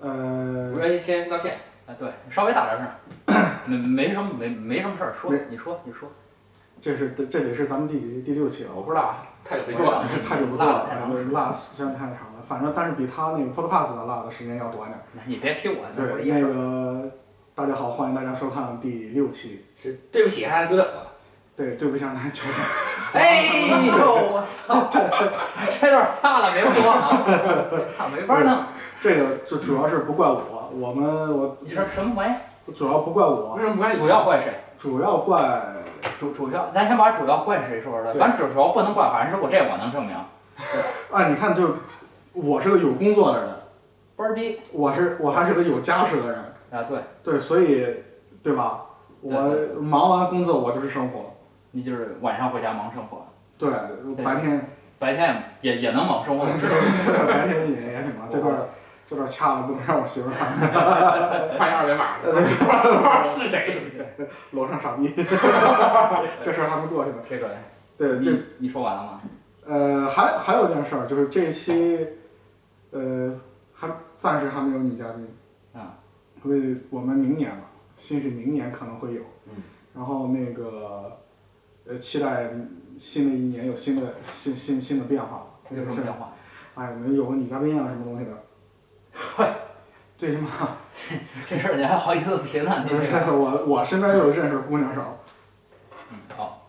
呃说先道歉，啊，对，稍微大点声，没没什么没没什么事儿，说没你说你说，这是这也是咱们第几第六期了，我不知道啊，太久没没做了。太久不啊做了，太然长后时间落时间太长了，反正但是比他那个 podcast 的落的时间要短点儿。那你别提我，那不是对，一事那儿。个大家好，欢迎大家收看第六期。是对不起，还久等了。对，对不起，啊大家久等。哎呦，我操！ 这段掐了没说啊，那没法弄。这个就主要是不怪我，我们我你说什么玩意？主要不怪我为，什么不关主要怪谁？主要怪主主要，咱先把主要怪谁说出来。对咱主要不能怪樊师傅，这我能证明。啊，你看就我是个有工作的人，倍儿逼我是我还是个有家室的人，啊！对，对，所以对吧？对我忙完工作，我就是生活，你就是晚上回家忙生活，对，对白天白天也也能忙生活。白天也也挺忙，这哦段这段掐了，不能让我媳妇儿看换一二维 码，不知道是谁。楼上傻 逼，这事儿还没过去呢。这个对，这你你说完了吗？呃，还还有一件事儿，就是这一期，呃，还暂时还没有女嘉宾，啊，所以我们明年吧，兴许明年可能会有，嗯，然后那个，呃，期待新的一年有新的新新新的变化，有什么变化？哎，能有个女嘉宾啊，什么东西的，最起码这事儿你还好意思提呢？你这个，我我身边有认识的姑娘少，嗯，好，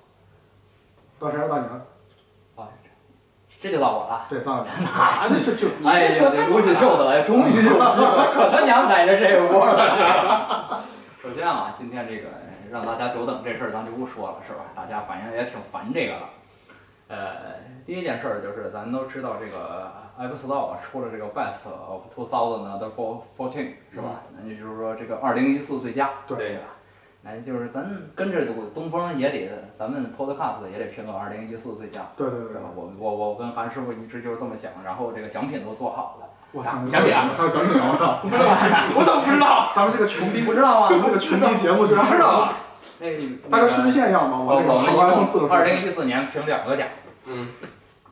到谁了？到你了？好，这就到我了。对，到你了。啊，那就就哎呀，这撸起袖子来，终于有机会，可他娘逮着这一波了。首先啊，今天这个让大家久等这事儿，咱就不说了，是吧？大家反正也挺烦这个了。呃，第一件事儿就是，咱都知道这个 App Store 出了这个 Best of 2014，是吧？那也就是说，这个2014最佳，对对，哎，就是咱跟着股东风也得，咱们 Podcast 也得评个2014最佳，对对是对吧，？我我我跟韩师傅一直就是这么想，然后这个奖品都做好了。我操，你还讲有理奖啊还有奖品啊，我操！我怎么不知道？咱们这个穷逼你不知道吗？啊咱们这个穷逼节目居然知道了。那你大概数据线要吗？我我那个好我 iPhone 们四一的共二零一四年评两个奖，嗯，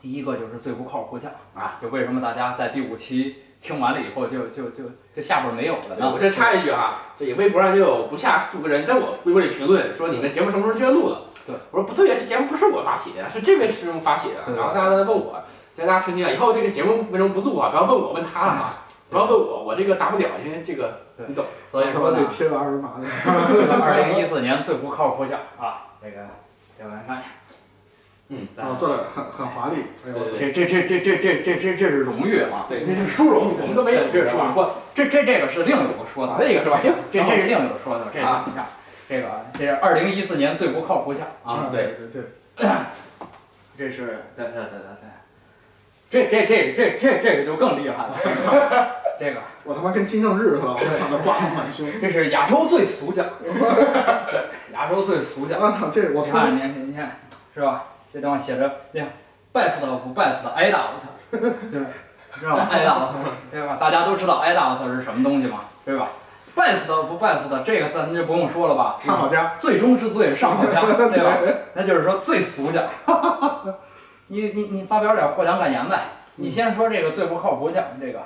第一个就是最不靠谱奖啊，就为什么大家在第五期听完了以后就就就就下边没有了对呢？我先插一句哈，这微博上就有不下四五个人在我微博里评论说你们节目什么时候宣录的？对，我说不对呀，这节目不是我发起的，是这位师兄发起的。对然后大家都在问我，叫大家澄清啊，以后这个节目为什么不录啊？不要问我，问他啊，不要问我，我这个答不了，因为这个对你懂。所以他说妈得呢，贴个二维码的。二零一四年最不靠谱奖啊，这个这个看，嗯来，然后做的很很华丽，哎呦我操！这这这这这这这这这是荣誉啊，对，这是殊荣，我们都没有，这这是是殊荣。不，这这这个是另有个说打的，那个是吧？行，这这是另有个说的，这啊你看这个这是二零一四年最不靠谱奖啊。啊，对，对对对，这是对对对对对，这这这这这这个就更厉害 了，这个我他妈跟金正日似的，我操，那挂得满胸。这是亚洲最俗 奖，亚洲最俗奖，我操，这我你操！看你看你看是吧？这地方写着你看 best of best 挨打我 操，对吧？知道吧？挨打我操，对吧？大家都知道挨打我操是什么东西嘛，对吧？best of best 这个咱就不用说了吧，上好家，最终之最上好 奖，对吧？那就是说最俗 奖。你你你发表点获奖感言呗。你先说这个最不靠谱奖这个。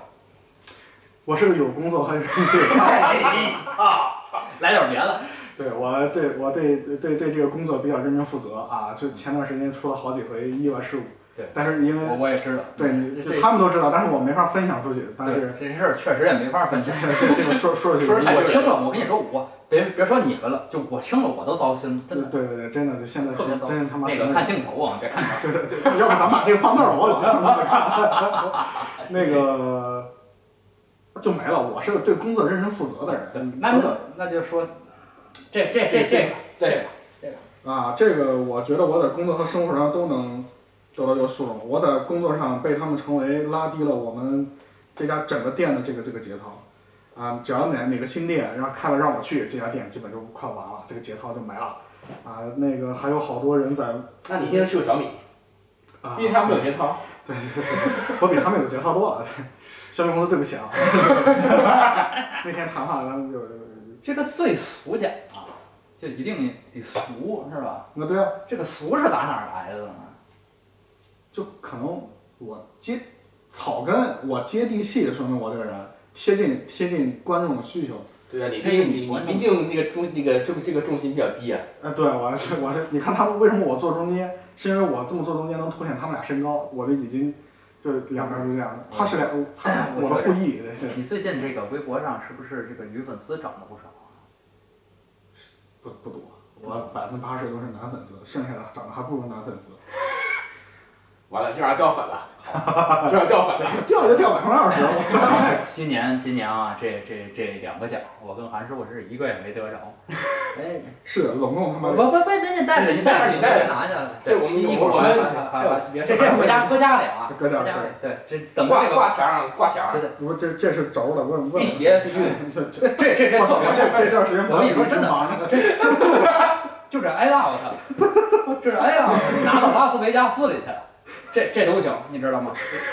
我是个有工作还有对象。哎操！来点别的。对我对我对对对对这个工作比较认真负责啊，就前段时间出了好几回意外事故。对但是因我为我也知道。嗯对你这就他们都知道，但是我没法分享出去。但是这事儿确实也没法分 析。这这个说说出去，说实在我听了，我跟你说，我别别说你们了，就我听了我都糟心，对真的。对对，真的就现在特别是糟真他妈那什个么看镜头啊，别看 对对对，要不咱把这个放那儿，我老想这么看。 那个 就没了，我是个对工作认真负责的人。那那那就说，这这这这个对，啊，这个我觉得我在工作和生活上都能得到一个殊荣。我在工作上被他们成为拉低了我们这家整个店的这个这个节操。啊，只要哪哪个新店然后开了让我去，这家店基本就快完了，这个节操就没了。啊，那个还有好多人在那你一定是有小米，啊，因为他们有节操。对对对对，我比他们有节操多了。 小米公司对不起啊， 那天谈话咱们就这个最俗奖啊，就一定得俗是吧？那对啊，这个俗是打哪儿来的呢？就可能我接草根，我接地气，说明我这个人贴近贴近观众的需求。对啊，你这这个个你你观众毕竟那个中那个这个这个重心比较低啊，哎，对我是我是，你看他们为什么我坐中间，是因为我这么坐中间能凸显他们俩身高，我就已经就两边儿就这样了。他是俩，他我我的互异，这是你最近这个微博上是不是这个女粉丝涨了不少啊？不不多，我百分之八十都是男粉丝，剩下的长得还不如男粉丝。完了今晚上掉粉 了，今晚上掉粉了，对，掉就掉百分之二十，我操！今年今年啊，这这这两个奖，我跟韩叔是一个也没得着。哎，是总共他不妈不不，别你带着，你你带着，你带着拿下来。这我们一有会儿我们把别这这回家搁家里啊，搁家搁里家里。对，这等挂这个挂墙上挂墙上，不是这这是轴了，问问辟邪避孕，这这这这这我操！这这这段时间我跟你说真的忙着，就这挨打我操，就这挨打我操，拿到拉斯维加斯里去了，这这都行，你知道吗？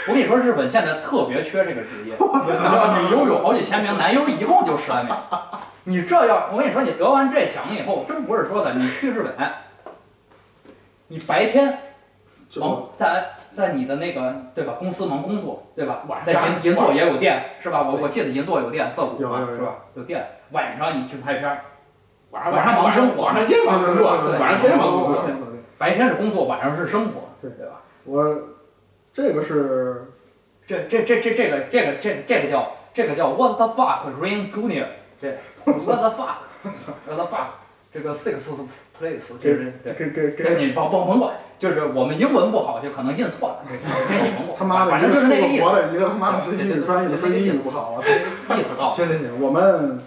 我跟你说，日本现在特别缺这个职业，我操！女优有好几千名，男优一共就十来名。你这要，我跟你说，你得完这奖以后，真不是说的，你去日本，你白天忙在在你的那个对吧，公司忙工作对吧？晚上银银座也有店是吧？我我记得银座有店，涩谷有有嘛有是吧？有店，晚上你去拍片儿，晚上晚上忙生活晚上接着忙工作，晚上接着忙工作，白天是工作，晚上是生活，对对吧？我这个是这这这这这个这个这这个叫这个叫 What the fuck Rain Junior，这 What the fuck What the fuck 这个 six place 这是对，给给这给你甭甭甭管，就是我们英文不好就可能印错了，这你甭管，他妈的，反正就是那个意一思个，活的，一个他妈的学习语专业的，说英语不好，我操！意思到。行行行，我们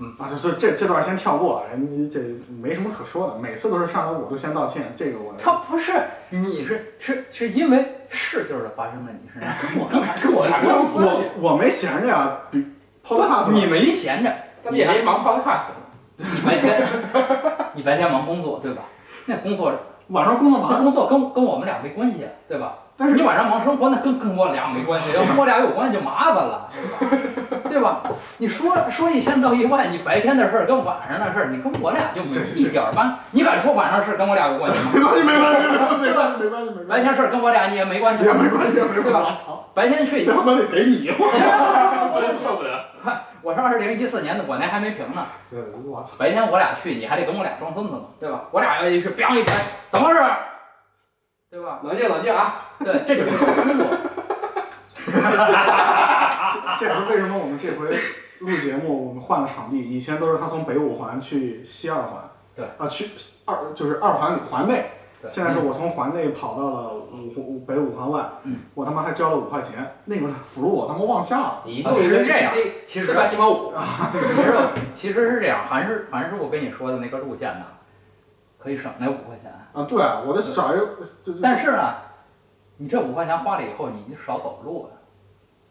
嗯。啊，就这这这段先跳过，人家这没什么可说的，每次都是上来我都先道歉，这个我他不是，你是是是因为事就是发生在你身上，我刚才跟我谈过我我没闲着呀，比 podcast 你没闲着，他们也没忙 podcast，你白天你白天忙工作对吧？那工作晚上工作那忙，工作跟跟我们俩没关系，啊对吧？但是你晚上忙生活，那跟跟我俩没 关系，要跟我俩有关系就麻烦了，对吧？你说说一千道一万，你白天的事儿跟晚上的事儿，你跟我俩就没是是是一点儿关。你敢说晚上事儿跟我俩有关系吗？没关系没关系没关系 没关系没关系没白关系，天事儿跟我俩你也没关系也，没关系也没对关系，吧？白天睡这觉，他妈得给你，我真受不了。 我是二零一四年的，我那还没平呢。对，我操！白天我俩去，你还得跟我俩装孙子呢，对吧？我俩要一去，砰一拍，怎么回事？对吧？冷静冷静啊！对，这就是工作。这也是为什么我们这回录节目，我们换了场地。以前都是他从北五环去西二环，对啊，去二就是二环里环内。对现在是我从环内跑到了五五北五环外，嗯我他妈还交了五块钱，那个辅路我他妈忘下了。你一共一个啊是这样 GC 其实啊四块七毛五，其实其实是这样，韩师韩师傅跟你说的那个路线呢，可以省那五块钱，啊，对，我得找一个，这这但是呢，你这五块钱花了以后，你就少走路了，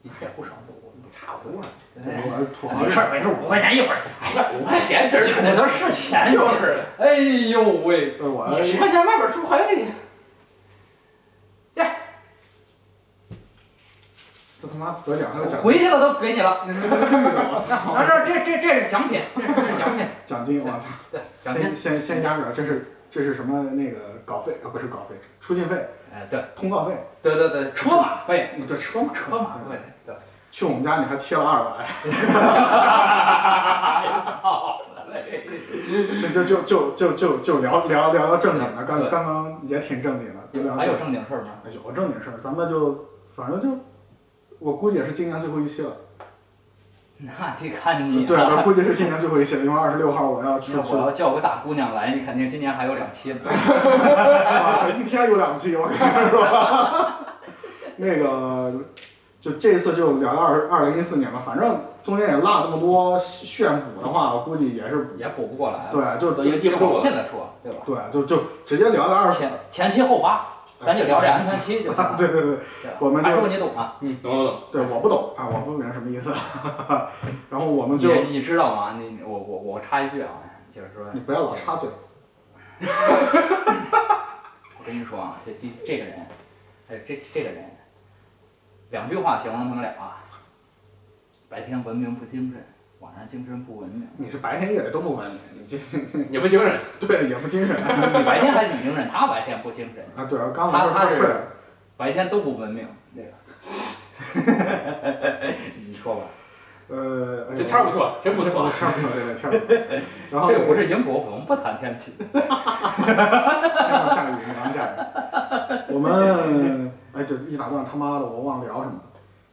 你也不少走路，差不多了。对不对？我土豪哎没事儿没事儿，五块钱一会儿，哎呀，五块钱真 是那都是钱就呀！是，哎呦喂，对呃我你十块钱买本书还给你。这他妈得奖还有奖回去了都给你了，我操啊这这这这是奖品，这是奖品，奖金，我操！对奖先金，先先压着，这是这是什么那个稿费啊？不是稿费，出境费、哎对通告费，对对对，车马费，这车嘛车马费，对，去我们家你还贴了二 百。哎操嘞！这 就就就就就就聊聊聊聊正经的，刚对刚刚也挺正经的，就聊还有正经事儿吗？ 有正经事儿，咱们就反正就，我估计也是今年最后一期了，那得看你、啊。对，我估计是今年最后一期了，因为二十六号我要去那去我，要叫个大姑娘来，你肯定今年还有两期呢。哇一天有两期，我跟你说， 那个就这次就聊到二二零一四年吧，反正中间也落这么多炫补的话，我估计也是也补不过来了。对，就都一个季往度了，近了说，对吧？对啊就就直接聊到二十，前前期后八，咱就聊这 M 三七就行啊 了。对对对，对吧我们就韩叔你懂啊？嗯，懂懂懂。对，我不懂啊，我不明白什么意思。 然后我们你就你知道吗？你我我我插一句啊，就是说，你不要老插嘴，我跟你说啊，这这这个人，哎，这这个人，两句话形容他们俩啊：白天文明不精神，晚上精神不文明。你是白天夜里都不文明，你这 也不精神，哎对也不精 神啊。你白天还挺精神，他白天不精神，对啊，刚他晚上他是睡， 白天都不文明。这个，你说吧，呃，哎呦这天儿不错，真不 错。天儿不错，对对，天儿不错。然后这个不是英国，我们不谈天气。天上下雨，地上下雨。我们哎，这一打断，他妈的，我忘聊什么了。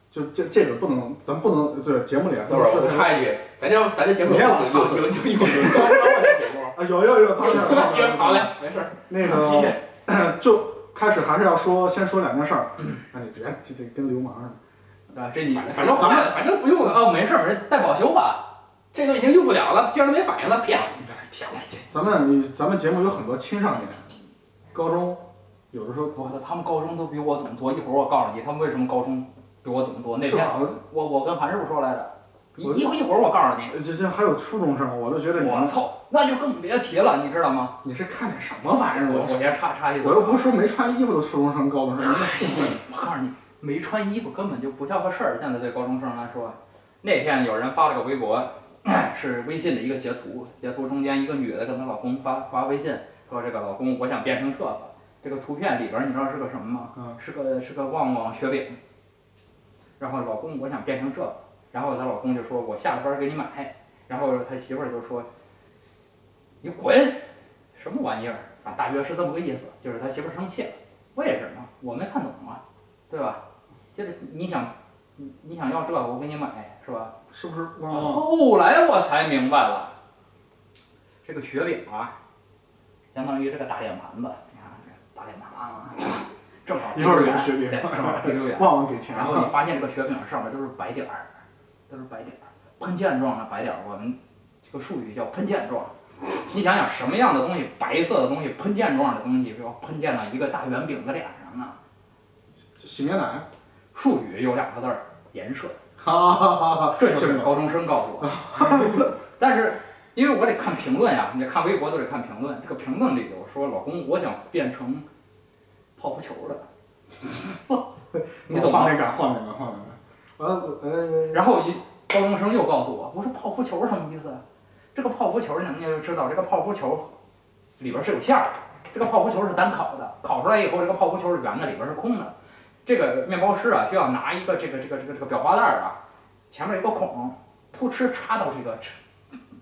就这这个不能，咱不能对节目里啊，等会儿我插一句，咱这咱这节目有别有老插嘴有有有官方的节目。啊，有 有有，咱们有咱们行，好嘞，没事儿。那啊继续个 就开始还是要说，先说两件事儿。嗯哎，你别这这跟流氓似的。啊，这你反反正换了，反正不用了，哦，没事儿，这带保修吧。这都已经用不了了，既然没反应了，骗骗我。咱们咱们节目有很多青少年，高中有的时候我操，他们高中都比我懂多。一会儿我告诉你，他们为什么高中比我懂多。那是天吧？我我我跟韩师傅说来着，一我一会儿一会儿我告诉你。这这还有初中生，我都觉得你我操，那就更别提了，你知道吗？你是看点什么玩意儿？我我我先插插一嘴，我又不是说没穿衣服的初中生、高中生，我告诉你，没穿衣服根本就不叫个事儿。现在对高中生来说，那天有人发了个微博， 是微信的一个截图，截图中间一个女的跟她老公发发微信说：“这个老公，我想变成这个。”这个图片里边儿你知道是个什么吗？嗯是个是个旺旺雪饼。然后老公，我想变成这个。然后她老公就说：“我下了班儿给你买。”然后她媳妇儿就说：“你滚，什么玩意儿啊？”大约是这么个意思，就是他媳妇儿生气了。为什么？我没看懂啊，对吧？就是你想，你你想要这个，我给你买，是吧？是不是？汪汪后来我才明白了，这个雪饼啊，相当于这个大脸盘子，你看这大脸盘啊，正好一会儿有圆，雪饼 对，正好滴溜圆。旺旺给钱然后你发现这个雪饼上面都是白点儿，都是白点儿，喷溅状的白点儿，我们这个术语叫喷溅状。你想想什么样的东西，白色的东西，喷溅状的东西，要喷溅到一个大圆饼的脸上呢？洗面奶，术语有两个字儿，颜色。哈哈哈哈！这就听是着，高中生告诉我。 但是因为我得看评论呀，你看微博都得看评论。这个评论里有说，老公，我想变成泡泡球的， 你懂吗画面感，画面感，画面感。呃呃，然后一高中生又告诉我，我说泡芙球什么意思啊？这个泡芙球呢，你要知道，这个泡芙球里边是有馅儿的，这个泡芙球是单烤的，烤出来以后，这个泡芙球是圆的，里边是空的。这个面包师啊，需要拿一个这个这个这个这个裱花袋儿啊，前面一个孔，噗嗤插到这个插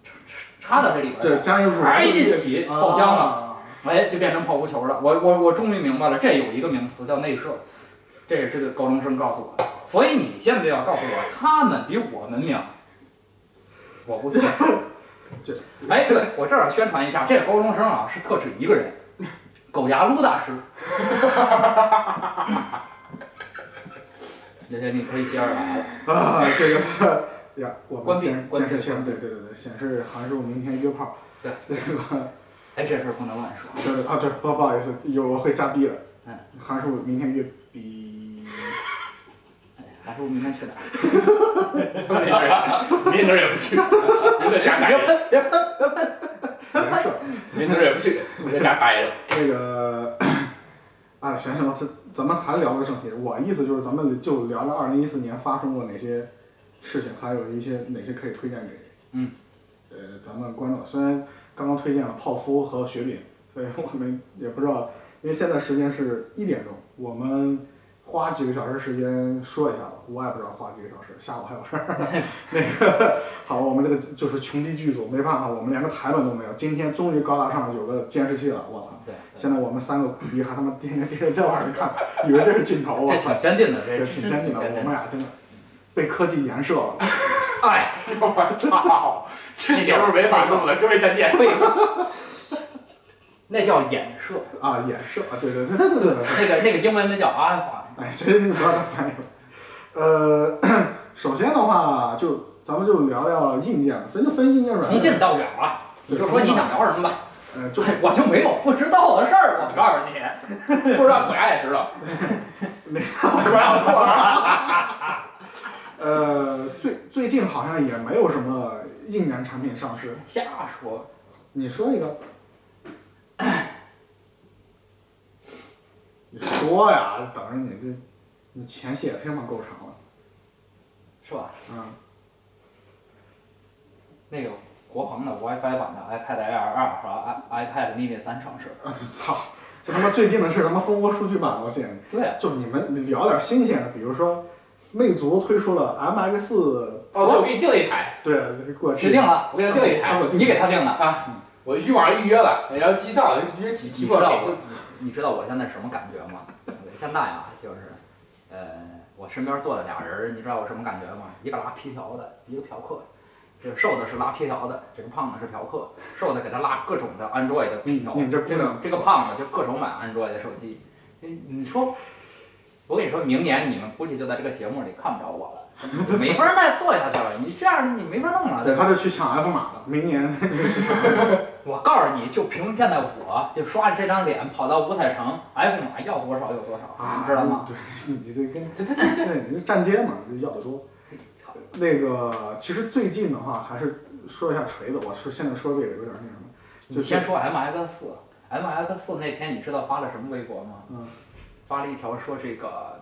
插插到这里边这儿，呃加一入哎一起爆浆了。了。哎，就变成泡芙球了。我我我终于明白了，这有一个名词叫内射，这也是个高中生告诉我的。所以你现在要告诉我，他们比我们明，我 不信。这，哎，对我这儿要宣传一下，这个高中生啊是特指一个人，狗牙撸大师。 那那你可以接着来了。啊，这个呀，我关们闭监关闭监视器关，闭对对对对，显示函数明天约炮。对，这个哎，这事儿不能乱说。这啊，对，不不好意思，有我会加逼的。哎嗯，函数明天约逼。 哎还是我明天去哪儿？没人儿，没人儿也不去，你在家待着，没事，没人儿也不去，你在家待着。这个， 哎，行行，咱咱们还聊个正题。我意思就是，咱们就聊聊二零一四年发生过哪些事情，还有一些哪些可以推荐给，嗯，呃，咱们观众。虽然刚刚推荐了泡芙和雪饼，所以我们也不知道，因为现在时间是一点钟，我们花几个小时时间说一下吧。我也不知道花几个小时，下午还有事儿。 那个，好，我们这个就是穷逼剧组，没办法，我们连个台本都没有。今天终于高大上有个监视器了，我操！对，现在我们三个苦逼还他妈天天盯着这玩意儿看，以为这是镜头，我这操，挺先进的，这这挺先进的。真我们俩真的被科技颜射了，哎，我操，这节目没法弄了，各位再见。对，那叫衍射，啊，衍射啊，对对对对对对对。那个那个英文名叫 alpha。哎，行行行，不要再翻译了。呃，首先的话，就咱们就聊聊硬件吧，咱就分硬件软从件。近到远了，你就说你想聊什么吧。呃，就对，我就没有不知道的事儿，我告诉你，不知道，我家也知道。那不要错了。呃，最最近好像也没有什么硬件产品上市。瞎说。你说一个。你说呀，等着你这，你前戏也忒他妈够长了。是吧？嗯，那个国行的 WiFi 版的 iPad Air 二和 i iPad mini 三上市。啊，操！这他妈最近的事，他妈蜂窝数据版，我现对，啊就你们聊点新鲜的，比如说，魅族推出了 MX 哦，对，我给你订了一台，对，给我指定了，我给他订了一啊台，我定你给他定的。我去网上预约了，然后寄到，就是寄你寄知过道来。我，你知道我现在什么感觉吗？我现在啊，就是，呃，我身边坐的俩人，你知道我什么感觉吗？一个拉皮条的，一个嫖客。这个瘦的是拉皮条的，这个胖子是嫖客。瘦的给他拉各种的 Android 的皮条，嗯你们这姑这个娘这个胖子就各种买 Android 的手机。你你说，我跟你说明年你们估计就在这个节目里看不着我了，你没法再做下去了。你这样你没法弄了，对，对吧？他就去抢 F 码了。明年我告诉你，就凭现在我就刷着这张脸跑到五彩城，F 码要多少有多少，啊，你知道吗？？对，你这跟对对对，对，你这站街嘛，就要的多。操那个，其实最近的话，还是说一下锤子。我说现在说这个有点那什么，你先说 M X 四，M X 四那天你知道发了什么微博吗？嗯，发了一条说这个，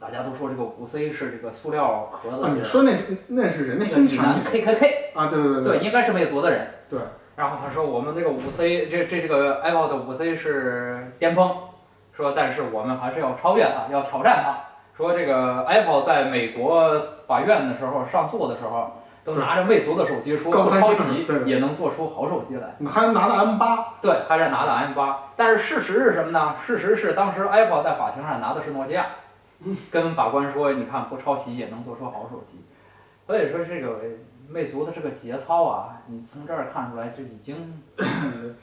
大家都说这个五 C 是这个塑料壳子啊，里你的，说那是那是人家那新个产品南 K K K，啊，对对对对，应该是魅族的人。对。然后他说我们这个五 C，这这这个 iPod 五 C 是巅峰，说但是我们还是要超越它，要挑战它。说这个 Apple 在美国法院的时候上诉的时候，都拿着魅族的手机说高不三抄星袭对也能做出好手机来。你还拿了 M 八，对，还是拿的 M 八。但是事实是什么呢？事实是当时 Apple 在法庭上拿的是诺基亚，跟法官说，你看不抄袭也能做出好手机。所以说这个魅族的这个节操啊，你从这儿看出来，这已经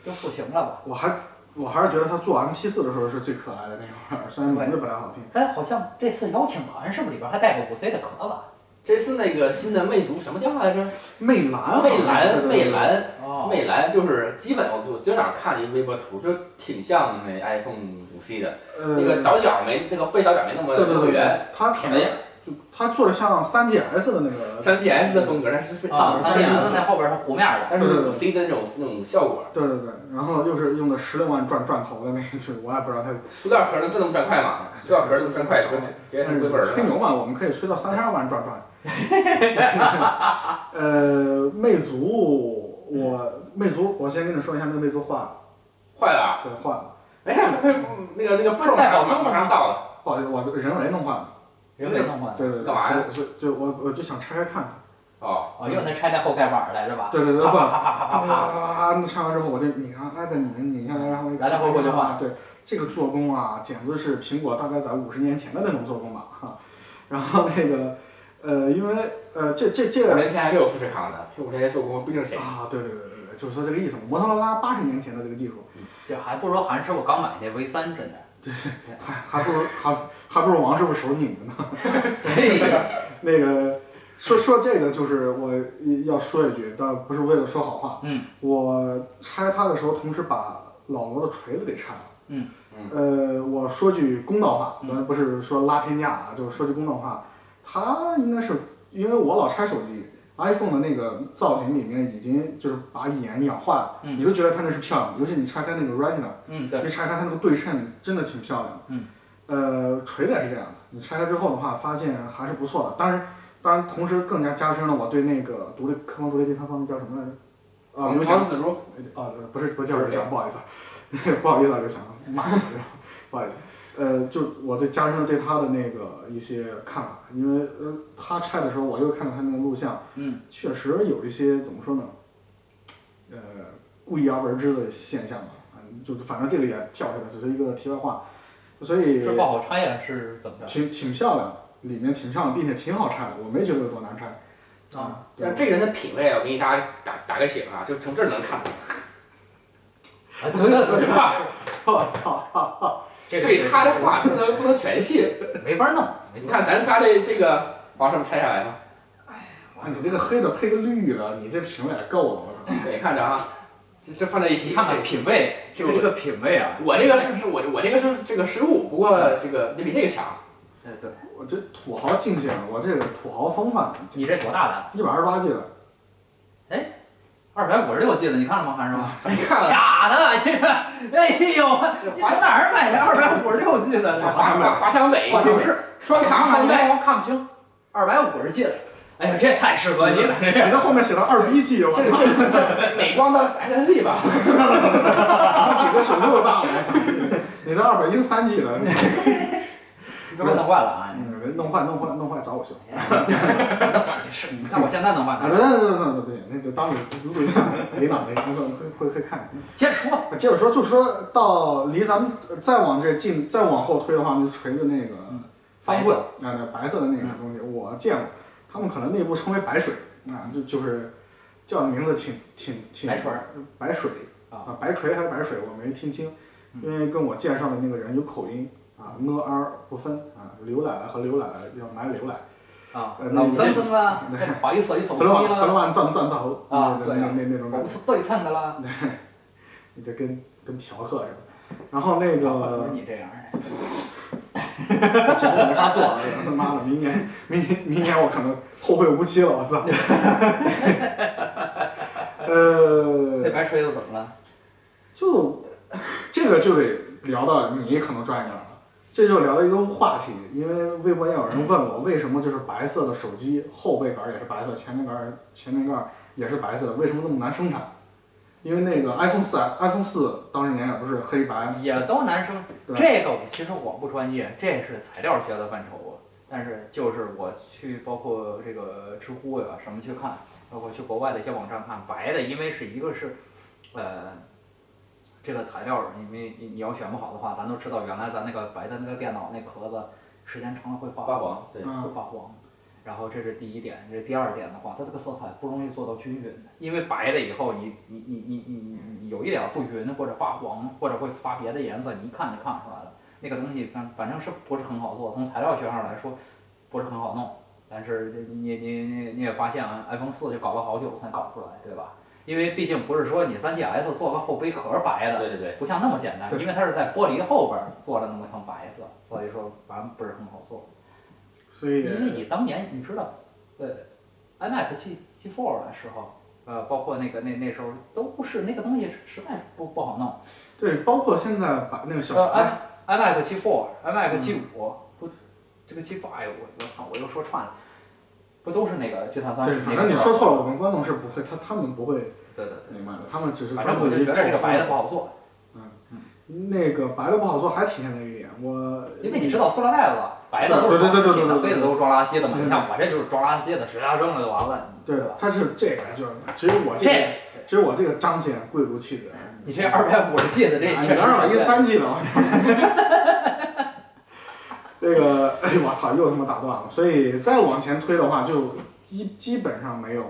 就不行了吧？我还我还是觉得他做 M P 四的时候是最可爱的那会儿，虽然名字不太好听。哎，好像这次邀请函是不是里边还带个五 C 的壳子？这次那个新的魅族什么叫来着？魅蓝好像是，魅蓝，对魅，蓝，哦魅蓝就是基本我我今儿早上看了一微博图，就挺像那 iPhone 五 C 的，对对那个呃，倒角没那个背倒角没那么哎对对那么对圆，对，他撇了点儿。就他做的像三 G S 的那个，三 GS 的风格，但是是啊大，它三 G 这样子 S，在后边是弧面的。但是五 C 的那种那种效果，对对对，然后又是用的十六万转转头的那个，就我也不知道他塑料壳能这么转快吗？塑料壳能转快，直接但成嗯是龟本儿吹了。牛嗯嘛，我们可以吹到三十二万转 转。呃，魅族，我魅族，我先跟你说一下，那个魅族坏了，坏了，对，坏了，没事，没事，那个那个不是马上马上到了，不好意思，我这个人为弄坏了。人为弄坏的，对对对，干嘛呀所以？所以就我我就想拆开看看。哦，哦，用它拆开后盖板来是吧？对对对，啪不，啪啊啪啪啪啪，那拆完之后我就你看，挨着你，你看，然后来来回回就换啊对，这个做工啊，简直是苹果大概在五十年前的那种做工吧，哈。然后那个，呃，因为呃，这这这五年前还没有富士康呢，富士康做工不一定谁。啊，对对对对对，就是说这个意思。摩托罗拉八十年前的这个技术，这还不如韩师傅刚买那 V 三真的。还还不如还还不如王师傅手拧着呢。嘿那个说说这个，就是我要说一句，但不是为了说好话。嗯，我拆它的时候，同时把老罗的锤子给拆了。嗯呃，我说句公道话，嗯当然不是说拉偏架啊，就是说句公道话，它应该是因为我老拆手机。iPhone 的那个造型里面已经就是把眼养坏了，嗯你就觉得它那是漂亮，尤其你拆开那个 Retina，嗯，对，一拆开它那个对称真的挺漂亮的。嗯，呃，锤子也是这样的，你拆开之后的话，发现还是不错的。当然，当然，同时更加加深了我对那个独立客观独立第三方叫什么来着？啊，刘翔王自如，啊，不是，不叫刘 翔，不好意思，不好意思啊，刘翔，骂你了，不好意思。呃，就我对加深了对他的那个一些看法，因为呃，他拆的时候我又看到他那个录像，嗯，确实有一些怎么说呢，呃，故意而为之的现象吧，嗯就反正这个也跳出来，只是一个题外话，所以是爆好拆呀，是怎么着？挺挺漂亮，里面挺漂亮，并且挺好拆的，我没觉得有多难拆。啊对， 但这个人的品味，我给你大家打打个醒啊，就从这儿能看出来，啊，对对对对，吧？我操！这所以他的话不能不能全信。没法弄，你看咱仨的这个往上拆下来吗？啊，你这个黑的配个绿的，你这评委够了，我操！对，看着啊，这这放在一起，你看看这品味，这个这个品味啊，我这个是是我我这个是这个失误，不过这个你比这个强。对对，我这土豪境界，我这个土豪风范，你这多大胆？一百二十八 G 的，二百五十六 G 的，你看了吗？还是吗？你看啊了，假的，你这，哎呦，这你华从哪儿买的二百五十六 G 的？华华华强北，我就是双卡双待。我看不清，二百五十 G 的，哎呀，这也太适合你了，你在后面写到二逼 G，我这操，是美光的 SSD 吧？那比这手机都大了，我操！你这二百一十三 G 的，你这弄坏了啊！嗯，对，弄坏弄坏弄坏找我修。是，那我现在能办啊，到那。那那那不行，那就当你录一下，没脑没，会会会看。接着说，接着说，就说到离咱们呃再往这近，再往后推的话，就是锤子那个嗯白方色嗯棍，啊，那白色的那个东西，我见过，他们可能内部称为白水，啊，就就是叫的名字挺挺挺白水儿白水啊嗯啊，白锤还是白水，我没听清，因为跟我介绍的那个人有口音啊，呢儿不分啊，刘奶奶和刘奶奶要买刘奶奶，啊，呃老那三生啦，那哎不好意思，一手死机了万死了，了万钻钻头啊那对那啊那那种我感不觉，是对啊称的啦。你这跟跟嫖客似的，然后那啊不个是。你这样，节目没法做了，他 妈的，明年明年明年我可能后会无期了，我操！ 那呃，白吹又怎么了？就这个就得聊到你可能专业点儿了，这就聊到一个话题，因为微博也有人问我为什么就是白色的手机后背杆儿也是白色，前面杆儿前面盖儿也是白色，为什么那么难生产？因为那个 iPhone 四 iPhone 四当时年也不是黑白也都男生。对这个我其实我不专业，这是材料学的范畴啊。但是就是我去包括这个知乎呀什么去看，包括去国外的一些网站看，白的因为是一个是，呃，这个材料因为你你要选不好的话，咱都知道原来咱那个白的那个电脑那壳子时间长了会发发黄，对，啊会发黄。然后这是第一点，这是第二点的话，它这个色彩不容易做到均匀的，因为白了以后你，你你你你你你有一点不匀，或者发黄，或者会发别的颜色，你一看就看出来了。那个东西反反正是不是很好做，从材料学上来说，不是很好弄。但是这你你你你也发现啊，iPhone 四就搞了好久才搞出来，对吧？因为毕竟不是说你 3GS 做个后背壳儿白的，对对对，不像那么简单，对因为它是在玻璃后边儿做了那么层白色，所以说反正不是很好做。所以因为你当年你知道，呃，iMac G G Four 的时候，呃，包括那个那那时候都不是那个东西实在是不不好弄。对，包括现在把那个小嗯呃，i iMac G Four、iMac G 五不，这个 G Five 我我操，我又说串了，不都是那个聚碳酸？对，反正你说错了，我们观众是不会，他他们不会对对明白的，他们只是对，反专正注我就于觉得这个白的不好。好做，那个白的不好做，还体现在一点，我因为你知道塑料袋子白的都是对对对对对对的，对对黑的都是装垃圾的嘛。对你看我这就是装垃圾的，直接扔了就完了，对吧？，它是这个，就是只有我这个，这只有我这个彰显贵族气质。你这二百五十 G 的这哎确你实是二百一对十三 G 的， 我这个哎我操，又他妈打断了。所以再往前推的话，就基基本上没有，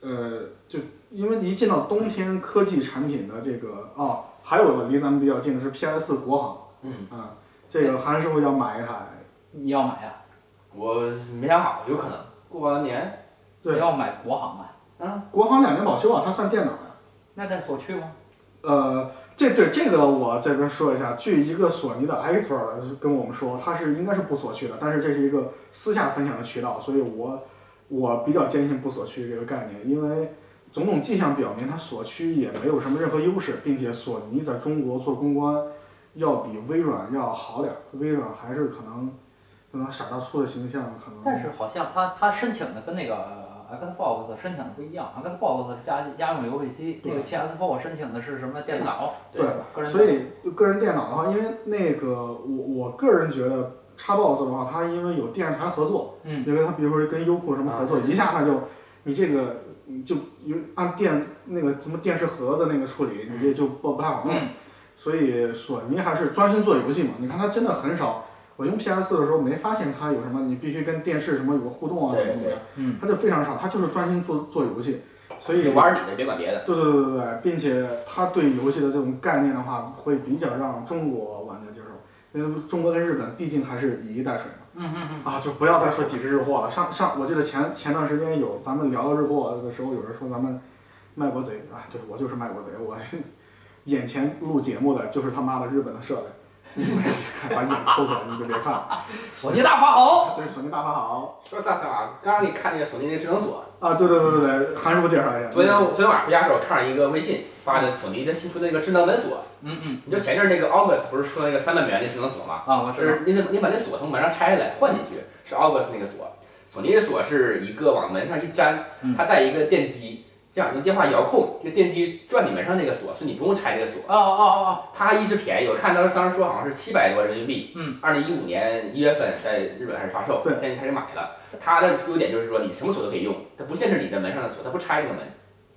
呃，就因为一进到冬天，科技产品的这个哦，还有个离咱们比较近的是 PS 国行，嗯，啊，这个韩师傅要买一台，你要买啊呀、我没想好，有可能过完年，对你要买国行啊，啊，国行两年保修啊，它算电脑呀、那在所去吗？呃，这对这个我这边说一下，据一个索尼的 expert 跟我们说，他是应该是不索取的，但是这是一个私下分享的渠道，所以我我比较坚信不索取这个概念，因为种种迹象表明它索取也没有什么任何优势，并且索尼在中国做公关要比微软要好点儿，微软还是可能可能傻大粗的形象可嗯能。但是好像他他申请的跟那个呃 Xbox 申请的不一样，Xbox 是家家用游戏机，那对个 PS4 申请的是什么电脑？对吧？个人所以就个人电脑的话，因为那个我我个人觉得 Xbox 的话，它因为有电视台合作，嗯，因为它比如说跟优酷什么合作，啊一下它就你这个你就有按电那个什么电视盒子那个处理，你这就不不太好弄。嗯所以索尼还是专心做游戏嘛，你看它真的很少。我用 PS 的时候没发现它有什么，你必须跟电视什么有个互动啊对什么的，嗯，它就非常少，它就是专心做做游戏，所以你玩你的，别管别的，对对对对对，并且他对游戏的这种概念的话，会比较让中国玩家接受，因为中国跟日本毕竟还是以一带水嘛。嗯嗯嗯，啊，就不要再说抵制日货了。上上，我记得前前段时间有咱们聊日货的时候，有人说咱们卖国贼啊，对我就是卖国贼，我 眼前录节目的就是他妈的日本的设备，你们把眼抠出来你就别看了。索尼大法好，对，索尼大法好说大小啊，刚刚你看那个索尼那智能锁，啊，对对对对对，韩叔介绍一下。昨天我昨天晚上回家的时候，我看了一个微信发的索尼的新出的那个智能门锁。嗯嗯，你知道前阵儿那个 August 不是说那个三百美元那智能锁吗？啊，我就知道，是你得你把那锁从门上拆下来换进去，是 August 那个锁。索尼的锁是一个往门上一粘嗯，它带一个电机，这样你电话遥控，这个电机转你门上那个锁，是你不用拆这个锁。哦哦它一直便宜，我看当时当时说好像是七百多人民币，嗯，二零一五年一月份在日本开始发售，对现在开始买了。它的优点就是说你什么锁都可以用，它不限制你的门上的锁，它不拆这个门，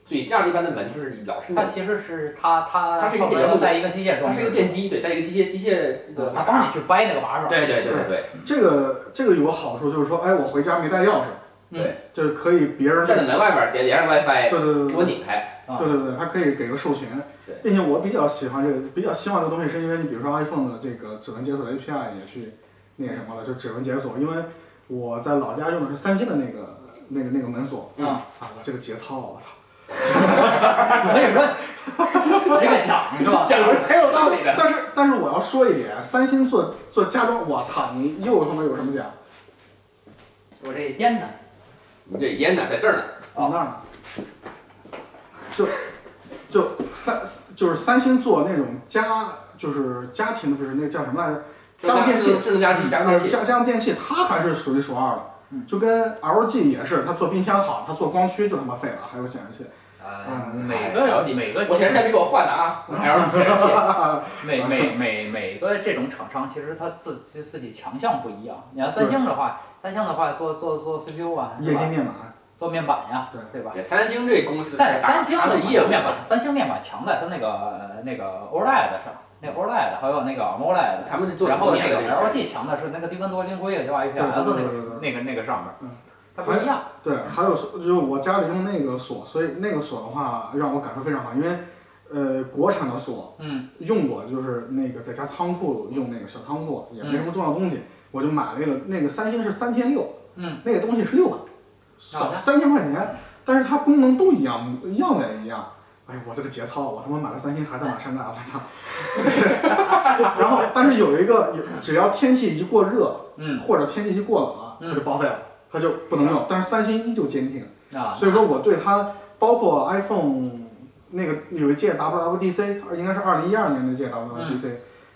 所以这样一般的门就是老是哦，那它种其实是它它它是一个后电边路带一个机械它装是置，一个电机，对，带一个机械机械那个它马帮达，你去掰那个把手。对对对对对，这个这个有个好处就是说，哎，我回家没带钥匙，嗯，就是可以别人站在门外边儿连连上 WiFi，对对对给对我拧开，啊对对对，它可以给个授权对，并且我比较喜欢这个，比较希望这个东西，是因为你比如说 iPhone 的这个指纹解锁 API 也去那个什么了，就指纹解锁，因为我在老家用的是三星的那个那个那个门锁，嗯啊，我这个节操，我操！ 所 以说这个讲是吧？讲的是很有道理的。但是但是我要说一点，三星做做家装，我操，你又他妈有什么讲？我这烟呢？你这烟呢，在这儿呢，往那儿呢？就就三就是三星做那种家就是家庭不是那叫什么来着？家用电器智能家居，家用呃，电器。家家用电器它还是属于数二的嗯，就跟 LG 也是，它做冰箱好，它做光驱就他妈废了，还有显示器。啊，嗯每个每个哎我显示器还没给我换呢啊，L 显示器。 每每每每个这种厂商，其实它自自自己强项不一样。你看三星的话，三星的话做做做 CPU 啊，液是晶吧？面板，做面板呀，对对吧？对，三星这公司但是三星它的的业务面板，三星面板强在它那个那个 OLED 上，那 OLED 还有那个 AMOLED，他们做然后那个个 LG 强的是那个低温多晶硅，就 IPS 对那对对个对对对那个那个上面嗯，它不一样。对，还有说就是我家里用那个锁，所以那个锁的话让我感受非常好，因为呃国产的锁嗯用过，就是那个在家仓库用那个小仓库也没什么重要东西，我就买了一个那个三星是三千六，嗯，那个东西是六百，好少的三千块钱，但是它功能都一样，样板一样。哎，我这个节操，我他妈买了三星还在哪山寨，我 操！然后，但是有一个，有只要天气一过热，嗯或者天气一过冷，啊嗯它就报废了，它就不能用。但是三星依旧坚挺，啊，所以说我对它，包括 iPhone 那个有一届 WWDC，应该是二零一二年那届 WWDC，、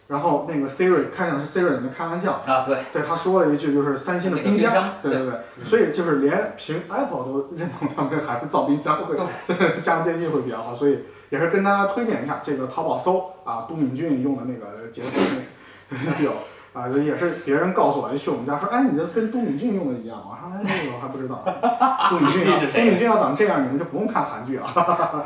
然后那个 Siri 看见是 Siri 在那开玩笑，啊对，对他说了一句就是三星的冰箱，那个冰箱对对对，嗯所以就是连凭 Apple 都认同他们还是造冰箱 会，对家用电器会比较好，所以也是跟大家推荐一下这个淘宝搜啊，都敏俊用的那个节奏那个有。 啊，这也是别人告诉我，去我们家说，哎，你这跟都敏俊用的一样。我说，哎，这个我还不知 道。都敏俊要这是都谁敏俊要长这样，你们就不用看韩剧哎啊。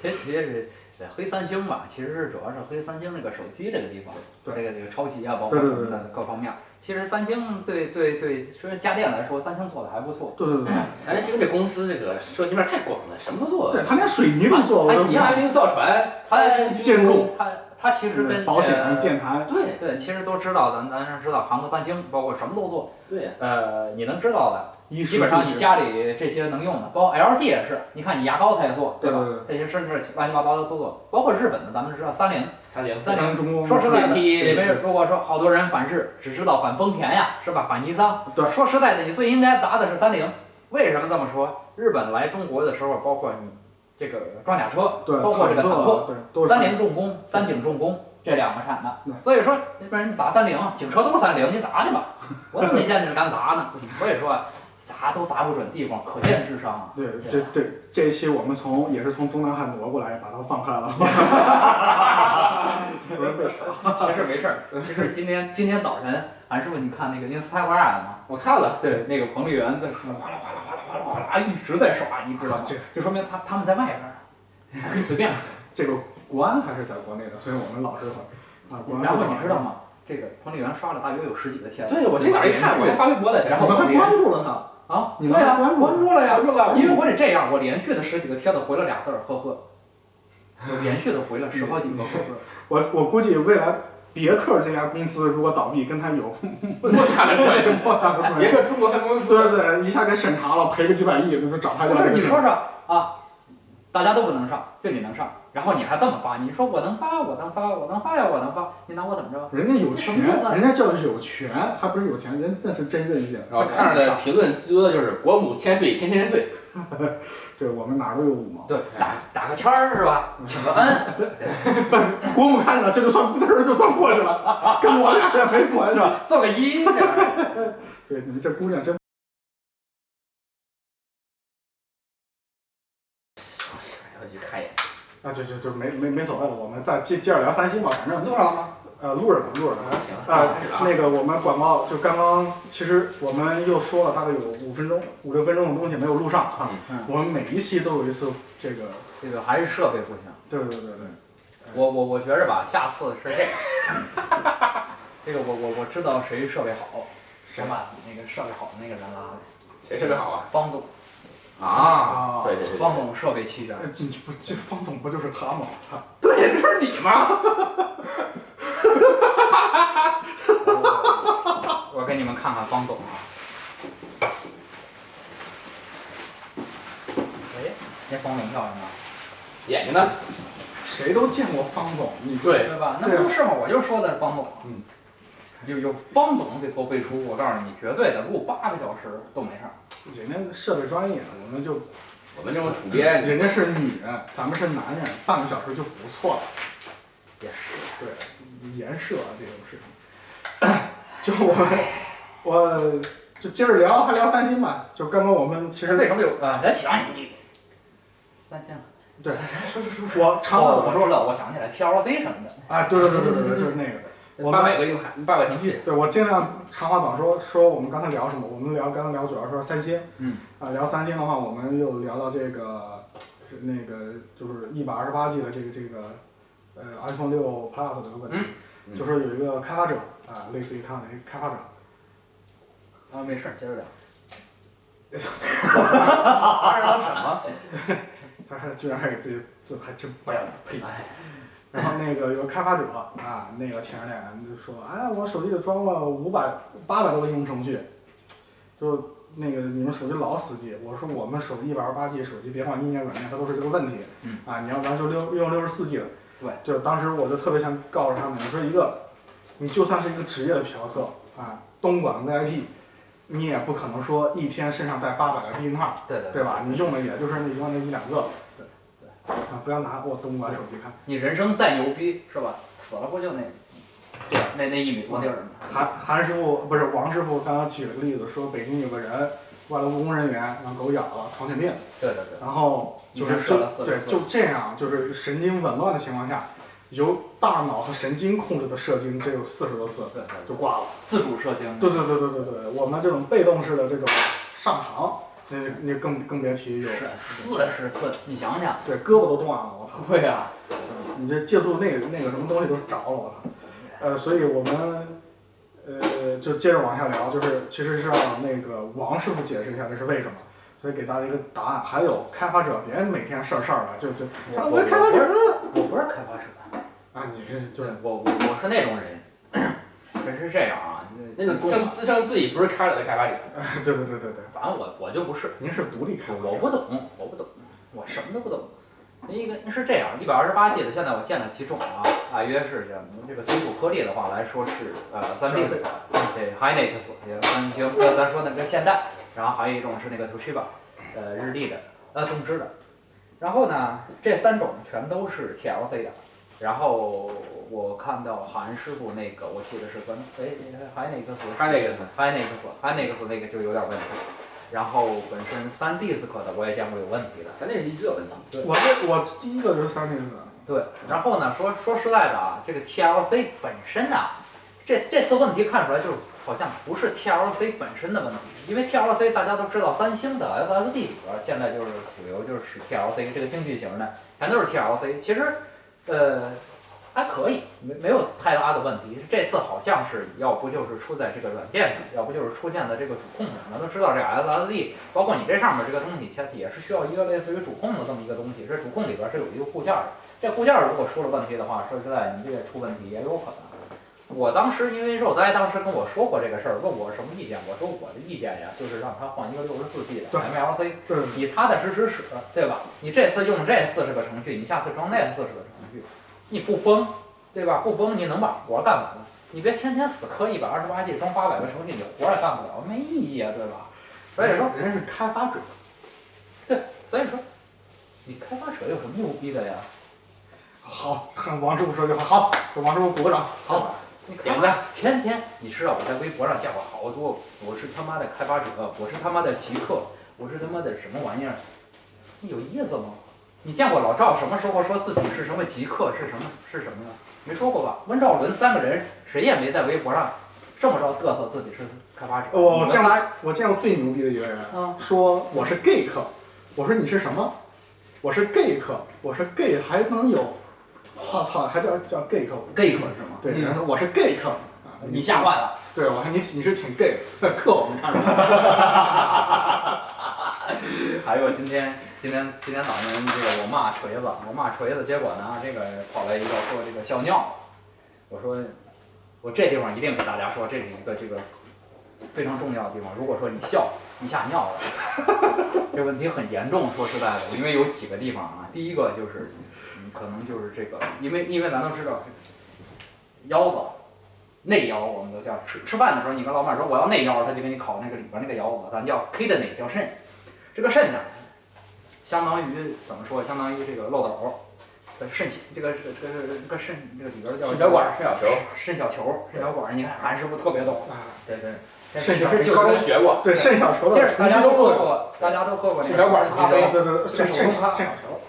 其实其实是呃黑三星吧，其实是主要是黑三星这个手机这个地方，对这个这个抄袭啊，包括对什对么的各方面。其实三星对对对，说家电来说，三星做的还不错。对对对，三星这公司这个涉及面太广了，什么都做对。他连水泥都做，我哎都你看三星造船，它三星建筑它它其实跟保险、呃电台，对对，其实都知道，咱咱是知道韩国三星，包括什么都做。对呀，呃，你能知道的，衣基食本上住你行家里这些能用的，包括 LG 也是。你看，你牙膏它也做，对吧？对这些甚至乱七八糟的都做，包括日本的，咱们知道三菱。三星三像中国说实在的，电梯里面如果说好多人反是只知道反丰田呀，是吧？反尼桑。对说实在的，你最应该砸的是三菱。为什么这么说？日本来中国的时候，包括你这个装甲车，对，包括这个坦坦克克，对，都是三菱重工、三井重工这两个产的对，所以说那边你砸三菱，警车都是三菱，你砸去吧，我怎么没见你敢砸呢？ 所以说啊砸都砸不准地方，可见智商 啊。对，这对这一期我们从也是从中南海挪过来，把它放开了。 有人被查。其实没事儿，其实今天今天早晨，俺师傅你看那个 Instagram 吗？我看了，对，那个彭丽媛在说哗啦哗啦哗啦哗啦哗啦，一直在刷，你知道吗？这就说明他他们在外边儿，可以随便这个国安还是在国内的，所以我们老是啊，国安。然后你知道？吗？这个彭丽媛刷了大约有十几个天了。对我这哪儿一看，我就发微博来着，然然后后我们还关注了他，啊，你对啊们呀、还关注关注了呀，关注了因为我得这样，我连续的十几个帖子回了俩字儿，呵呵，我连续的回了十好几个呵呵。我我估计未来别克这家公司如果倒闭，跟他有我看了关关系系。莫大的关别系。克中国分公对司，对，一下给审查了，赔个几百亿，那就找他就不是你说说啊，大家都不能上，就你能上，然后你还这么发，你说我能发，我能发，我能发呀，我能发，你拿我怎么着？人家有什么意权思啊，人家叫有权，还不是有钱人，那是真任性。然后看着的评论最多的就是国母千岁千千岁，对我们哪儿都有五毛。对，打打个圈儿是吧？请个恩，国母看见了，这就算这人就算过去 了，跟我俩也没关是系。吧？做个揖，这样对，你们这姑娘真。可去看一眼。啊，就就就没没没所谓了，我们再接接着聊三星吧，反正录上了吗？呃录着呢，录着呢。行，啊开始了，啊。那个我们广告就刚刚，其实我们又说了大概有五分钟、五六分钟的东西没有录上啊。嗯，我们每一期都有一次这个， 这个还是设备不行。对对对对，我我我觉着吧，下次是这个，这个我我我知道谁设备好，谁我把那个设备好的那个人拉来，谁设备好啊？方总，啊，啊，对对对，方总设备齐全，哎这不这方总不就是他吗？操对，这不是你吗？我我给你们看看方总啊。哎，那方总漂亮啊，眼睛呢？谁都见过方总，你对，对吧？那对啊不就是吗？我就说的是方总。嗯。有有方总这头背书，我告诉你，绝对的，录八个小时都没事儿。人家设备专业，我们就我们这种土鳖，人家是女人，咱们是男人，半个小时就不错了。也是，对，颜射啊这种事情， 就我我就接着聊，还聊三星吧。就刚刚我们其实为什么有啊？咱起来你，三千。对咱咱说说说。我常哦，老我说，知道，我想起来 PLC 什么的，哎，对对对对对对，就是那个。我八们百个硬盘，八百腾讯，对我尽量长话短说，说我们刚才聊什么？我们聊刚才聊主要说三星，嗯，啊、聊三星的话，我们又聊到这个是那个就是一百二十八 G 的这个这个呃 iPhone 六 Plus 的问题，嗯嗯就说有一个开发者啊、类似于他的一个开发者，啊，没事儿，接着 聊。二十什么？他还居然还给自己自还真不要脸，呸！哎，然后那个有个开发者啊，那个舔着脸就说：“哎，我手机里装了五百八百多个应用程序，就那个你们手机老死机。”我说：“我们手机一百二十八 G 手机，别管硬件软件，它都是这个问题。嗯啊，你要不然就六用六十四 G 的。”对，就当时我就特别想告诉他们，我说一个，你就算是一个职业的嫖客啊，东莞 VIP，你也不可能说一天身上带八百个避孕套。对对对吧？你用的也就是那一万那一两个，对对啊，不要拿我东莞手机看，你人生再牛逼是吧？死了不就那，对那那一米多地儿吗？韩韩师傅不是王师傅，刚刚举了个例子，说北京有个人外来务工人员让狗咬了，糖血病，对对对，然后就你是是就射了四对十四就这样，就是神经紊乱的情况下，由大脑和神经控制的射精只有四十多次对对对，就挂了。自主射精。对对对对对对，我们这种被动式的这种上膛，那那更更别提有是四十次，你想想，对胳膊都断了，我操！对啊，你这借助那个那个什么东西都是着了，我操！呃，所以我们呃就接着往下聊，就是其实是让那个王师傅解释一下这是为什么，所以给大家一个答案。还有开发者别每天事儿事儿了，就就啊我我是开发者呢我不是开发者，啊你是就对是 我我我是那种人， 人是这样啊，那种公自称自称自己不是开发者的开发者，哎对对对对对，反正我我就不是，您是独立开发我者，不懂，我不懂，我什么都不懂。一个是这样，一百二十八 G 的，现在我见了几种啊，大约是这样这个存储颗粒的话来说是呃三 D 12岁对 Hynix 也三星，呃，咱说那个现代，然后还有一种是那个 Toshiba，呃，日立的，呃，东芝的。然后呢，这三种全都是 TLC 的。然后我看到韩师傅那个，我记得是三，哎，Hynix 他那个是 Hynix Hynix 那个就有点问题。然后本身三 disk 的我也见过有问题的。咱那是一直有问题。我这我第一个就是三 D 的，对，然后呢，说说实在的啊，这个 TLC 本身啊，这这次问题看出来就是好像不是 TLC 本身的问题，因为 TLC 大家都知道，三星的 SSD 里边儿现在就是主流就是使 TLC 这个经济型的，全都是 TLC。其实，呃，还可以，没没有太大的问题。这次好像是要不就是出在这个软件上，要不就是出现在这个主控上。咱都知道这 SSD，包括你这上面这个东西，它也是需要一个类似于主控的这么一个东西。这主控里边是有一个固件的。这固件如果出了问题的话，说实在，你这个出问题也有可能。我当时因为肉呆当时跟我说过这个事儿，问我什么意见，我说我的意见呀，就是让他换一个六十四 G 的对 MLC，对对你踏踏实实使，对吧？你这次用这四十个程序，你下次装那四十个程序，你不崩，对吧？不崩你能把活干完了，你别天天死磕一百二十八 G 装八百个程序，你活也干不了，没意义啊，对吧？所以说，人家是开发者，所以说，你开发者有什么牛逼的呀？好， 看王师傅说就好，好，给王师傅鼓个掌，好，你点点赞赞。天天，你知道我在微博上见过好多，我是他妈的开发者，我是他妈的极客，我是他妈的什么玩意儿，有意思吗？你见过老赵什么时候说自己是什么极客，是什么是什么呢？没说过吧？温兆伦三个人谁也没在微博上这么着嘚瑟自己是开发者。呃我你们见过仨我见过最牛逼的一个人，啊，说我是 gay 客，我说你是什么？我是 gay 客，我是 gay 还能有，我操，还叫叫 gay 客？ gay 可是吗？对，嗯然后我是 gay 客啊，你吓坏了，对我看你你是挺 gay，的克我们看着。还有今天今天今天早晨这个我骂锤子，我骂锤子，结果呢这个跑来一个说这个笑尿，我说我这地方一定给大家说，这是一个这个非常重要的地方。如果说你笑一下尿了，这问题很严重。说实在的，因为有几个地方啊，第一个就是嗯可能就是这个，因为因为咱都知道腰子。内腰我们都叫吃吃饭的时候，你跟老板说我要内腰，他就给你烤那个里边那个腰子，咱叫 kidney 叫肾。这个肾呢，相当于怎么说？相当于这个漏斗，这肾这个这个这个肾这个里边叫小管肾小球，肾小球、肾小管，你看韩师傅特别懂，啊，对对，肾小球这就高中是学过， 对，肾小球这的是重大新家都喝做的，过，大家都喝过那血个小管咖这啡个，对对对，肾这是肾我们肾小球，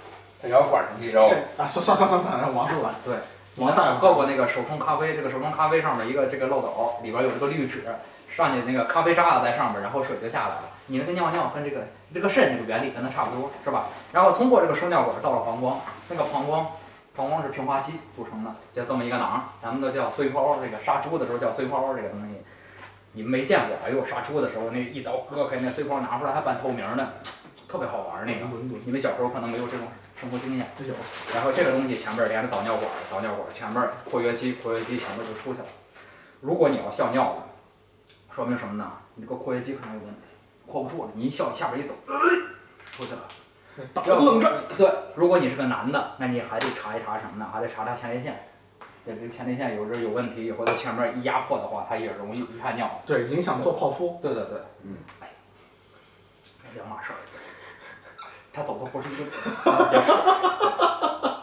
在小管上一招，肾啊，算算算算算，王叔啊，对，王大夫喝过那个手冲咖啡，这个手冲咖啡上面一个这个漏斗，里边有这个滤纸，上去那个咖啡渣子在上面，然后水就下来了。你那个尿尿跟这个这个肾这个原理跟它差不多，是吧？然后通过这个输尿管到了膀胱，那个膀胱膀胱是平滑肌组成的，就这么一个囊，咱们都叫碎泡，这个杀猪的时候叫碎泡这个东西。你们没见过？哎呦，杀猪的时候那一刀割开，那碎泡拿出来还半透明呢，特别好玩儿那个。伦敦你们小时候可能没有这种生活经验。这有然后这个东西前面连着导尿管，导尿管前面括约肌，括约肌前面就出去了。如果你要笑尿了，说明什么呢？你这个括约肌可能有问题，括不住了。你一笑，下边一抖， 出去了。打个冷战，对，如果你是个男的，那你还得查一查什么呢？还得查查前列腺。这这前列腺有时候有问题，或者前面一压迫的话，它也容易一下尿。对，影响做泡 芙，对对对，嗯，哎，两码事儿，他走的不是一个路，也是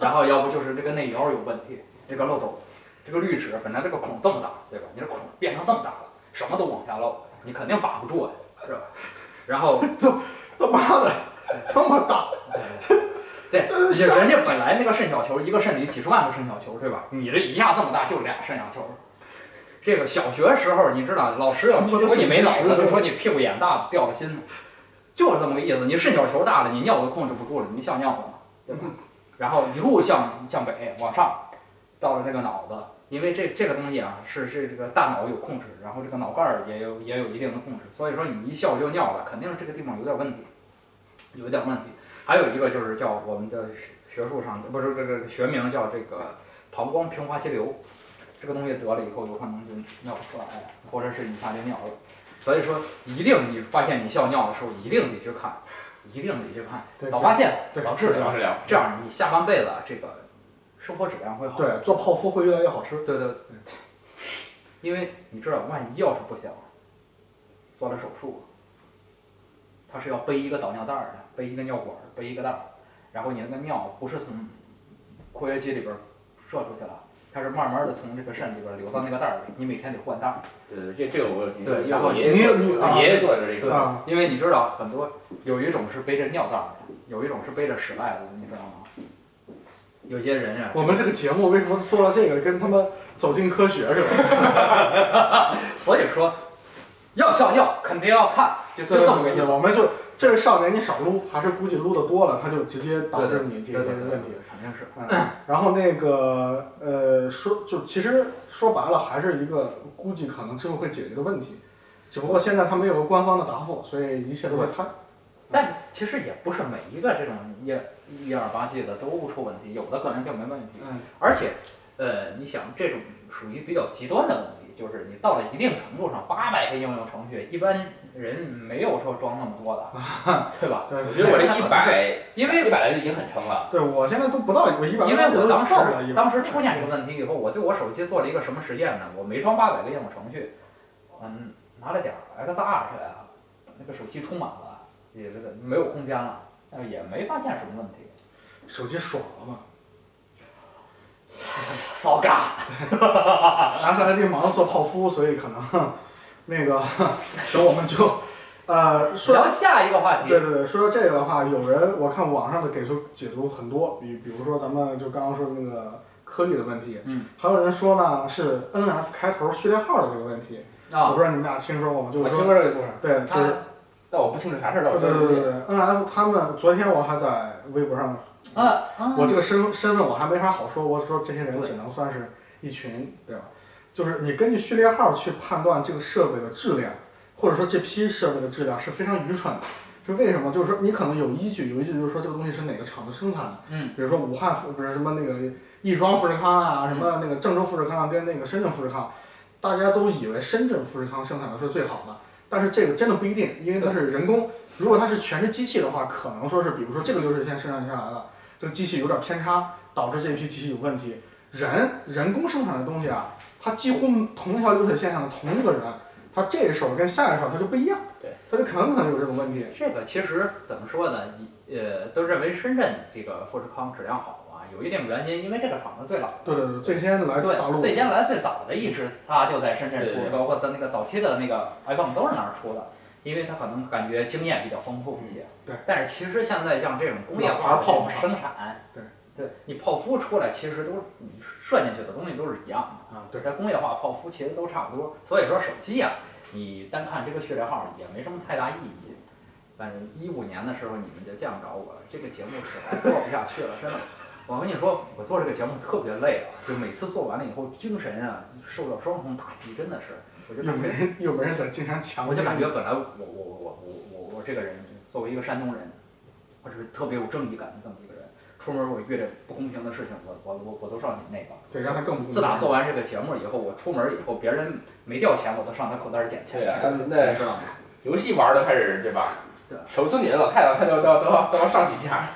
然后要不就是这个内腰有问题，这个漏斗，这个滤纸本来这个孔这么大，对吧？你这孔变成这么大了，什么都往下漏，你肯定把不住啊，是吧？然后他妈的 这么大，嗯 对，人家本来那个肾小球，一个肾里几十万个肾小球，对吧？你这一下这么大，就俩肾小球。这个小学时候，你知道，老师要他妈的说你没脑肾结子，石就说你屁股眼大掉了心，就是这么个意思。你肾小球大了，你尿都控制不住了，你想尿了嘛，对嗯吧？ 然后一路向向北往上，到了这个脑子，因为这这个东西啊，是是这个大脑有控制，然后这个脑盖儿也有也有一定的控制，所以说你一笑就尿了，肯定是这个地方有点问题，有点问题。还有一个就是叫我们的学学术上不是这个学名叫这个膀胱平滑肌瘤，这个东西得了以后有可能就尿不出来，或者是一下就尿了。所以说，一定你发现你笑尿的时候，一定得去看，一定得去看，对早发现对早治疗疗，治疗，这样你下半辈子这个生活质量会好。对，做泡芙会越来越好吃，对对对，因为你知道，万一要是不行，做了手术，他是要背一个导尿袋儿的，背一个尿管儿，背一个袋儿，然后你那个尿不是从括约肌里边儿射出去了，它是慢慢的从这个肾里边儿流到那个袋儿里，你每天得换袋儿。对对，这这个我有经历，对因为我爷你爷有做你的，啊我爷爷做的这个，啊，因为你知道很多有一种是背着尿袋儿的，有一种是背着屎袋子的，你知道吗？有些人啊呀、我们这个节目为什么说到这个，跟他们走进科学似 的？所以说要笑尿肯定要看，就就这么个意思。我们就这个少年你少撸，还是估计撸的多了，他就直接导致你这对个对这对个问题。肯定是。嗯，然后那个呃，说就其实说白了，还是一个估计可能最后会解决的问题，只不过现在他没有个官方的答复，所以一切都在猜。但其实也不是每一个这种一一二八 G 的都出问题，有的可能就没问题。嗯，而且，呃，你想这种属于比较极端的问题，就是你到了一定程度上，八百个应用程序，一般人没有说装那么多的， 对吧？对，我觉得我这一百，因一为百来就已经很撑了，呃对我现在都不到我一百，因为我当到不了一时百，当时出现这个问题以后，我对我手机做了一个什么实验呢？我没装八百个应用程序，嗯，拿了点儿 XR 去，啊那个手机充满了，也这个没有空间了，但是也没发现什么问 题。手机爽了嘛骚嘎， ，S I D 忙着做泡芙，所以可能那个，所以我们就呃，说聊下一个话题。对对对，说到这个的话，有人我看网上的给出解读很多，比比如说咱们就刚刚说的那个科技的问题，嗯，还有人说呢是 N F 开头序列号的这个问题，我啊，不知道你们俩听说过吗？就我是听过说，这个故事，对，就是他但我不清楚啥事儿，但我对知道对这对个。对，N F 他们昨天我还在微博上，啊啊，我这个身身份我还没啥好说，我说这些人只能算是一群，对吧？就是你根据序列号去判断这个设备的质量，或者说这批设备的质量是非常愚蠢的。是为什么？就是说你可能有依据，有依据就是说这个东西是哪个厂子生产的，嗯，比如说武汉富不是什么那个亦庄富士康啊，什么那个郑州富士康跟那个深圳富士康，大家都以为深圳富士康生产的是最好的，但是这个真的不一定，因为它是人工，如果它是全是机器的话，可能说是比如说这个流水线生产下来的，这个机器有点偏差，导致这批机器有问题。人人工生产的东西啊，它几乎同一条流水线上的同一个人，他这一手跟下一手他就不一样，对，他就可能可能有这种问题。这个其实怎么说呢？一呃，都认为深圳这个富士康质量好啊，有一定原因，因为这个厂子最老。对对对，最先来哎大陆对，，最先来最早的一支，它就在深圳对对出，对包括它那个早期的那个 iPhone 都是那儿出的，因为它可能感觉经验比较丰富一些。嗯对。但是其实现在像这种工业老牌化的泡芙这种生产，对对，你泡芙出来其实都是你射进去的东西都是一样的。啊，对，它工业化泡芙其实都差不多。所以说手机呀、你单看这个序列号也没什么太大意义。反正一五年的时候你们就这样找我，这个节目实在做不下去了，真的。我跟你说，我做这个节目特别累啊，就每次做完了以后，精神啊受到双重打击，真的是，我就又感没觉，人又没人在经常抢，我就感觉本来我我我我我我我这个人作为一个山东人，我是特别有正义感的这么一个人，出门我遇着不公平的事情，我我我我都上你那个，对，让他更不自打做完这个节目以后，我出门以后，别人没掉钱，我都上他口袋儿捡对钱，啊，你那知道吗？游戏玩的开始对吧对？手村你的老太太，她都都都都要上几下。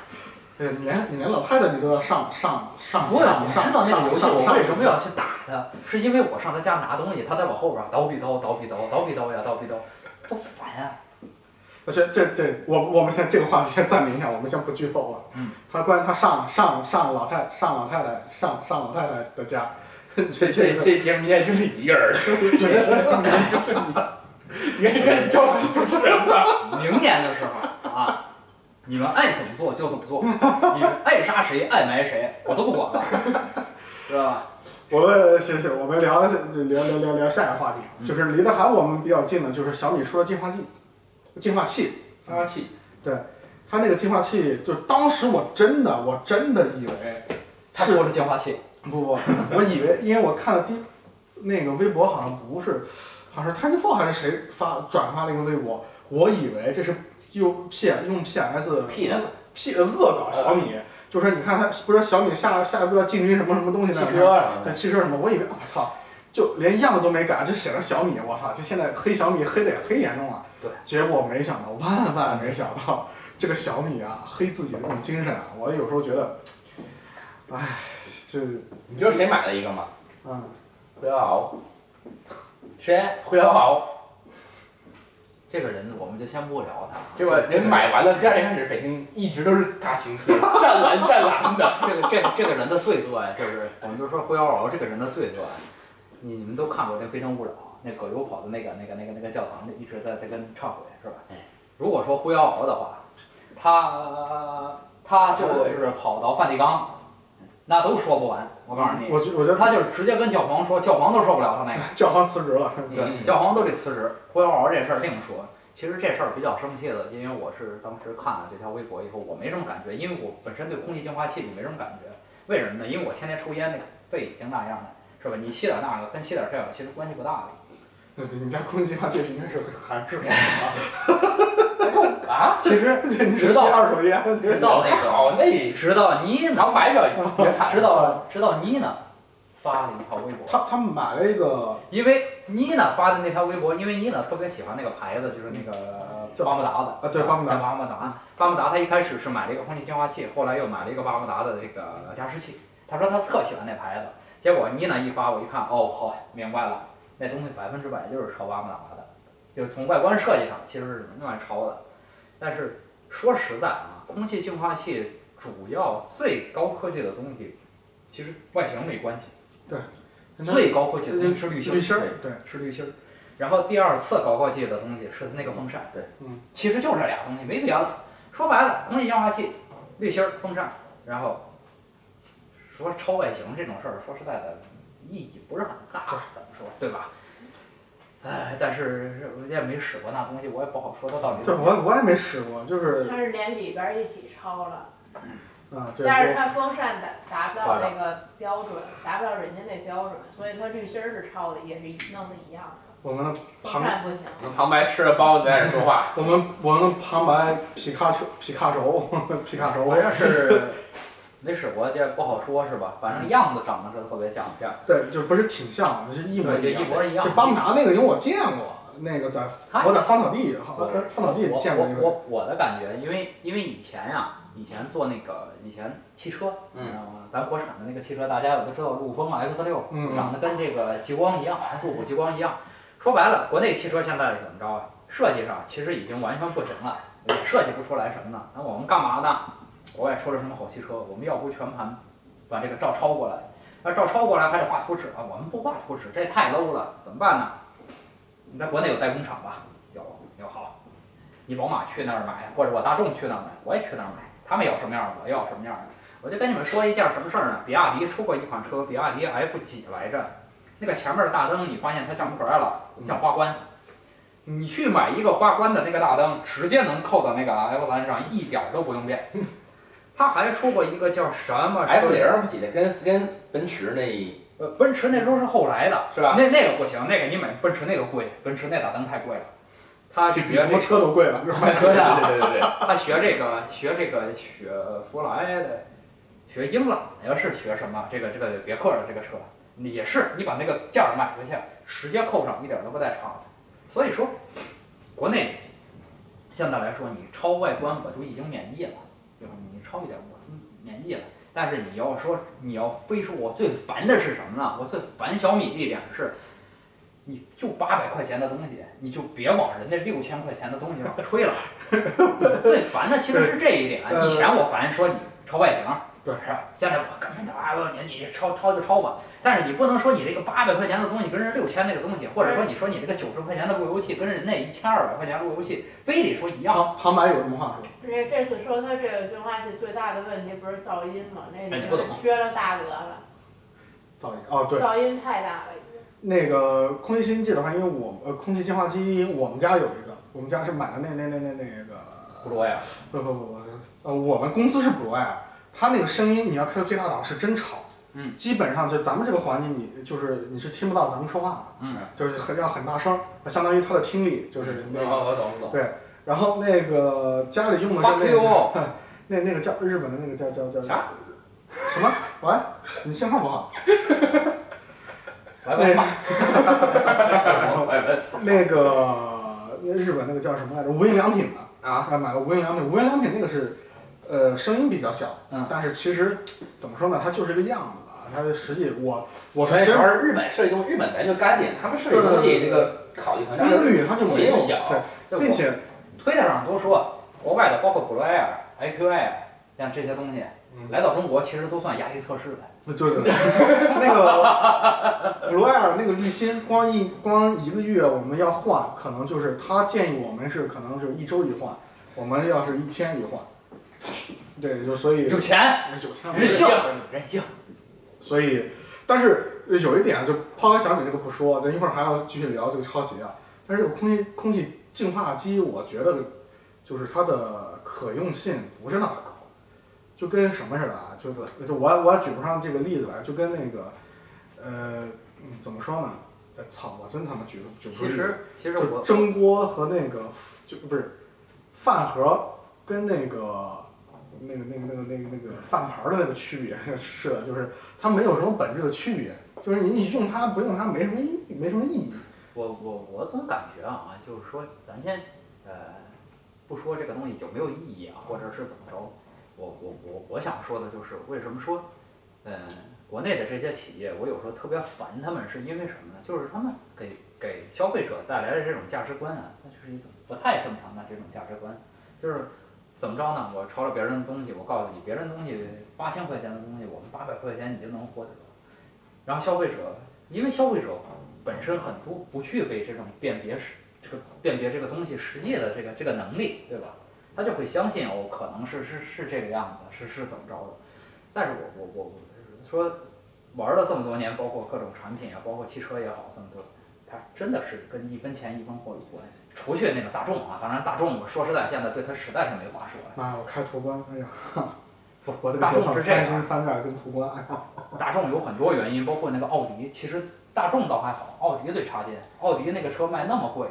对，你连你连老太太你都要上上上不是，上啊你上知道那上个游戏上我上为什么要去打他？是因为我上他家拿东西，他在我后边儿叨逼叨叨逼叨叨逼叨呀叨逼叨，多烦啊！而且这这，我我们先这个话题先暂停一下，我们先不剧透了。啊嗯，他关于他上上上老太上老太太上上老太太的家，这这这节目明天就你一个人了，你看你看你着急主持人吧。明年的时候啊，你们爱怎么做就怎么做，你们爱杀谁爱埋谁，我都不管了，知道吧？我们行行，我们聊聊聊聊聊下一个话题，嗯就是离得还我们比较近的，就是小米出的净化器，净化器。啊气，它那个净化器，就当时我真的我真的以为他是说是净化器，不不，我以为因为我看了第那个微博好像不是，好像是 Tiny f o 还是谁发转发了一个微博，我以为这是用 P 用 PS P 的 P 恶搞小米，就说你看他不是小米下下一步要进军什么什么东西汽呢？车啊，对汽车什么，我以为我操，就连样子都没改，就写着小米，我操，这现在黑小米黑的也黑严重了。啊对，结果没想到，万万没想到，这个小米啊，黑自己的这种精神啊，我有时候觉得，唉，这你知道谁买了一个吗？嗯。胡小敖，谁？胡小敖，这个人我们就先不聊他啊。结果这人个买完了，第二天开始，北京一直都是大型车，湛蓝湛蓝的。这个这个这个人的罪恶呀，就是我们就说灰妖敖这个人的罪恶呀，你你们都看过这《非诚勿扰》，那葛优跑到那个那个那个那个教堂里一直在在跟忏悔是吧嗯？如果说灰妖敖的话，他他就是跑到梵蒂冈，那都说不完。我告诉你，嗯我觉我觉得他就是直接跟教皇说，教皇都受不了他那个。教皇辞职了，对，嗯教皇都得辞职。胡耀敖这事儿另说。其实这事儿比较生气的，因为我是当时看了这条微博以后，我没什么感觉，因为我本身对空气净化器就没什么感觉。为什么呢？因为我天天抽烟，那个肺已经那样了，是吧？你吸点那个跟吸点这个其实关系不大的。你家空气净化器应该是韩式的，啊，其实你是吸二手烟，直到那还个，好，那直到你呢，刚买表也惨。直到直到你呢，发了一条微博，他他买了一个因为妮娜发的那条微博，因为妮娜特别喜欢那个牌子，就是那个叫巴慕达的啊对巴慕达叫巴慕达，巴慕达他一开始是买了一个空气净化器，后来又买了一个巴慕达的这个加湿器。他说他特喜欢那牌子，结果妮娜一发，我一看，哦，好，明白了，那东西百分之百就是抄巴慕达的，就是从外观设计上其实是乱抄的。但是说实在啊，空气净化器主要最高科技的东西，其实外形没关系，最高科技的东西是滤芯儿。滤芯儿，对，是滤芯儿。然后第二次高科技的东西是那个风扇，对，嗯，其实就这俩东西，没别的。说白了，空气净化器、滤芯儿、风扇，然后说超外形这种事儿，说实在的，意义不是很大，怎么说，对吧？哎，但是我也没使过那东西，我也不好说它到底对，怎么样。我我也没使过，就是它是连里边儿一起抄了，啊，这但是个它风扇达达不到那个标准，达不到人家那标准，所以它滤芯儿是抄的，也是弄的一样的，我们风旁扇不行。嗯旁白吃着包子在这说话，我们我们旁白皮卡丘皮卡轴皮卡反轴，正是没使过，这不好说，是吧？反正样子长得是特别像，这样对，就不是挺像，是一模对，就一一样。模一样这。邦达那个，因为我见过，那个在它我在芳草地好我像芳草地我见过一我个，我我的感觉，因为因为以前呀、以前做那个以前汽车，嗯你知道吗？咱国产的那个汽车，大家也都知道，陆风 X 六嗯嗯长得跟这个极光一样，路虎极光一样。说白了，国内汽车现在是怎么着啊？设计上其实已经完全不行了，也设计不出来什么呢？那我们干嘛呢？国外出了什么好汽车，我们要不全盘把这个照抄过来，那照抄过来还得画图纸啊，我们不画图纸，这太 low 了，怎么办呢？你在国内有代工厂吧？有有好，你宝马去那儿买，或者我大众去那儿买，我也去那儿买，他们要什么样儿，我要什么样儿。我就跟你们说一件什么事儿呢？比亚迪出过一款车，比亚迪 F 几来着，那个前面的大灯，你发现它像壳儿了，像花冠。你去买一个花冠的那个大灯，直接能扣到那个 F 三上，一点儿都不用变。他还出过一个叫什么车 F 零儿不挤的跟跟奔驰那呃，奔驰那都是后来的，是吧？那那个不行，那个你买奔驰那个贵，奔驰那大灯太贵了。他比学比他妈这车都贵了，是吧？买车呀。对对对对，他学这个学这个学弗莱的，学英朗呀是学什么？这个这个别克的这个车也是，你把那个价儿买回去，直接扣上，一点儿都不带差的。所以说，国内现在来说，你超外观我都已经免疫了，对吧？你超一点我都免疫了。但是你要说你要非说我最烦的是什么呢？我最烦小米的一点是。你就八百块钱的东西，你就别往人家六千块钱的东西往上吹了。最烦的其实是这一点。呃以前我烦说你超外形，对是吧？现在我根本就哎呦你你超超就超吧，但是你不能说你这个八百块钱的东西跟人六千那个东西，或者说你说你这个九十块钱的路由器跟人那一千二百块钱路由器非得说一样。旁旁白有什么话说？这这次说它这个净化器最大的问题不是噪音吗？那哎你已不经懂是缺了大德了，噪音哦，对，噪音太大了。那个空气清新剂的话，因为我呃空气净化机，我们家有一个，我们家是买的那那那那那不个，多呀，不不不不，呃，我们公司是 Blue Air，它那个声音你要开到最大档是真吵，嗯，基本上就咱们这个环境你就是你是听不到咱们说话嗯，的，就是很要很大声，相当于它的听力就是那个，我我懂我懂，然后那个家里用的是发那个 Q 那那个叫日本的那个叫叫叫啥什么？喂，你信号不好。来吧，那个那日本那个叫什么来着？无印良品的啊，买了无印良品，无印良品那个是，呃，声音比较小，嗯但是其实怎么说呢，它就是个样子啊，它实际我我我是说真日本设计东，日本咱就干点，他们设计东西这个考虑很大。功率它就没有功率小对，对并且推特上都说，国外的包括 Blue Air、IQI 像这些东西，来到中国其实都算压力测试的。对对对，那个 布鲁埃尔那个滤芯，光一光一个月我们要换，可能就是他建议我们是可能是一周一换，我们要是一天一换，对，就所以有钱，九千人性，人性。所以，但是呃有一点啊就抛开小米这个不说，啊咱一会儿还要继续聊这个抄袭啊。但是这个空气空气净化机，我觉得就是它的可用性不是那么高，就跟什么似的啊，就是就我我也举不上这个例子来，就跟那个呃嗯怎么说呢？呃，操，我真他妈举不举不出其例子实其实就我蒸锅和那个就不是饭盒跟那个那个那个那个那个那个饭盘儿的那个区别是的，就是它没有什么本质的区别，就是你你用它不用它没什么意没什么意义。我我我总感觉啊，就是说咱先呃不说这个东西有没有意义啊，或者是怎么着，我我我我想说的就是为什么说嗯、呃国内的这些企业，我有时候特别烦他们，是因为什么呢？就是他们给给消费者带来的这种价值观啊，那就是一种不太正常的这种价值观，就是怎么着呢？我抄了别人的东西，我告诉你，别人的东西八千块钱的东西，我们八百块钱你就能获得，然后消费者因为消费者本身很多不具备这种辨别实这个辨别这个东西实际的这个这个能力，对吧？他就会相信哦，可能是是是这个样子，是是怎么着的。但是我我我我说玩了这么多年，包括各种产品啊，包括汽车也好，这么多，它真的是跟一分钱一分货有关系。除去那个大众啊，当然大众，我说实在，现在对它实在是没话说呀。妈，我开途观，哎呀，不我这个大介众绍是这三样星三代跟途观，哎呀，大众有很多原因，包括那个奥迪，其实大众倒还好，奥迪最差劲。奥迪那个车卖那么贵，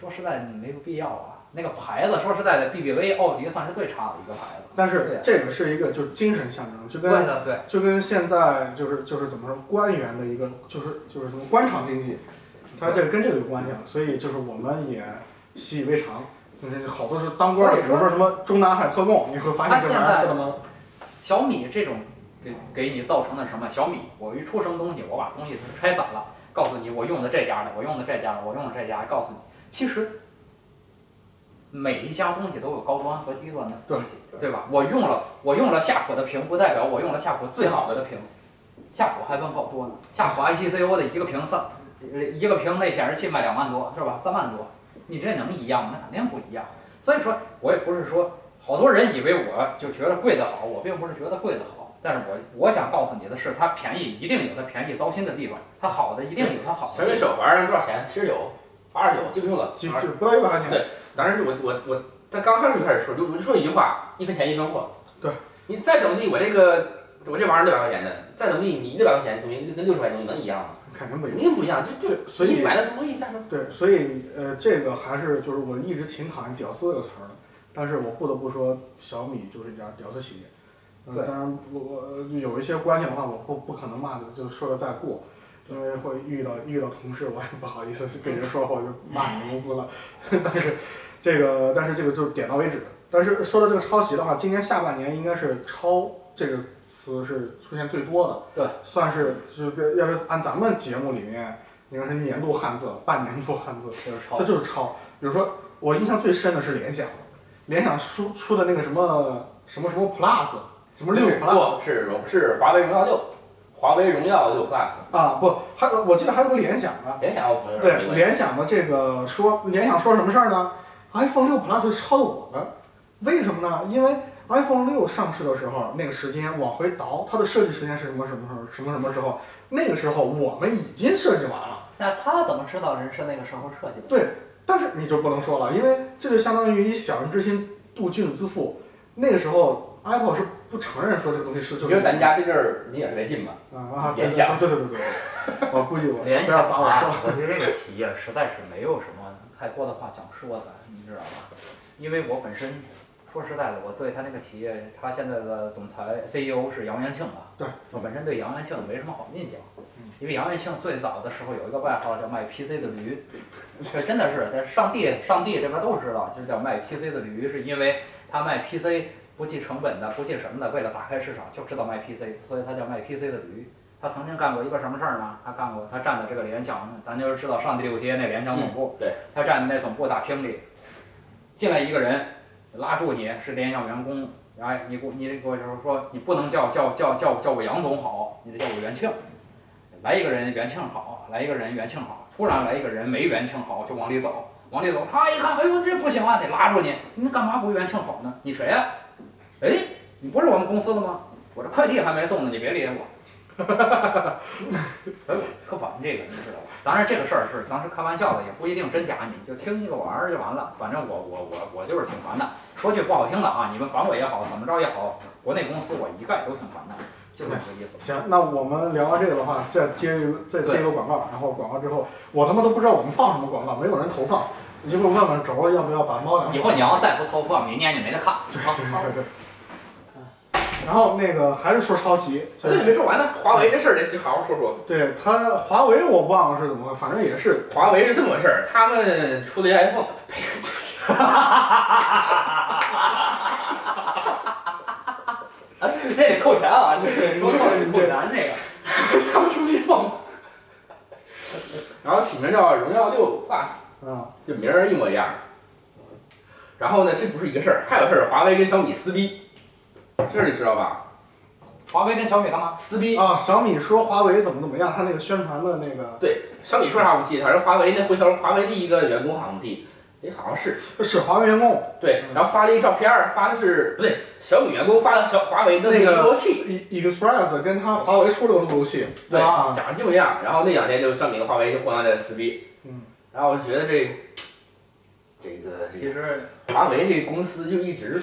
说实在没有必要啊。那个牌子，说实在的，BBV 奥迪算是最差的一个牌子。但对是这个是一个就是精神象征，就对跟的，对，就跟现在就是就是怎么说官员的一个就是就是什么官场经济，它这个跟这个有关系啊，所以就是我们也习以为常。就是好多是当官的，比如说什么中南海特供，你会发现这玩意儿特他妈小米这种给给你造成的什么？小米，我一出生东西，我把东西拆散了，告诉你我用的这家的，我用的这家的，我用的这家的，告诉你，其实每一家东西都有高端和低端的东西，对对吧？我用了我用了夏普的屏，不代表我用了夏普最好的屏，夏普还问好多呢，夏普 ICCO 的一个屏三，呃一个屏那显示器卖两万多是吧？三万多，你这能一样吗？那肯定不一样。所以说我也不是说好多人以为我就觉得贵的好，我并不是觉得贵的好，但是我我想告诉你的是，它便宜一定有它便宜糟心的地方，它好的一定有它好小的米地方。手环儿多少钱？七十九，八十九，记不清了。几几不到一百块钱。当时我我我在刚开始就开始说，就我就说一句话：一分钱一分货。对，你再怎么地，我这个我这玩意儿六百块钱的，再怎么地，你六百块钱的东西跟六十块钱的东西能一样吗？肯定不一肯样。定不一样，就就对，所以你买的什么东西价格？对，所以呃，这个还是就是我一直挺讨厌“屌丝”这个词儿的，但是我不得不说，小米就是一家屌丝企业。呃，对当然我我有一些关系的话，我不不可能骂的，就说的再过，因为会遇到遇到同事，我也不好意思去跟人说，我就骂你们公司了。 但是这个，但是这个就点到为止。但是说到这个抄袭的话，今年下半年应该是“抄”这个词是出现最多的。对，算是就是跟要是按咱们节目里面，应该是年度汉字、半年度汉字，就是超它就是抄。比如说，我印象最深的是联想，联想出出的那个什么什么什么 Plus，什么六 Plus 不是荣是华为荣耀六，华为荣耀六 Plus。啊，不，还有我记得还有个联想的，联想我朋友对，联想的这个说联想说什么事儿呢？iPhone 六 Plus 是抄的我的，为什么呢？因为 iPhone 六上市的时候，那个时间往回倒，它的设计时间是什么什么时候？什么什么时候？那个时候我们已经设计完了。那他怎么知道人是那个时候设计的？但是你就不能说了，因为这就相当于以小人之心度君子之腹。那个时候，Apple 是不承认说这个东西是你就觉是得咱家这地儿离眼没近吧？啊啊，对联对想对对对对对，我估计我不 联要想砸我说啊，我对这个企业实在是没有什么太多的话想说的，你知道吧？因为我本身说实在的，我对他那个企业，他现在的总裁 CEO 是杨元庆吧？对，我本身对杨元庆没什么好印象嗯，因为杨元庆最早的时候有一个外号叫卖 PC 的驴，这真的是，但上帝上帝这边都知道，就是叫卖 PC 的驴，是因为他卖 PC 不计成本的，不计什么的，为了打开市场就知道卖 PC，所以他叫卖 PC 的驴。他曾经干过一个什么事儿呢？他干过，他站在这个联想，咱就是知道上第六街那联想总部，嗯对，他站在那总部大厅里，进来一个人，拉住你是联想员工，哎，你给我你给我就是说你不能叫叫叫叫叫我杨总好，你得叫我袁庆，来一个人袁庆好，来一个人袁庆好，突然来一个人没袁庆好就往里走，往里走，他一看，哎呦这不行啊，得拉住你，你干嘛不袁庆好呢？你谁呀、哎，你不是我们公司的吗？我这快递还没送呢，你别理我。哎，可烦这个，你知道吧？当然，这个事儿是当时开玩笑的，也不一定真假，你们就听一个玩儿就完了。反正我我我我就是挺烦的。说句不好听的啊，你们烦我也好，怎么着也好，国内公司我一概都挺烦的，就是这个意思。行，那我们聊完这个的话，再接一个再接一个广告，然后广告之后，我他妈都不知道我们放什么广告，没有人投放，你一会儿问问轴要不要把猫粮。以后你要再不投放，明年就没得看。对对 对对。然后那个还是说抄袭，咱这没说完呢，华为这事儿得好好说说。对他华为我忘了是怎么回事，反正也是华为是这么回事儿，他们出了一 iPhone， 哎这得扣钱啊！这这说错了得扣钱这个。他们出了一 iPhone，然后起名叫荣耀六 Plus，啊，这名儿一模一样。然后呢，这不是一个事儿，还有事儿，华为跟小米撕逼，这事儿你知道吧？华为跟小米干嘛？撕逼。啊，小米说华为怎么怎么样，他那个宣传的那个小米说啥我记得，反正华为那回头华为第一个员工好像第，哎好像是是华为员工对，嗯然后发了一照片儿，发的是不对，小米员工发的小华为的那一个路由器， E- Express 跟他华为出流路由器，对，啊长得就一样。然后那两天就上给华为就互相在撕逼，嗯，然后我就觉得这这个这其实个华为这个公司就一直，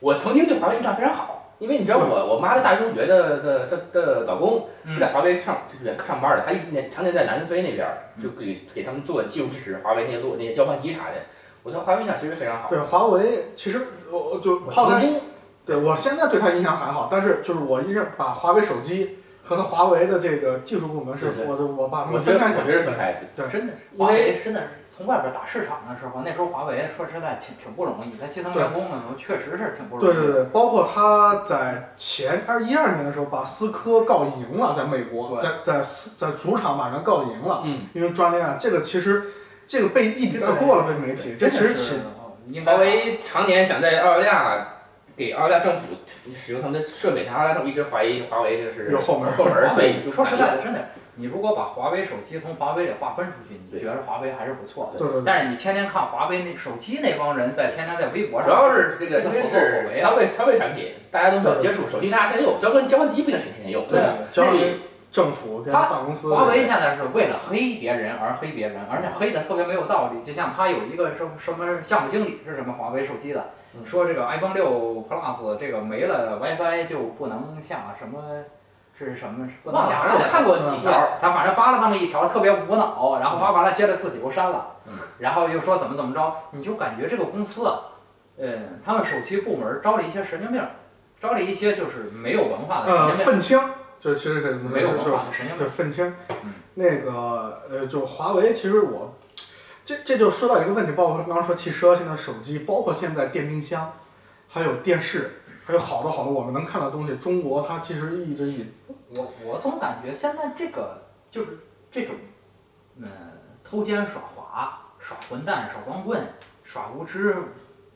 我曾经对华为印象非常好，因为你知道我我妈的大学同学的的的的老公嗯是在华为上就是上班的，他一年常年在南非那边儿，嗯就给给他们做技术支持，华为那些做那些交换机啥的，我对华为印象其实非常好。对华为其实我我就我抛曾开，经对我现在对他印象还好，但是就是我一直把华为手机和他华为的这个技术部门是对对我就我把他我们觉得分开我想，觉得分开，对真的，因华为为真的是从外边打市场的时候，那时候华为说实在挺挺不容易，在基层员工的时候确实是挺不容对易。对对，包括他在前二一二年的时候把思科告赢了，在美国，对在在斯在主场把人告赢了，嗯，因为专利案这个其实这个被一笔带过了被媒体，这真其实的是嗯挺应该华为常年想在澳大利亚给澳大利亚政府使用他们的设备，但澳大利亚政府一直怀疑华为这是有后门儿后门儿，所以就啊说实在的，真的，你如果把华为手机从华为里划分出去，你对觉得华为还是不错的。对对对，但是你天天看华为那手机那帮人在天天在微博主上，要是这个这因个为所作所是为消啊，费消费产品，大家都想接触，手机大家天天用，交换交换机不一定谁天天用，对啊交那给你政府跟他大公司华为现在是为了黑别人而黑别人，而且黑的特别没有道理。就像他有一个什么什么项目经理是什么华为手机的，嗯说这个 iPhone 六 Plus 这个没了 WiFi 就不能下什么，是什么不能嗯忘了，下反正我载看过几条，他反正扒了那么一条，特别无脑，然后扒完了接着自己又删了嗯，然后又说怎么怎么着，你就感觉这个公司啊，嗯，他们手机部门招了一些神经病儿，招了一些就是没有文化的呃神经病愤青，就其实可以儿，没有文就是化的神经病对，愤青。嗯那个呃，就华为，其实我这这就说到一个问题，包括刚刚说汽车，现在手机，包括现在电冰箱，还有电视，还有好多好多我们能看到的东西。中国它其实一直以儿。我我总感觉现在这个就是这种，嗯，偷奸耍滑、耍混蛋、耍光棍、耍无知，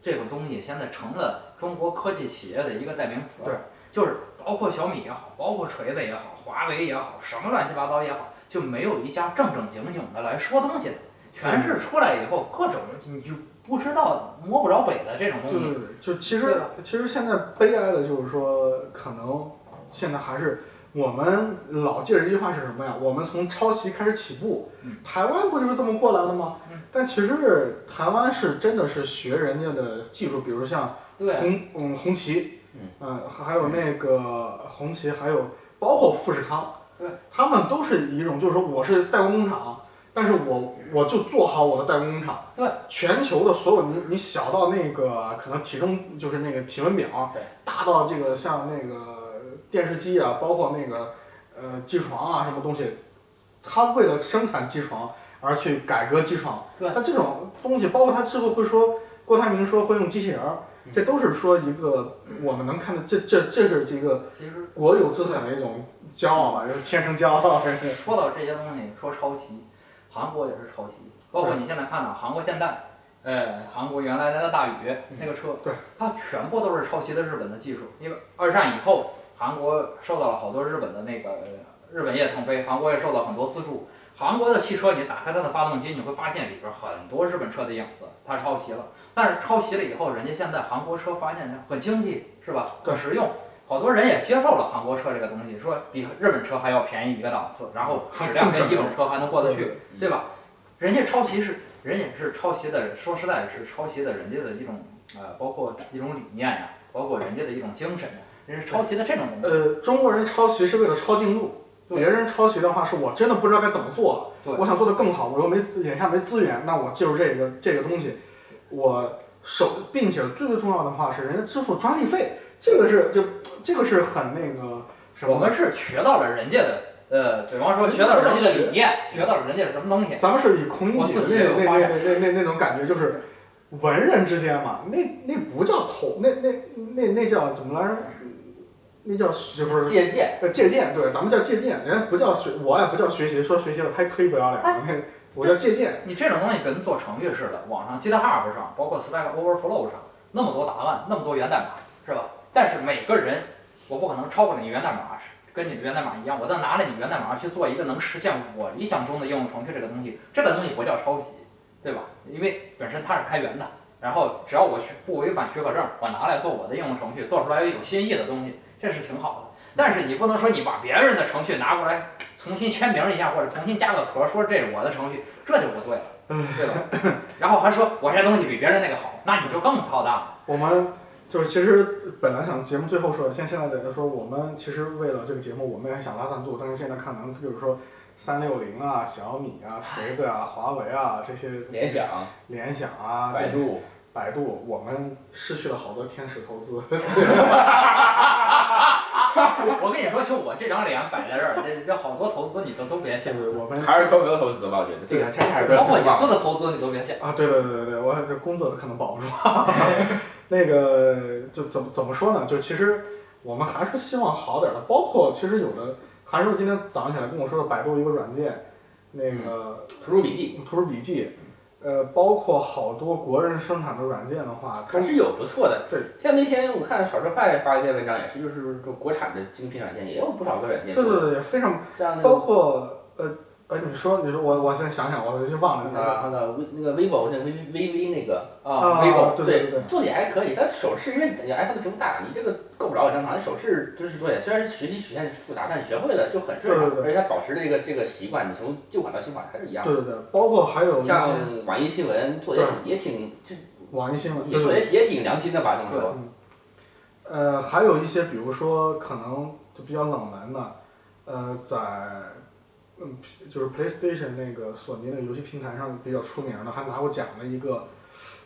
这个东西现在成了中国科技企业的一个代名词。对，就是包括小米也好，包括锤子也好，华为也好，什么乱七八糟也好，就没有一家正正经经的来说东西的，全是出来以后各种你就不知道摸不着北的这种东就西。是就其对实吧其实现在悲哀的就是说，可能现在还是我们老记着一句话是什么呀？我们从抄袭开始起步嗯，台湾不就是这么过来的吗嗯？但其实台湾是真的是学人家的技术，比如像。对，红嗯红旗，嗯呃，还有那个红旗，还有包括富士康，对，他们都是一种，就是说我是代工工厂，但是我我就做好我的代工工厂，对，全球的所有你你小到那个可能体重就是那个体温表，对，大到这个像那个电视机啊，包括那个呃机床啊什么东西，他为了生产机床而去改革机床，对他这种东西，包括他之后会说郭台铭说会用机器人儿。这都是说一个我们能看到，这这这是这个其实国有资产的一种骄傲吧，就是天生骄傲。 说到这些东西，说抄袭，韩国也是抄袭，包括你现在看到韩国现代，呃，韩国原来的大宇嗯那个车，对，它全部都是抄袭的日本的技术，因为二战以后，韩国受到了好多日本的那个呃日本业腾飞，韩国也受到很多资助。韩国的汽车，你打开它的发动机，你会发现里边很多日本车的影子，它抄袭了。但是抄袭了以后，人家现在韩国车发现很经济，是吧？很实用，好多人也接受了韩国车这个东西，说比日本车还要便宜一个档次，然后质量跟一本车还能过得去，对吧？人家抄袭是，人家是抄袭的，说实在是抄袭的人家的一种呃，包括一种理念呀、包括人家的一种精神呀、人家是抄袭的这种东西。呃，中国人抄袭是为了抄近路，对别人抄袭的话是我真的不知道该怎么做对了，我想做的更好，我又没眼下没资源，那我借助这个这个东西，我手，并且最最重要的话是人家支付专利费，这个是就这个是很那个什么。我们是学到了人家的，呃，比方说学到了人家的理念，学到了人家是什么东西。咱们是以孔乙我己自己也有那发那那展那那那种感觉，就是文人之间嘛，那那不叫偷，那那那那叫怎么来着？那叫就是借鉴。呃借鉴，对，咱们叫借鉴，人家不叫学，我也不叫学习，说学习我太忒不要脸了，那我叫借鉴。你这种东西跟做程序似的，网上 GitHub 上，包括 Stack Overflow 上，那么多答案，那么多源代码，是吧？但是每个人我不可能超过你源代码，跟你的源代码一样，我再拿着你源代码去做一个能实现我理想中的应用程序这个东西，这个东西不叫抄袭，对吧？因为本身它是开源的，然后只要我去不违反许可证，我拿来做我的应用程序，做出来有新意的东西，这是挺好的。但是你不能说你把别人的程序拿过来重新签名一下，或者重新加个壳，说这是我的程序，这就不对了，对吧？然后还说我这东西比别人那个好，那你就更操蛋了。我们就是其实本来想节目最后说的，现现在得说我们其实为了这个节目，我们也想拉赞助，但是现在看咱们比如说三六零啊、小米啊、锤子啊、华为啊这些联、想、联想啊、百这度，百度，我们失去了好多天使投资。我跟你说，就我这张脸摆在这儿，这这好多投资你都都这别信，个我们还是 QQ 投资吧，我觉得这个这还是不包要括失隐望。私的投资你都别信。啊，对对对对对，我这工作都可能保不住。 那个就怎么怎么说呢？就其实我们还是希望好点儿的，包括其实有的韩叔今天早上起来跟我说的百度一个软件，那个图书笔记图书笔记，呃，包括好多国人生产的软件的话，还都是有不错的。对，像那天我看少数派发一篇文章，也是就是说国产的精品软件也有嗯不少个软件对做对的，对对，非常这样的。包括呃呃，你说你说我我先想想，我就忘了那个那个那个微那个 vivo 那个 v v v 那个啊啊 vivo 对对对做的也还可以，它手势因为 iPhone 的屏幕大，你这个够不着我正常，手势知识多点，虽然学习曲线复杂，但学会了就很顺畅，对对而且它保持这个这个习惯，你从旧款到新款还是一样的。对对对，包括还有一些像网易新闻做的也挺也挺网易新闻，也对对做对也也挺良心的吧，这么说。呃，还有一些，比如说可能就比较冷门的，呃，在嗯，就是 PlayStation 那个索尼那个游戏平台上比较出名的，还拿过奖的一个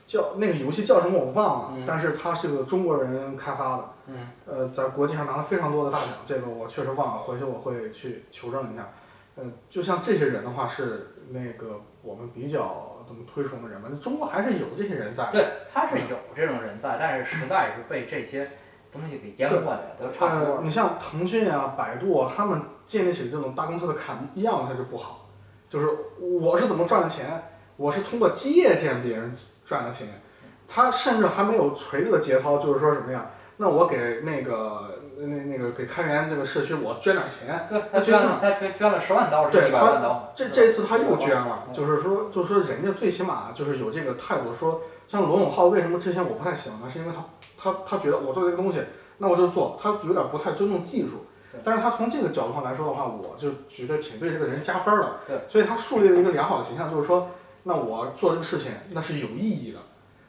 叫那个游戏叫什么我忘了，嗯但是它是个中国人开发的，嗯，呃，在国际上拿了非常多的大奖，这个我确实忘了，回去我会去求证一下。呃，就像这些人的话，是那个我们比较怎么推崇的人吧？中国还是有这些人在的。对，他是有这种人在，但是实在是被这些东西给淹没的，都差不多呃，了。你像腾讯啊、百度啊，他们建立起这种大公司的坎一样，它就不好。就是我是怎么赚的钱，我是通过借鉴别人赚的钱，他甚至还没有锤子的节操，就是说什么呀？那我给那个那那个给开源这个社区，嗯我捐点钱。对，他捐了，他捐捐了十万刀，是一百万刀。这这次他又捐了，嗯就是说，就是说人家最起码就是有这个态度。说像罗永浩为什么之前我不太喜欢他，是因为他他他觉得我做这个东西，那我就做，他有点不太尊重技术对。但是他从这个角度上来说的话，我就觉得挺对这个人加分的。对，所以他树立了一个良好的形象，就是说，那我做这个事情那是有意义的。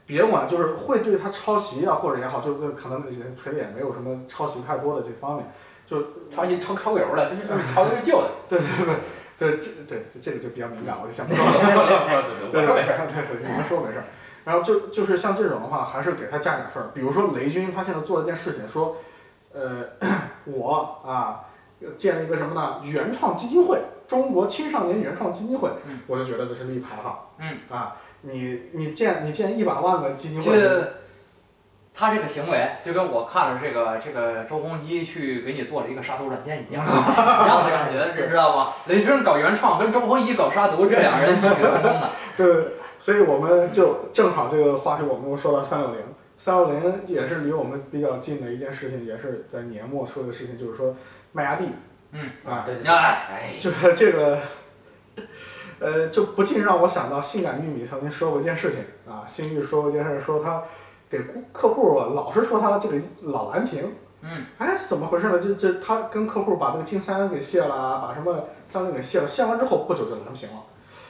别管就是会对他抄袭啊，或者也好，就是可能锤子也没有什么抄袭太多的这方面。抄袭抄抄油了，这就是抄的 是旧的。对对对对，这对这个就比较敏感，我就想不到。 我对说对对没事儿。对对，你们说没事儿。然后就就是像这种的话，还是给他加点分儿。比如说雷军，他现在做了一件事情，说，呃， 我啊建了一个什么呢？原创基金会，中国青少年原创基金会，嗯我就觉得这是立牌坊。嗯啊，你你建你建一百万个基金会，这他这个行为就跟我看了这个这个周鸿祎去给你做了一个杀毒软件 一样，一样的感觉，你知道吗？雷军搞原创跟周鸿祎搞杀毒，这俩人异曲同工的。对，所以我们就正好这个话题，我们又说到三六零，三六零也是离我们比较近的一件事情，也是在年末说的事情，就是说麦芽地嗯，啊，对对对， 哎，哎，就是这个，呃，就不禁让我想到性感玉米曾经说过一件事情啊，新玉说过一件事，说他给顾客户啊，老是说他这个老蓝屏，嗯，哎，是怎么回事呢？这这他跟客户把这个金山给卸了啊，把什么三菱给卸了，卸完之后不久就蓝屏了，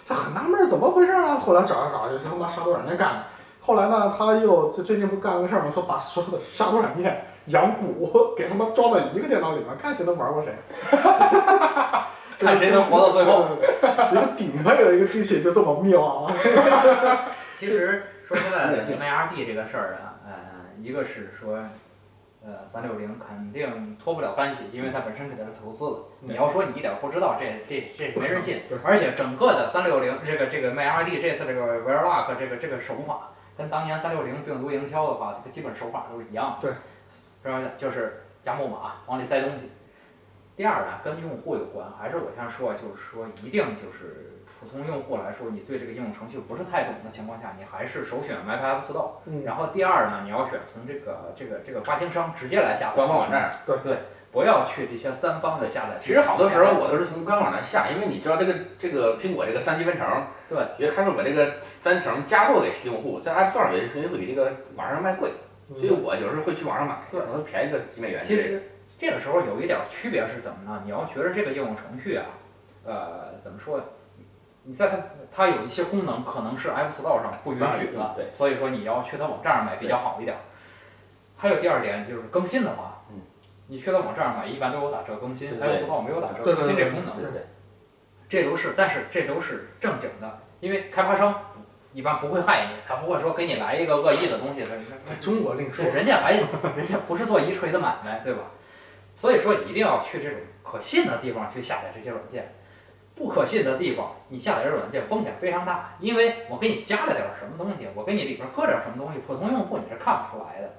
他很纳闷儿怎么回事啊，后来找啊找，就他妈杀毒软件干的。后来呢，他又这最近不干了个事儿吗？说把所有的杀毒软件、养蛊给他们装到一个电脑里面，看谁能玩 过谁。看谁能活到最后。一个顶配的一个机器就这么灭亡了。其实说实在的，卖 R D 这个事儿啊，呃，一个是说，呃，三六零肯定脱不了干系，因为它本身肯定是投资的。你要说你一点不知道，这这这没人信对。而且整个的三六零这个这个卖 R D 这次这个 Verilog 这个这个手法，跟当年三六零病毒营销的话，这个基本手法都是一样的。对，是吧？就是加木马往里塞东西。第二呢，跟用户有关，还是我先说，就是说一定就是普通用户来说，你对这个应用程序不是太懂的情况下，你还是首选 Mac App Store。嗯然后第二呢，你要选从这个这个这个发行商直接来下官方网站。对对，不要去这些三方的下载。其实好多时候我都是从官网上下，因为你知道这个这个苹果这个三级分成，对，因为它是把这个三层加购给用户，在 App Store 上也是会比这个网上卖贵，所以嗯我有时候会去网上买，可嗯对能便宜个几美元之其类的。实这个时候有一点区别是怎么呢？你要觉得这个应用程序啊，呃，怎么说？你在它它有一些功能可能是 App Store 上不允许的，对，所以说你要去它网站上买比较好一点。还有第二点就是更新的话，嗯，你去它网站上买一般都有打折更新对对，App Store 没有打折对对更新对这功能，对对对，这都是，但是这都是正经的，因为开发商一般不会害你，他不会说给你来一个恶意的东西，这这在中国另说对，。人家还 人家不是做一锤子买卖，对吧？所以说一定要去这种可信的地方去下载这些软件，不可信的地方你下载这软件风险非常大，因为我给你加了点什么东西，我给你里边搁点什么东西，普通用户你是看不出来的。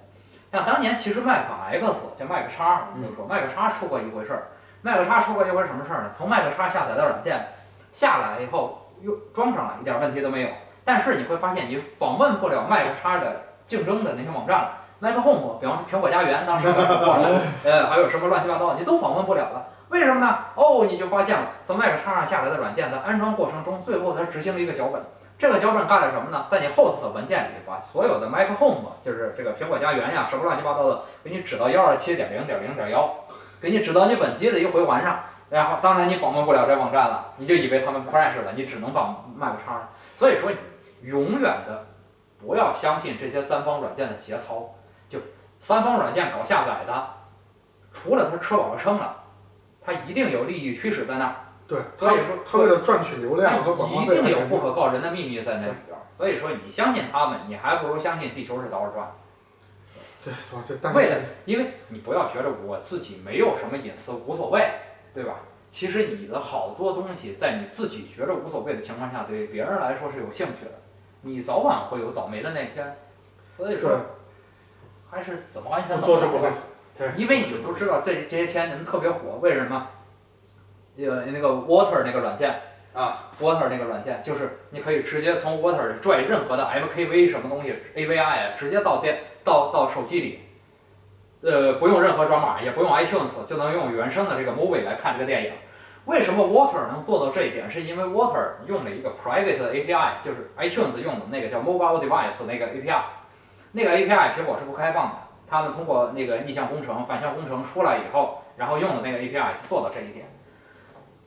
像当年其实 Mac X 叫 Mac 叉，我们就说 Mac 叉出过一回事儿，Mac 叉出过一回什么事儿呢？从 Mac 叉下载的软件下来以后又装上了，一点问题都没有，但是你会发现你访问不了 Mac 叉的竞争的那些网站了。Mac Home，比方说苹果家园，当时我了，呃，还有什么乱七八糟，你都访问不了了。为什么呢？哦，你就发现了，从 Mac 叉上下来的软件在安装过程中，最后它执行了一个脚本。这个脚本干了什么呢？在你 host 的文件里，把所有的 Mac Home，就是这个苹果家园呀，什么乱七八糟的，给你指到幺二七点零点零点幺，给你指到你本机的一个回环上。然后，当然你访问不了这网站了，你就以为他们 crash 了，你只能访 Mac 叉了。所以说，你永远的不要相信这些三方软件的节操。三方软件搞下载的，除了他吃饱了撑了，他一定有利益驱使在那儿，对他所以说他为了赚取流量和广他告哎一费，定有不可告人的秘密在那里边儿。所以说，你相信他们，你还不如相信地球是倒着转。对，哇，这蛋为了，因为你不要觉得我自己没有什么隐私无所谓，对吧？其实你的好多东西，在你自己觉着无所谓的情况下，对别人来说是有兴趣的，你早晚会有倒霉的那天。所以对说，还是怎么安全我怎做么这着不吧会死，对，因为你们都知道这这些天你们特别火，为什么？呃，那个 Water 那个软件啊，Water 那个软件就是你可以直接从 Water 里拽任何的 MKV 什么东西 AVI 啊，直接到电到到手机里，呃，不用任何转码，也不用 iTunes 就能用原生的这个 Movie 来看这个电影。为什么 Water 能做到这一点？是因为 Water 用了一个 private 的 API，就是 iTunes 用的那个叫 Mobile Device 那个 API，那个 API 苹果是不开放的。他们通过那个逆向工程、反向工程出来以后，然后用的那个 API 做到这一点。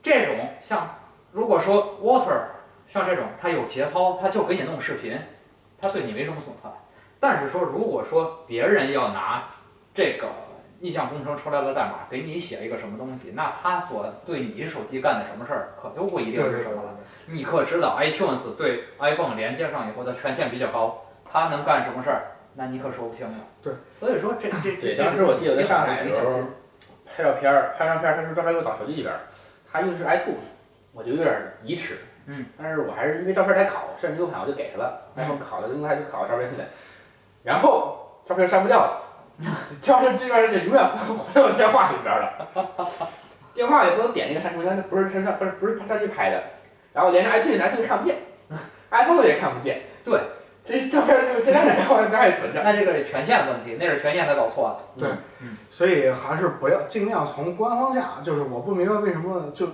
这种像如果说 Water 像这种，它有节操，它就给你弄视频，它对你没什么损害。但是说如果说别人要拿这个逆向工程出来的代码给你写一个什么东西，那他所对你手机干的什么事儿，可就不一定是什么了。你可知道 iTunes 对 iPhone 连接上以后的权限比较高，它能干什么事儿，那你可说不清了。对，所以说这这这对，这当时我记得在上海的你时小候心，拍照片儿，拍张片儿，他说照片给我导手机里边儿，他用的是 iTunes，我就有点儿移尺。嗯，但是我还是因为照片儿得考，摄像 U 盘我就给他了，嗯然后考了，另外就考了照片进来，然后照片删不掉了， 照片这边儿就永远回到我电话里边儿了，电话也不能点那个删除，它不是删不是不是相机拍的，然后连着 iTunes，iTunes 看不见，iPhone 也看不见，对，这照片儿就现在在我那儿也存着。那这个权限问题，那是权限他搞错了。所以还是不要尽量从官方下，就是我不明白为什么就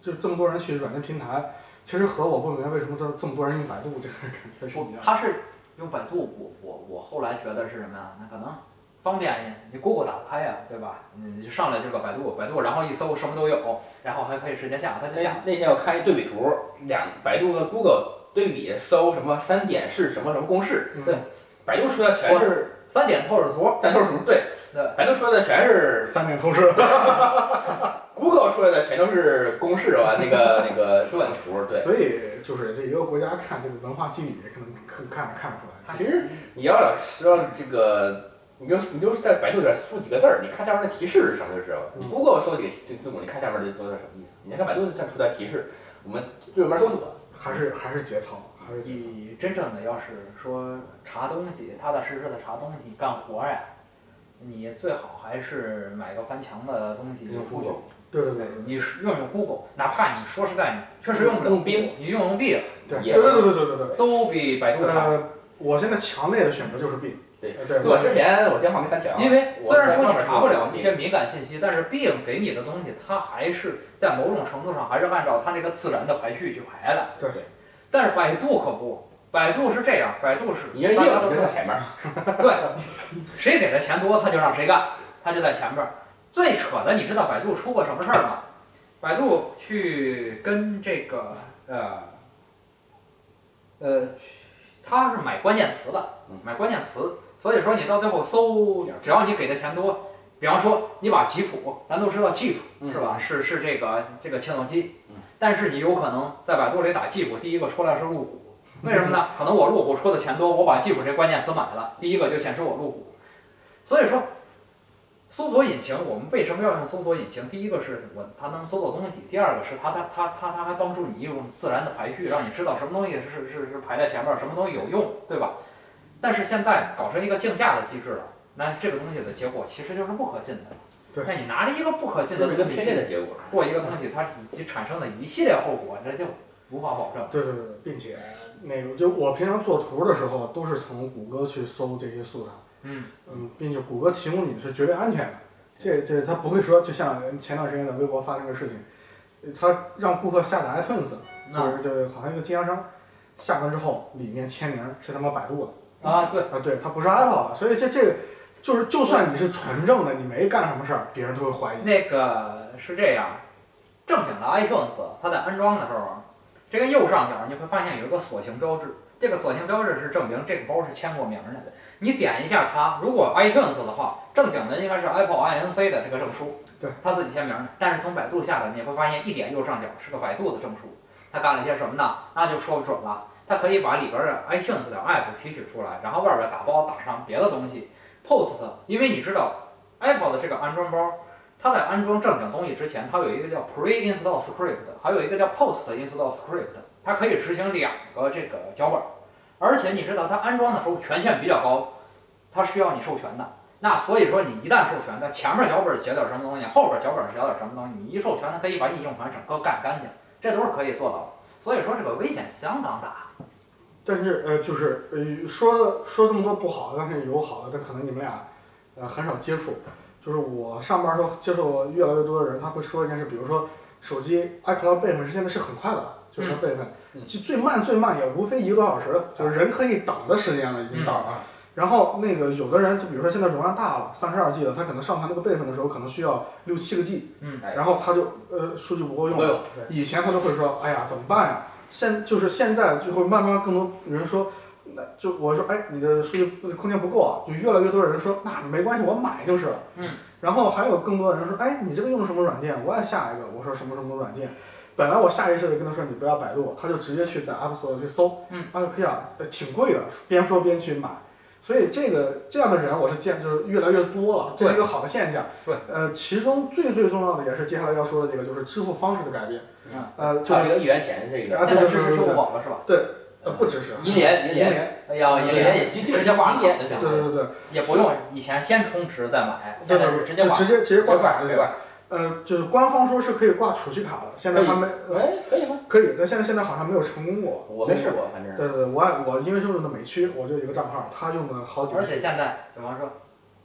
就这么多人去软件平台，其实和我不明白为什么这这么多人用百度这个感觉是一样的。他是用百度，我我我后来觉得是什么呀？那可能方便一点，你 Google 打不开呀，对吧？你就上来就个百度，百度然后一搜什么都有，然后还可以直接下，他就下那。那天我看一对比图，两百度和 Google 对比搜什么三点式什么什么公式，嗯对百度出的哎全是三点透视图，战斗什么对，对百度出的全是三点透视， Google 出来的全都是公式吧？那个那个乱图，对，所以就是这一个国家看这个文化基底，可能看看看不出来。其实你要说这个。你就你就是在百度里边输几个字儿，你看下面的提示是什么就知道了。嗯你 Google 搜几个这字母，你看下面这都是什么意思？你看百度这出来提示，我们就慢慢搜索。还是还是节操，还是节操你真正的要是说查东西，踏踏实实的查东西干活呀，你最好还是买个翻墙的东西用出去 Google。对对对，你是用用 Google，哪怕你说实在，你确实用不了用冰，你用用 B 对也对对对对对对。都比百度啊强。呃，我现在强烈的选择就是 B。对呃对，我之前我电话没敢讲，因为我虽然说你专门查不了用一些敏感信息，但是 Bing 给你的东西，它还是在某种程度上还是按照它那个自然的排序去排的。对对。但是百度可不，百度是这样，百度是你这信大家我都就知道在前面， 对，谁给的钱多，他就让谁干，他就在前边儿。最扯的，你知道百度出过什么事儿吗？百度去跟这个呃呃，他是买关键词的嗯，买关键词，所以说你到最后搜，只要你给的钱多，比方说你把吉普，咱都知道 Jeep 嗯是吧？是是这个这个切诺基嗯，但是你有可能在百度里打吉普，第一个出来是路虎。为什么呢？嗯可能我路虎出的钱多，我把 Jeep 这关键词买了，第一个就显示我路虎。所以说，搜索引擎我们为什么要用搜索引擎？第一个是我它能搜到东西，第二个是它它它它它还帮助你用自然的排序，让你知道什么东西是是是排在前面，什么东西有用，对吧？但是现在搞成一个竞价的机制了，那这个东西的结果其实就是不可信的。对那你拿着一个不可信这的是一东个西偏见去的结果。做一个东西，它以及产生的一系列后果，这就无法保证。对对对，对并且那个就我平常做图的时候都是从谷歌去搜这些素材，嗯嗯，并且谷歌提供你的是绝对安全的，这这它不会说就像前段时间在微博发生个事情，呃它让顾客下载 iTunes，那就是这好像一个经销商下完之后里面签名是他妈百度的。啊，对。啊，对，它不是 Apple 的，所以这这个就是，就算你是纯正的，你没干什么事儿，别人都会怀疑。那个是这样，正经的 iTunes 它在安装的时候啊，这个右上角你会发现有一个锁形标志，这个锁形标志是证明这个包是签过名儿的。你点一下它，如果 iTunes 的话，正经的应该是 Apple INC 的这个证书，对，它自己签名儿的。但是从百度下来，你会发现一点右上角是个百度的证书，它干了些什么呢？那就说不准了。它可以把里边儿的 iTunes 的 app 提取出来，然后外边儿打包打上别的东西，post，因为你知道 Apple 的这个安装包它在安装正经东西之前，它有一个叫 pre-install script，还有一个叫 post-install script，它可以执行两个这个脚本儿。而且你知道，它安装的时候权限比较高，它需要你授权的。那所以说，你一旦授权，它前面脚本写点什么东西，后边脚本写点什么东西，你一授权，它可以把你用环整个干干净，这都是可以做到的。所以说，这个危险相当大。但是呃，就是呃，说说这么多不好的，但是有好的，但可能你们俩呃很少接触。就是我上班时候接触越来越多的人，他会说一件事，比如说手机 iCloud 备份是现在是很快的，就是它备份，嗯其最慢最慢也无非一个多小时，就是人可以等的时间了，已经到了。啊，然后那个有的人，就比如说现在容量大了，三十二 G 了，他可能上传那个备份的时候可能需要六七个 G，嗯哎然后他就呃数据不够用没了。有，以前他都会说，哎呀怎么办呀？现就是现在就会慢慢更多人说，那就我说哎你的数据空间不够啊，就越来越多人说那没关系我买就是了。嗯。然后还有更多人说，哎你这个用的什么软件？我也下一个。我说什么什么软件？本来我下意识的跟他说你不要百度，他就直接去在 App Store 去搜。嗯。哎呀，挺贵的，边说边去买。所以这个这样的人我是见就是越来越多了，这是一个好的现象。对。呃，其中最最重要的也是接下来要说的这个，就是支付方式的改变。嗯呃，就差这个一元钱这个啊现对对对在支对对持支付对宝了是吧？呃不支持银联，银银联，联，哎呀，银也联也也基本直接挂银了。联就行对了，对对对也不用以前先充值再买，对现对在是对，直接就挂。直接直接挂别卡挂就行。别挂，呃，就是官方说是可以挂储蓄卡了，现在可以他们呃哎，可以吗？可以，但现在现在好像没有成功过。我没试过，反正对。对对，我也我因为是用的美区，我就有一个账号，他用的好几而个。且现在，比方说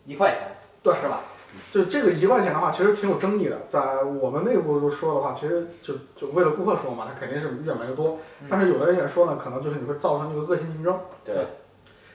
一块钱，对是吧？就这个一块钱的话，其实挺有争议的。在我们内部说的话，其实就就为了顾客说嘛，他肯定是越买越多嗯。但是有的人也说呢，可能就是你会造成一个恶性竞争。对。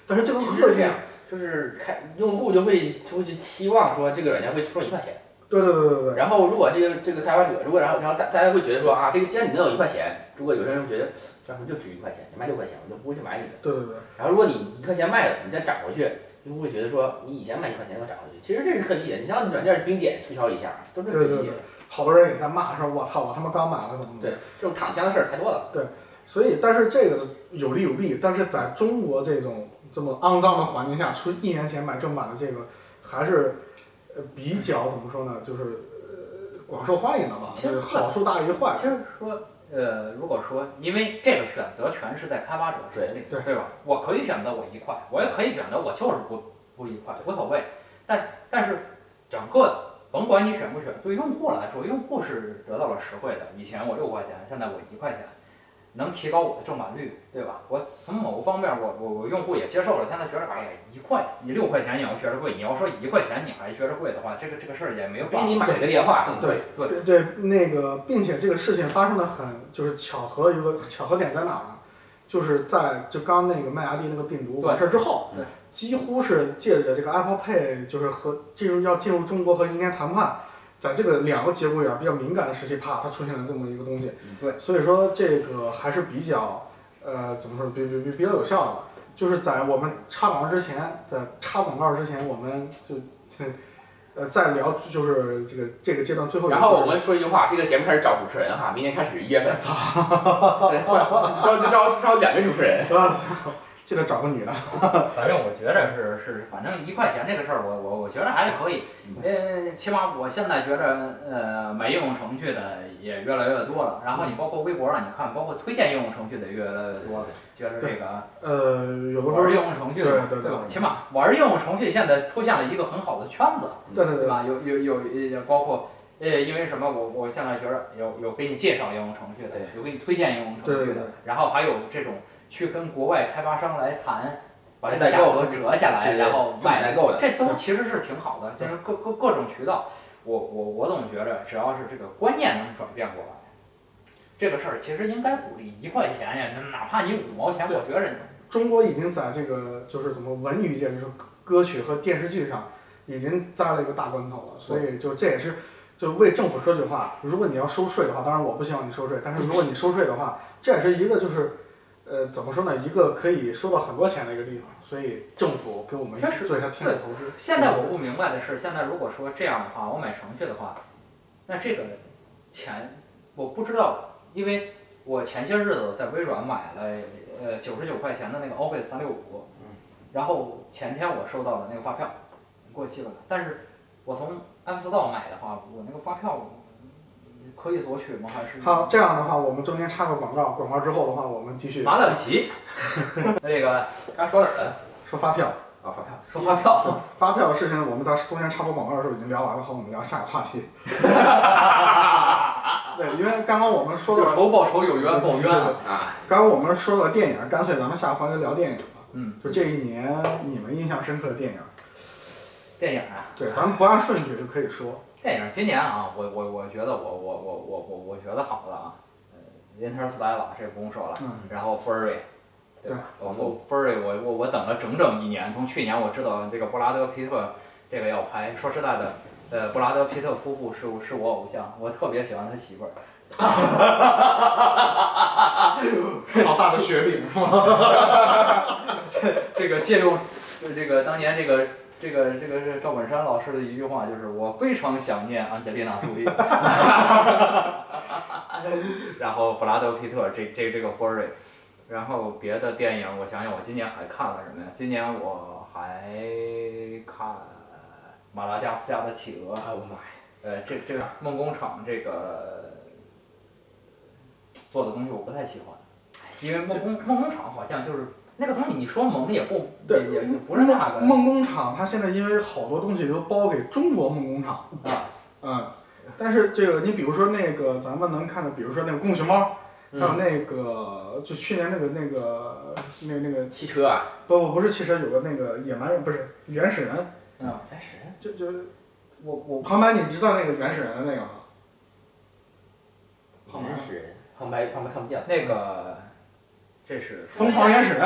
但是这个其实恶是这性样，，就是看用户就会就会去期望说这个软件会出一块钱，对对对对对，然后如果这个这个开发者，如果然后然后大大家会觉得说啊，这个既然你能有一块钱，如果有些人觉得这样就值一块钱，你卖六块钱我就不会去买你的，对对对，然后如果你一块钱卖了，你再涨回去，用户会觉得说你以前卖一块钱又涨回去，其实这是可以理解，你像软件冰点促销一下都是可以理解的，好多人也在骂说，我操，我他妈刚买了怎么怎么。对这种躺枪的事儿太多了，所以，但是这个有利有弊，但是在中国这种这么肮脏的环境下，出一元钱买正版的这个，还是呃比较怎么说呢，就是呃广受欢迎的吧，其就实是好处大于坏其。实说，呃，如果说因为这个选择权是在开发者手里，对对吧？我可以选择我一块，我也可以选择我就是不不一块，无所谓。但但是整个甭管你选不选，对用户来说，用户是得到了实惠的。以前我六块钱，现在我一块钱，能提高我的正版率，对吧？我从某个方面，我我我用户也接受了。现在觉得，哎呀，一块，你六块钱也要觉得贵，你要说一块钱你还觉得贵的话，这个这个事儿也没有给办法。你买个电话，对对对对，那个，并且这个事情发生的很，就是巧合有个巧合点在哪儿呢？就是在就刚那个麦芽蒂那个病毒对完事儿之后，对，几乎是借着这个 Apple Pay，就是和进入要进入中国和英联谈判，在这个两个节骨眼儿比较敏感的时期，啪，它出现了这么一个东西。对，所以说这个还是比较，呃，怎么说，比比比比较有效的，就是在我们插广告之前，在插广告之前，我们就。呃，再聊就是这个这个阶段最后一个然部分。后我们说一句话，这个节目开始找主持人哈，明年开始一月份，操， 招招招招两个主持人， 啊，记得找个女的。反正我觉着是是，反正一块钱这个事儿，我我我觉得还是可以。嗯呃，起码我现在觉着，呃，买应用程序的也越来越多了。然嗯后你包括微博上你看，包括推荐应用程序的也越来越多了。觉着这个呃，有的时玩应候，用程序对的，对对吧？起码玩应用程序现在出现了一个很好的圈子，对对对对，吧？有有有也包括。呃，因为什么？我我现在觉着有有给你介绍应用程序的对，有给你推荐应用程序对对对的，然后还有这种去跟国外开发商来谈，把这代个价购格折下来，对然后卖买代购的，这都其实是挺好的，就是各各各种渠道，我我我总觉着，只要是这个观念能转变过来，这个事儿其实应该鼓励一块钱呀，哪怕你五毛钱，我觉着中国已经在这个就是怎么文娱界，就是歌曲和电视剧上已经栽了一个大跟头嗯了，所以就这也是。就为政府说句话，如果你要收税的话，当然我不希望你收税，但是如果你收税的话，这也是一个就是，呃，怎么说呢，一个可以收到很多钱的一个地方，所以政府给我们确实做一下天使投资。现在我不明白的是，现在如果说这样的话，我买程序的话，那这个钱我不知道，因为我前些日子在微软买了呃九十九块钱的那个 Office 三六五，嗯然后前天我收到了那个发票，过期了，但是我从 App Store 买的话，我那个发票可以索取吗？还是好，这样的话，我们中间插个广告，广告之后的话，我们继续马了不 起，那个刚说哪儿了？说发票。啊，发票，收发票。发票的事情，我们在中间插播广告的时候已经聊完了，好，我们聊下一个话 题。对，因为刚刚我们说有到，仇报仇，有冤报冤啊。啊，刚刚我们说到电影，干脆咱们下个环节聊电影吧。嗯，就这一年你们印象深刻的电影，电影啊，对，咱们不按顺序就可以说。电影今年啊，我我我觉得我我我我我我觉得好的啊，呃，《Interstellar》这不用说了，嗯，然后《Furry》，对吧？我我《Furry》我我我等了整整一年，从去年我知道这个布拉德皮特这个要拍，说实在的，呃，布拉德皮特夫妇是我是我偶像，我特别喜欢他媳妇儿。好大的雪饼是吗？这个借用这个当年这个这个这个是赵本山老师的一句话，就是我非常想念安德烈娜朱莉。 然后布拉德皮特这这这个 f u r y 然后别的电影我想想，我今年还看了什么呀？今年我还看《马达加斯加的企鹅》，哎我妈呀，呃，这这个梦工厂这个做的东西我不太喜欢，哎因为梦工梦工厂好像就是那个东西，你说萌也不对嗯也也也不是那个梦工厂，它现在因为好多东西都包给中国梦工厂，啊，嗯，但是这个你比如说那个咱们能看的，比如说那个功夫熊猫，还有嗯，那个就去年那个那个那个那个汽车啊，不不不是汽车，有个那个野蛮人不是原始人，嗯哎是就就我我旁白，你知道那个原始人的那个吗？旁白原，始人，旁白旁白看不见，那个这是疯狂原始人，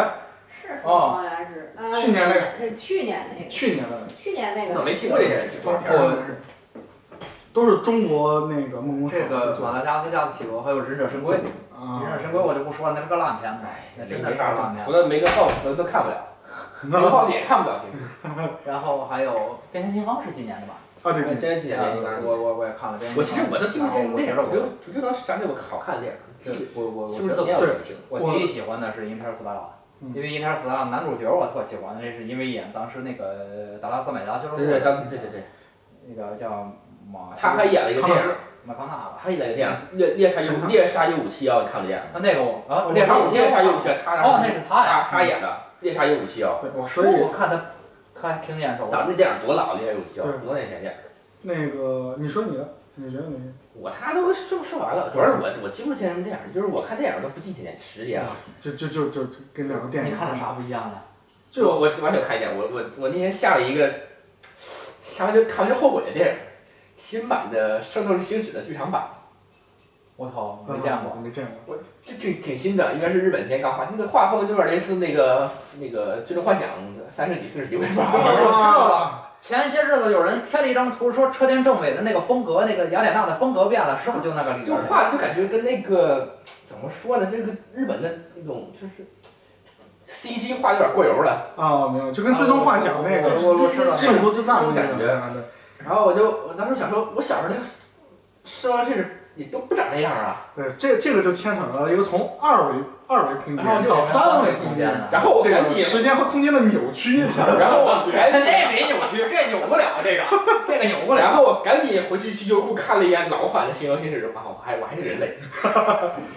是疯狂原始人，呃，去年那个是去年那个，去年的去年那那个我没听过这些这疯方面狂儿，我原始人，都是中国那个梦工厂这个做马的达加斯加的企鹅，还有忍者神龟，啊，哎忍者神龟我就不说了，那是个烂片子，那没真的没是个法烂看，片啊除子。了梅根豹都都看不了，梅根豹也看不了，其实然后还有《变形金刚》是今年的吧？ 啊对对，真 真是啊年我我我也看了《变我其形金实刚》。我都记不清电影了，我我就我就能想起我好看的电影，对记我我我是不是觉得怎么我样记不清？我我第一喜欢的是《Interstellar 嗯》，因为《Interstellar》男主角我特喜欢，这是因为演当时那个达拉斯买家俱乐部，对对，当对对对，那个叫马他还演了一个康纳电斯影，马康纳吧，他演了一个电影，猎猎杀神一探猎杀一五七幺，你看了电影吗？啊那个我哦啊我猎杀五猎杀一五天七幺，他哦那是他他呀，他演的猎杀一五七幺，对我所说以我看他他还挺眼熟当的，哦时那电影多老，猎杀一五七幺对多年前电影，那个你说你的，你觉得你我他都说说完了，主要是我我记不住天成这样，就是我看电影都不记天时间了。就就就就就跟两个电你影看了啥不一样的？就我我完全看一点，我我我那天下了一个，下完就看完就后悔的电影，新版的《圣斗士星矢》的剧场版，我操，嗯没见过。没见过。这挺挺新的，应该是日本先刚画，那个画风就有点类似那个那个《最终幻想》三十几、四十几， 我也不知道。啊，嗯前些日子有人贴了一张图，说车田正美的那个风格，那个雅典娜的风格变了，是不是就那个里就边儿？画的就感觉跟那个怎么说呢，这个日本的那种就是 CG 画得有点过油了。啊，没有，就跟《最终幻想》那个啊我我知道《圣徒之战》那那个种感啊对然后我就我当时想说，我小时候那个生活是也都不长那样啊。对，这这个就牵扯到一个从二维二维空间然后就到三维维空空间呢？然后我这赶个紧，时间和空间的扭曲，然后我赶紧，那没扭曲，这扭不了，这个这个扭不了。然后我赶紧回去去优酷看了一眼老版的《星游新史》，啊，我还我还是人类。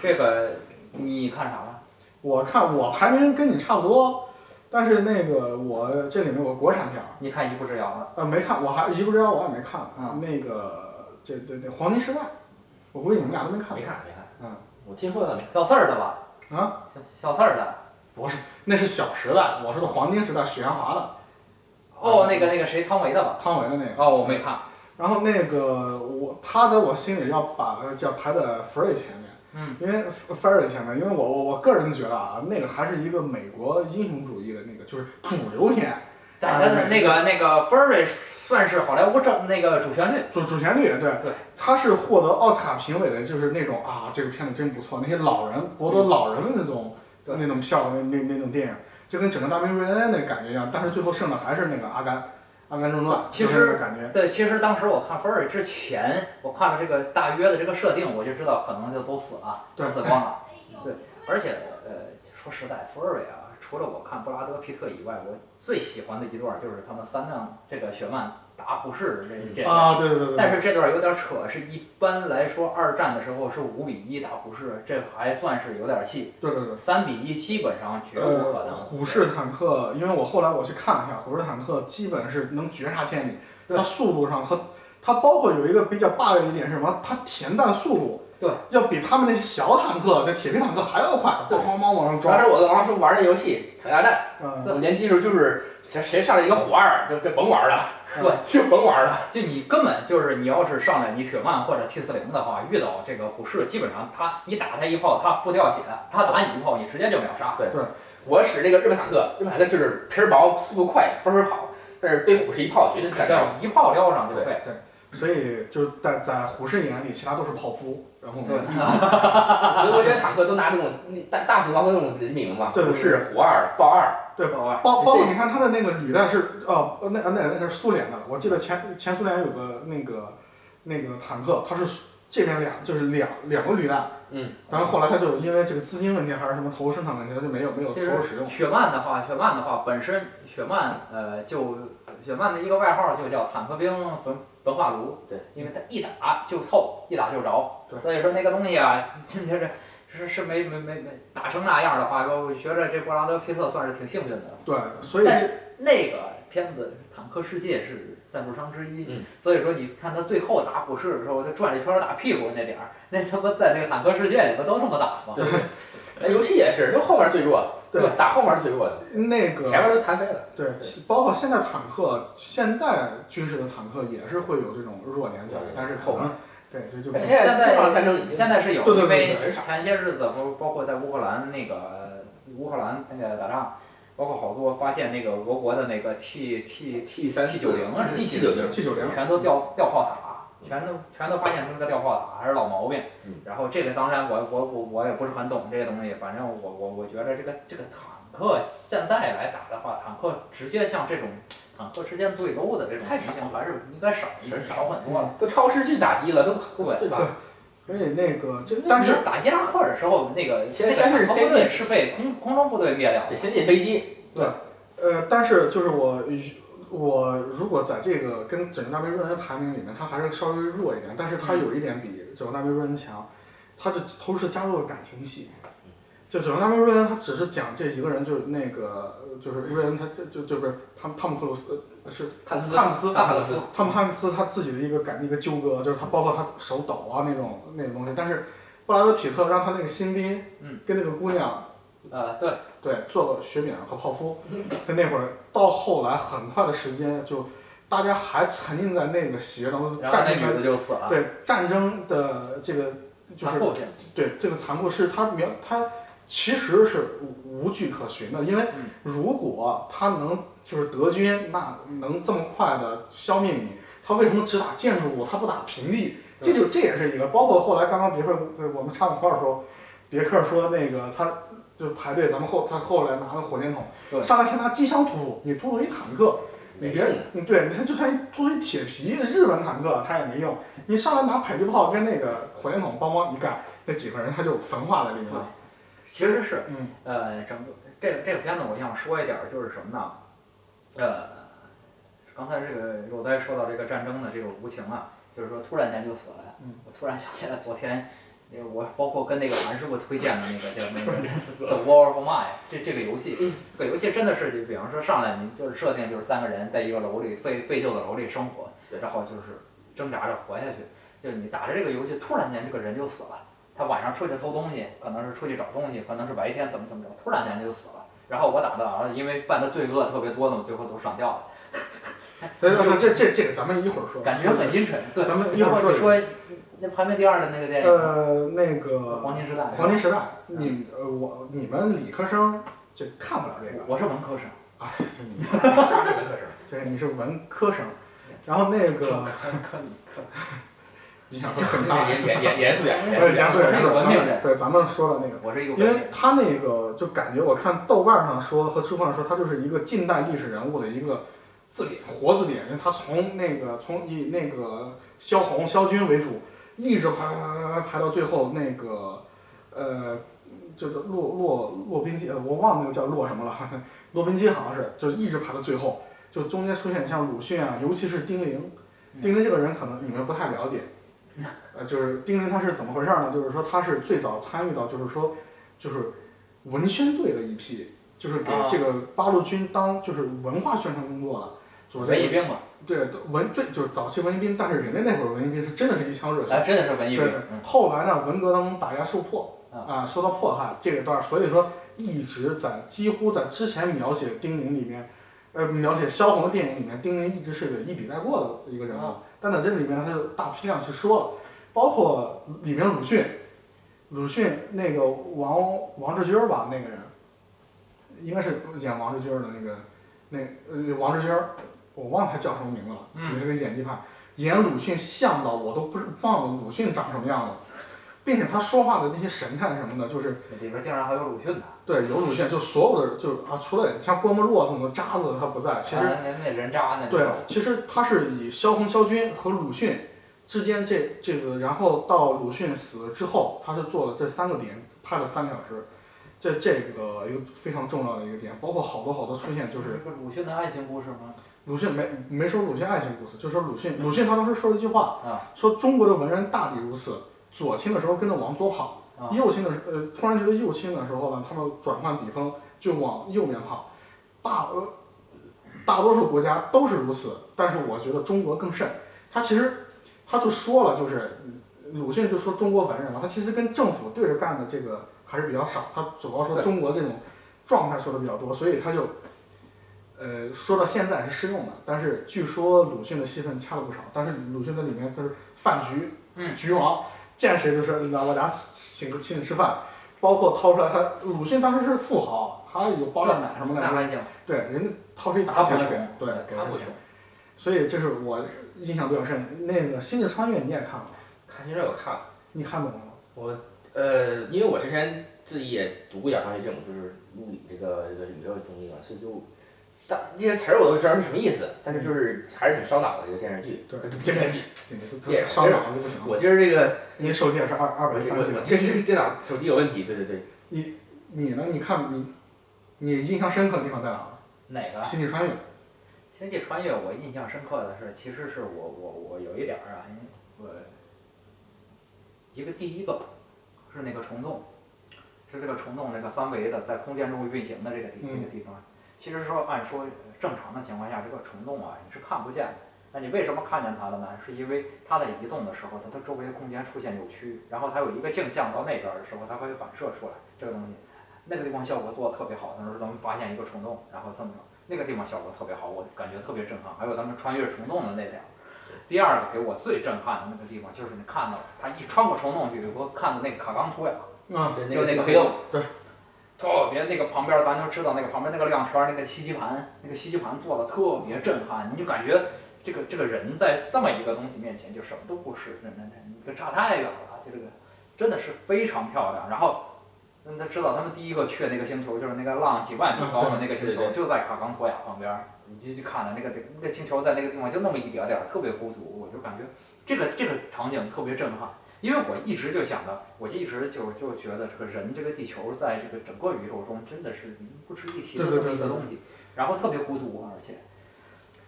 这个你看啥了？我看我排名跟你差不多，但是那个我这里面我国产片儿你看一步之遥了？呃没看，我还《一步之遥》我也没看，嗯那个这这这《黄金时代》，我估计你们俩都没看没，看没看，嗯，我听说了没？小四儿的吧？啊小，小四儿的。那是《小时代》，我说的《黄金时代》，许鞍华的，哦，那个那个谁，汤唯的吧？汤唯的那个。哦，我没看。然后那个我他在我心里要把呃要排在 Free 前面，嗯，因为 Free 前面，因为我我我个人觉得啊，那个还是一个美国英雄主义的那个，就是主流片，但他的嗯那个那个 Furry 算是好莱坞正那个主旋律。主主旋律，对对，他是获得奥斯卡评委的，就是那种啊，这个片子真不错，那些老人博得老人的那种、嗯对那种票的那那种电影，就跟整个大兵瑞恩那感觉一样，但是最后剩的还是那个阿甘，阿甘正传，其实就是那个感觉，对，其实当时我看 Furry 之前，我看了这个大约的这个设定，我就知道可能就都死了，对都死光了。对，而且呃，说实在，Furry 啊，除了我看布拉德皮特以外，我最喜欢的一段就是他们三辆这个雪曼打虎式这这段。啊，对对对对，但是这段有点扯，是一般来说二战的时候是五比一打虎式，这还算是有点戏。对对对。三比一基本上绝无可呃，能。虎式坦克，因为我后来我去看了一下，虎式坦克基本是能绝杀千里，对它速度上和它包括有一个比较 bug 的一点是什么？它填弹速度对，要比他们那些小坦克、那铁皮坦克还要快，对咣咣咣往上当撞。时我跟王叔玩那游戏《ถั大战嗯》，，我年轻时候就是嗯谁谁上了一个虎二，就就甭玩了，对， 就甭玩了。就你根本就是你要是上来你雪曼或者 T 四零的话，遇到这个虎式，基本上他你打他一炮，他不掉血；他打你一炮，你直接就秒杀。我使那个日本坦克，日本坦克就是皮儿薄，速度快，纷纷跑，但是被虎式一炮绝对只干 掉。要一炮撩上就会。所以就在在虎式眼里，其他都是炮夫。然后对，德国这些坦克都拿那种大大型高那种人名嘛，对虎式、虎二、豹二，对豹二包包括这你看它的那个履带是哦，呃那呃那那是苏联的，我记得前前苏联有个那个那个坦克，它是这边俩就是两两个履带，嗯，然后后来它就因为这个资金问题还是什么投入生产问题，它就没有没有投其实入使用。雪曼的话，雪曼的话本身雪曼呃就雪曼的一个外号就叫坦克兵焚焚化炉，对，因为他一打就透，一打就着，对所以说那个东西啊， 真的是是是没没没没打成那样的话，我觉着这布拉德皮特算是挺幸运的。对，所以但这那个片子《坦克世界》是赞助商之一，嗯所以说你看他最后打虎式的时候，他转了一圈打屁股那点儿，那他妈在那个《坦克世界》里不都那么打吗？对 对，那游戏也是，就后面最弱，对，打后面最弱的，那个前面都弹飞了。对，包括现代坦克，现代军事的坦克也是会有这种弱点角力对，但是可能对这就但现在现在这场战争已经现在是有，对对因对为很少前些日子包包括在乌克兰那个乌克兰那个打仗，包括好多发现那个俄国的那个 T T T 三 T 九零啊是 T 七九零， T 九零全都掉掉炮塔，全都全都发现他们在掉炮塔，还是老毛病嗯。然后这个当然我我我我也不是很懂这个东西，反正我我我觉得这个这个坦克现在来打的话，坦克直接像这种坦克之间对殴的这种太情形还是应该少一点，很少少很多了。都超市去打击了，都对对吧？所以那个这你但是打伊拉克的时候，那个先那个先是坦克部先进队是被空空中部队灭掉的得。先进飞机，呃，但是就是我我如果在这个跟整个大杯瑞恩排名里面，它还是稍微弱一点，但是它有一点比整个大杯瑞恩强，它就同时加入了感情戏。就整个大杯瑞恩，他只是讲这一个人，就是那个呃就是瑞恩，他就就就不是汤汤姆克鲁斯，是汉克斯，啊汉姆斯，汉克斯，汤姆汉克斯他自己的一个感一个纠葛，就是他包括他手抖啊那种那种东西，但是布拉德皮特让他那个新兵，嗯，跟那个姑娘呃，对，对做个雪饼和泡芙，在那会儿到后来很快的时间就大家还沉浸在那个喜悦当中，然后那战女争的就死了，对战争的这个就是残酷性，对这个残酷是他描他其实是无无据可循的，因为嗯如果他能就是德军那能这么快的消灭你，他为什么只打建筑物，他不打平地？这就这也是一个，包括后来刚刚别克对我们插广告的时候，别克说那个他就排队，咱们后他后来拿个火箭对筒上来先拿机枪突突，你突突一坦克。你别没用，嗯，对，他就算一突一铁皮日本坦克，他也没用。你上来拿迫击炮跟那个火箭筒梆梆一干，那几个人他就焚化在里面了。其实是，嗯，呃，整个这个这个片子，我想说一点儿就是什么呢？呃，刚才这个肉呆说到这个战争的这个无情啊，就是说突然间就死了。嗯，我突然想起来昨天，那个我包括跟那个韩师傅推荐的那个叫那个 The War of Mine 这这个游戏，这个游戏真的是，就比方说上来你就是设定就是三个人在一个楼里废废旧的楼里生活，对然后就是挣扎着活下去。就是你打着这个游戏，突然间这个人就死了。他晚上出去偷东西，可能是出去找东西，可能是白天怎么怎么着，突然间就死了。然后我打着打着，因为犯的罪恶特别多呢，我最后都上吊了，对对对，呃这这这个咱们一会儿说。感觉很阴沉。对，咱们一然会儿后你说。说那排名第二的那个电影《呃，那黄个金时代》，黄金时代，你呃我你们理科生就看不了这个我是文科生，啊，就你他是文科生， 对你是文科生，然后那个科科 科，你想说很大，严严严严肃点，严肃呃点严肃严肃，文咱明们人对咱们说的那个。我是一个因文为人。他那个就感觉，我看豆瓣上说和知乎上说，他就是一个近代历史人物的一个字典，活字典。因为他从那个从以那个萧红、萧军为主，一直排排排排排到最后那个呃，就是洛洛洛宾基，呃我忘了那个叫洛什么了，洛宾基好像是，就一直排到最后。就中间出现像鲁迅啊，尤其是丁玲，丁玲这个人可能你们不太了解，呃，就是丁玲他是怎么回事呢？就是说他是最早参与到，就是说就是文宣队的一批，就是给啊这个八路军当就是文化宣传工作的，组织文艺兵嘛，对文最就是早期文艺兵，但是人家那会儿文艺兵是真的是一腔热血咱。真的是文艺兵对，。嗯后来呢，文革当中打压受迫啊，受到迫害这一段儿，所以说一直在几乎在之前描写丁玲里面，呃，描写萧红的电影里面，丁玲一直是个一笔带过的一个人啊物，但在这里面他就大批量去说了，包括里面鲁迅，鲁迅那个王王志军儿吧，那个人，应该是演王志军儿的那个，那呃王志军儿，我忘了他叫什么名字了，嗯也是个演技派，演鲁迅像到我都不是忘了鲁迅长什么样了，并且他说话的那些神态什么的，就是里边竟然还有鲁迅呢。对有鲁迅，就所有的就是啊，除了像郭沫若这种渣子他不在，其实啊那那人渣呢？对，啊其实他是以萧红、萧军和鲁迅之间这这个，然后到鲁迅死之后，他是做了这三个点，拍了三个小时，这这个一个非常重要的一个点，包括好多好多出现，就是这不鲁迅的爱情故事吗？鲁迅没没说鲁迅爱情故事，就说鲁迅，鲁迅他当时说了一句话，嗯啊说中国的文人大抵如此，左倾的时候跟着往左跑，啊右倾的时呃突然觉得右倾的时候呢，他们转换笔锋就往右边跑，大呃大多数国家都是如此，但是我觉得中国更甚。他其实他就说了，就是鲁迅就说中国文人嘛，他其实跟政府对着干的这个还是比较少，他主要说中国这种状态说的比较多，所以他就。呃，说到现在是适用的，但是据说鲁迅的戏份掐了不少，但是鲁迅在里面他是饭局，嗯局王见谁就说来我俩请个请你吃饭，包括掏出来他鲁迅当时是富豪，他有包二奶什么那的，还行，对，人家掏出一沓他不钱能给给，对，给他了不钱，所以这是我印象比较深。那个《星际穿越》你也看了，看其实我看，你看懂了吗？我呃，因为我之前自己也读过一点关于这种就是物理这个这个宇宙的东西嘛，所以就。但这些词儿我都知道是什么意思，但是就是还是挺烧脑的一个电视剧。对电视剧，你也这烧脑就不行了。我今儿这 个，你手机也是二二我百这三我十我这是电脑手机有问题。对对对，你呢？你看你你印象深刻的地方在哪儿？哪个《星际穿越》星际穿越，我印象深刻的是，其实是我我我有一点儿啊，因为我一个第一个是那个虫洞，是这个虫洞这个三维的在空间中运行的这个地、这个地方，其实说按说正常的情况下，这个虫洞啊你是看不见的。那你为什么看见它了呢？是因为它在移动的时候，它的周围的空间出现扭曲，然后它有一个镜像到那边的时候，它会反射出来这个东西。那个地方效果做的特别好，当时咱们发现一个虫洞，然后这么着，那个地方效果特别好，我感觉特别震撼。还有咱们穿越虫洞的那点儿。第二个给我最震撼的那个地方，就是你看到它一穿过虫洞去，我看到那个卡冈图雅，啊，对就那个黑黑洞洞，，对，特别那个旁边咱就知道那个旁边那个亮圈儿那个吸积盘，那个吸积盘做的特别震撼，你就感觉这个这个人在这么一个东西面前就什么都不是，那那那你个差太远了，就这个真的是非常漂亮。然后，嗯，他知道他们第一个去的那个星球就是那个浪几万米高的那个星球，嗯就在卡冈托雅旁边儿，你就去看了那个那个星球在那个地方就那么一点点儿，特别孤独，我就感觉这个这个场景特别震撼。因为我一直就想着，我一直就就觉得这个人这个地球在这个整个宇宙中真的是嗯不值一提的对对这么一个对对东西，然后特别孤独，啊而且，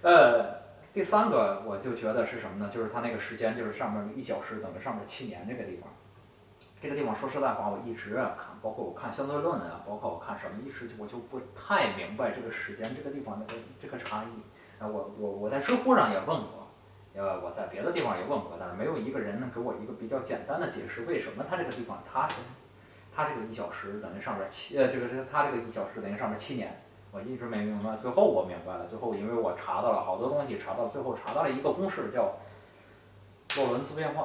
呃，第三个我就觉得是什么呢？就是它那个时间就是上面一小时等于上面七年这个地方，这个地方说实在话，我一直啊看，包括我看相对论啊，包括我看什么，一直就我就不太明白这个时间这个地方的这个这个差异。啊，我我我在知乎上也问过，呃，我在别的地方也问过，但是没有一个人能给我一个比较简单的解释，为什么它这个地方它是它这个一小时等于上面七呃这个这个它这个一小时等于上面七年。我一直没明白，最后我明白了。最后因为我查到了好多东西，查到最后查到了一个公式叫洛伦兹变换。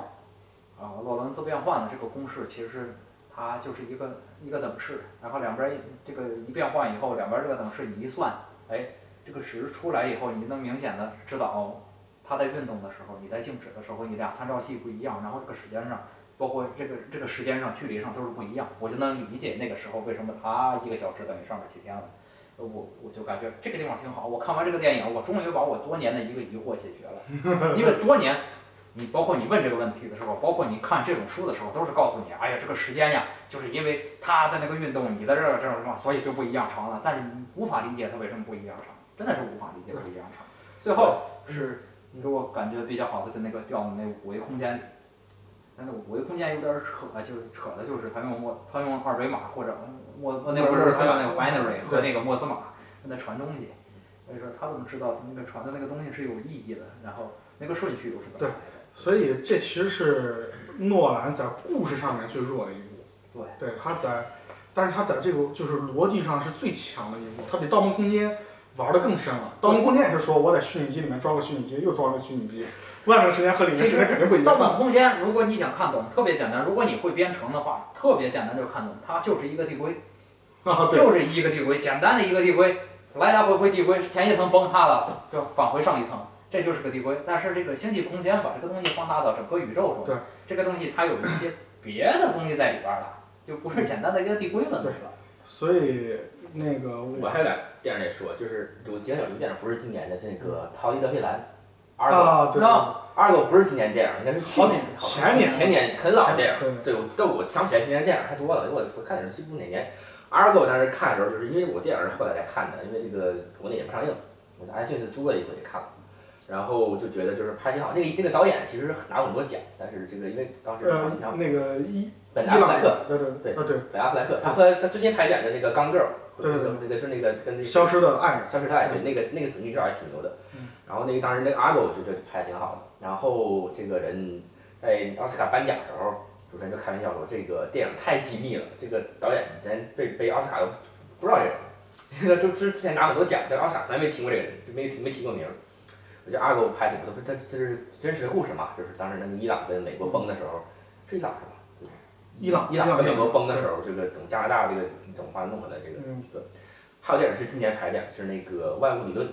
啊，洛伦兹变换的这个公式其实是它就是一个一个等式，然后两边儿一这个一变换以后，两边儿这个等式你一算，哎，这个值出来以后，你能明显的知道哦，它在运动的时候，你在静止的时候，你俩参照系不一样，然后这个时间上。包括这个这个时间上、距离上都是不一样，我就能理解那个时候为什么它一个小时等于上面几天了。呃我我就感觉这个地方挺好。我看完这个电影，我终于把我多年的一个疑惑解决了。因为多年，你包括你问这个问题的时候，包括你看这种书的时候，都是告诉你，哎呀，这个时间呀，就是因为他在那个运动，你在这儿这儿这儿，所以就不一样长了。但是你无法理解它为什么不一样长，真的是无法理解不一样长。最后是给我感觉比较好的，就那个掉的那五维空间里。但是五维空间有点扯，就是扯的就是他用莫他用二维码或者莫莫那不是他用那个 binary 和那个莫斯码跟他传东西，所以说他怎么知道他那个传的那个东西是有意义的，然后那个顺序又是怎么来的？所以这其实是诺兰在故事上面最弱的一步。对，他在，但是他在这个就是逻辑上是最强的一步，他比《盗梦空间》玩的更深了。《盗梦空间》也是说我在虚拟机里面装个虚拟机，又装个虚拟机，外面的时间和里面的时间肯定不一盗样。梦空间，如果你想看懂，特别简单。如果你会编程的话，特别简单就看懂，它就是一个递归， 啊，对，就是一个递归，简单的一个递归，来来回回递归，前一层崩塌了，就返回上一层，这就是个递归。但是这个星际空间把这个东西放大到整个宇宙中，对这个东西它有一些别的东西在里边了，就不是简单的一个递归问题了。所以那个我我还有点电影里说，就是我几个小刘电影不是今年的这个《逃离德黑兰》，二狗啊，对，那二狗不是今年电影，应该是去好年前年前年很老的电影。对对，我但我想不起来今年电影太多了，因为我看的是不哪年。二狗当时看的时候，就是因为我电影是后来才看的，因为这个国内也不上映，我在 iTunes 租了一回就看了。然后就觉得就是拍挺好，这个这个导演其实拿过很多奖，但是这个因为当时好呃像，那个伊伊本阿弗莱朗克，，对对对啊对，本阿弗莱克，他和他最近拍演的那个《钢 girl》，对对对那个是那个跟那个消失的爱人，消失带，对，那个那个女主角也挺牛的嗯。然后那个当时那个阿狗就觉得拍的挺好的。然后这个人在奥斯卡颁奖的时候，主持人就开玩笑说：“这个电影太机密了，这个导演人被被奥斯卡都不知道这人，因为他就之之前拿很多奖，但奥斯卡从来没听过这个人，就没没提过名儿。”我觉得阿狗拍挺不错，他他这是真实的故事嘛，就是当时那个伊朗跟美国崩的时候，是伊朗是吧？伊朗伊朗跟美国崩的时候，候，这个从加拿大这个怎么把弄回来这个。嗯还有电影是今年拍的，是那个《万物理论》。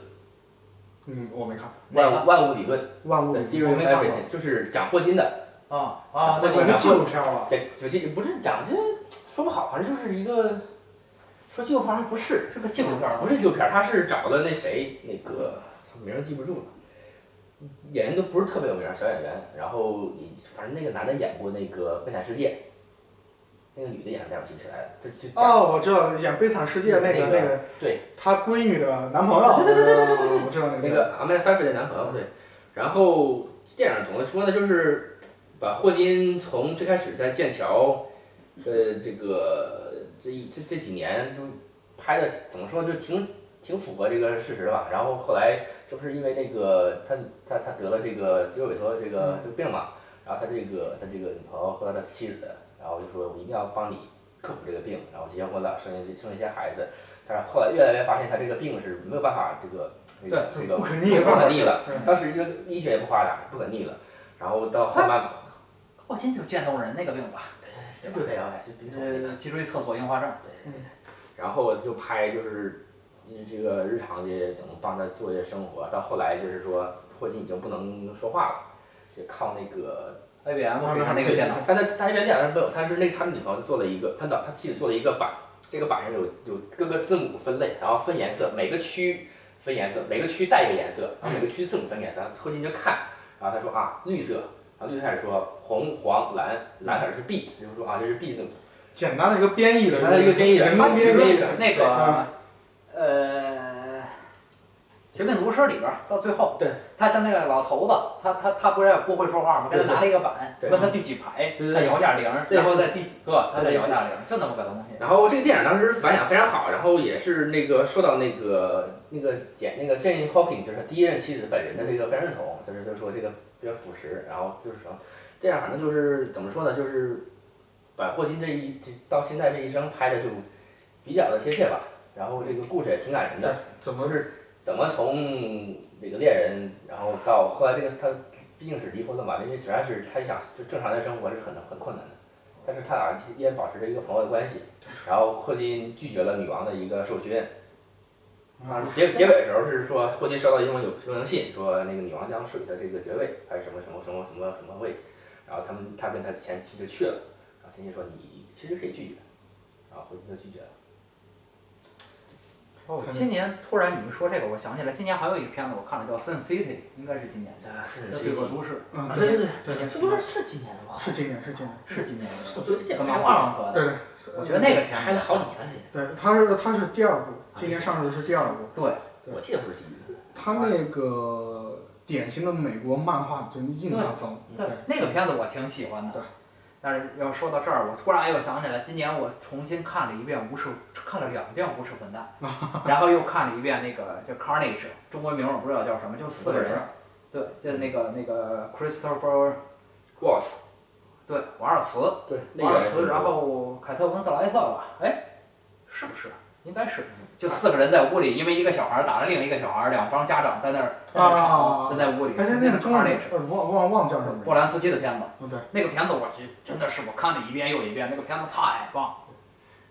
嗯，我没看那万个物万物理论万物的理 Theory 我 of 没看过 Everything，就是讲霍金的，啊啊，那我觉个得是纪录片吧？这这这不是讲这说不好，反正就是一个说纪录片儿还不是，是个纪录片儿不吗？是纪录片儿，他是找的那谁那个操名儿记不住了，演员都不是特别有名儿，小演员，然后你反正那个男的演过那个《悲惨世界》，那个女的演什么我记不起来了，就就讲哦，我知道演《悲惨世界》那个那个那个，对，他闺女的男朋友，对对对对对对，我知道那个那个阿曼塞菲的男朋友对，然后电影总的说呢，就是把霍金从最开始在剑桥，呃，这个这一这这几年就拍的怎么说就挺挺挺符合这个事实的吧。然后后来这不是因为那个他他他得了这个肌肉萎缩这嗯个这个病嘛，然后他这个他这个女朋友和他的妻子，然后就说我一定要帮你克服这个病，然后结婚了，生一生一些孩子。但是后来越来越发现他这个病是没有办法这个这个这对，个不可逆嗯了，不可逆了对。当时就医学也不发达，不可逆了。然后到后半，我今就是渐冻人那个病吧，对吧？对啊，是冰冻的呃，脊椎侧索硬化症。然后就拍就是嗯这个日常的等帮他做一些生活，到后来就是说霍金已经不能说话了，就靠那个 IBM 给他那啊那个电脑，，但他他一边电脑上没有，他是那他的女朋友做了一个，他脑他自己做了一个板，这个板上有有各个字母分类，然后分颜色，每个区分颜色，每个区带一个颜色，然后每个区字母分颜色，霍金就看，然后他说啊绿色，然后绿色开始说红黄蓝，蓝色是 B，就是说啊这是 B 字母，简单的一个编译的，他的一个编译人人，工他编那译个那个啊呃，绝命毒师里边儿到最后，对，他他那个老头子，他他他不是不会说话吗？给对他拿了一个板，对啊问他第几排，对对他摇下铃儿，对然后是在第几个，他再对摇下铃儿，就那么个东西。然后这个电影当时反响非常好，然后也是那个受到那个那个简那个 Jane Hawking 就是他第一任妻子本人的这个非常认同，就是就是说这个比较腐蚀，然后就是什么，这样反正就是怎么说呢，就是把霍金这一这到现在这一生拍的就比较的贴切吧，然后这个故事也挺感人的，怎么都是怎么从这个恋人，然后到后来这个他毕竟是离婚了嘛，因为只要是他想就正常的生活是很很困难的，但是他俩依然保持着一个朋友的关系，然后霍金拒绝了女王的一个授勋。啊，结结尾的时候是说霍金收到一封有一封信，说那个女王将授予他这个爵位，还是什么什么什么什么什么位，然后他们他跟他前妻就去了，然后前妻说你其实可以拒绝，然后霍金就拒绝了。哦，今年突然你们说这个，我想起来，今年还有一个片子我看了，叫《Sin City》，应该是今年的，啊，是叫《罪恶都市嗯啊，对对对对对，》，这不是是今年的吗？是今年是今年，是今年的。对，这干个嘛漫画画上合的？对对，我觉得那个片拍子了好几年了。对，它是它是第二部，今年上市的是第二部，我记得不是第一个，它那个典型的美国漫画就是印象风，对，那个片子我挺喜欢的。对但是要说到这儿，我突然又想起来，今年我重新看了一遍《无耻》，看了两遍《无耻混 蛋》，然后又看了一遍那个叫《Carnage》，中文名我不知道叫什么，就四个人。对，就是嗯那个那个 Christopher，哇，对，瓦尔茨，对，那瓦尔个茨，然后凯特温斯莱特吧，哎，是不是？应该是，嗯就四个人在屋里，因为一个小孩打了另一个小孩，两方家长在那儿在那儿吵，啊在那屋里。哎，它那个中文 Carnage 呃忘忘忘叫什么波了，兰斯基的片子。嗯对。那个片子我就真的是我看了一遍又一遍，那个片子太棒了。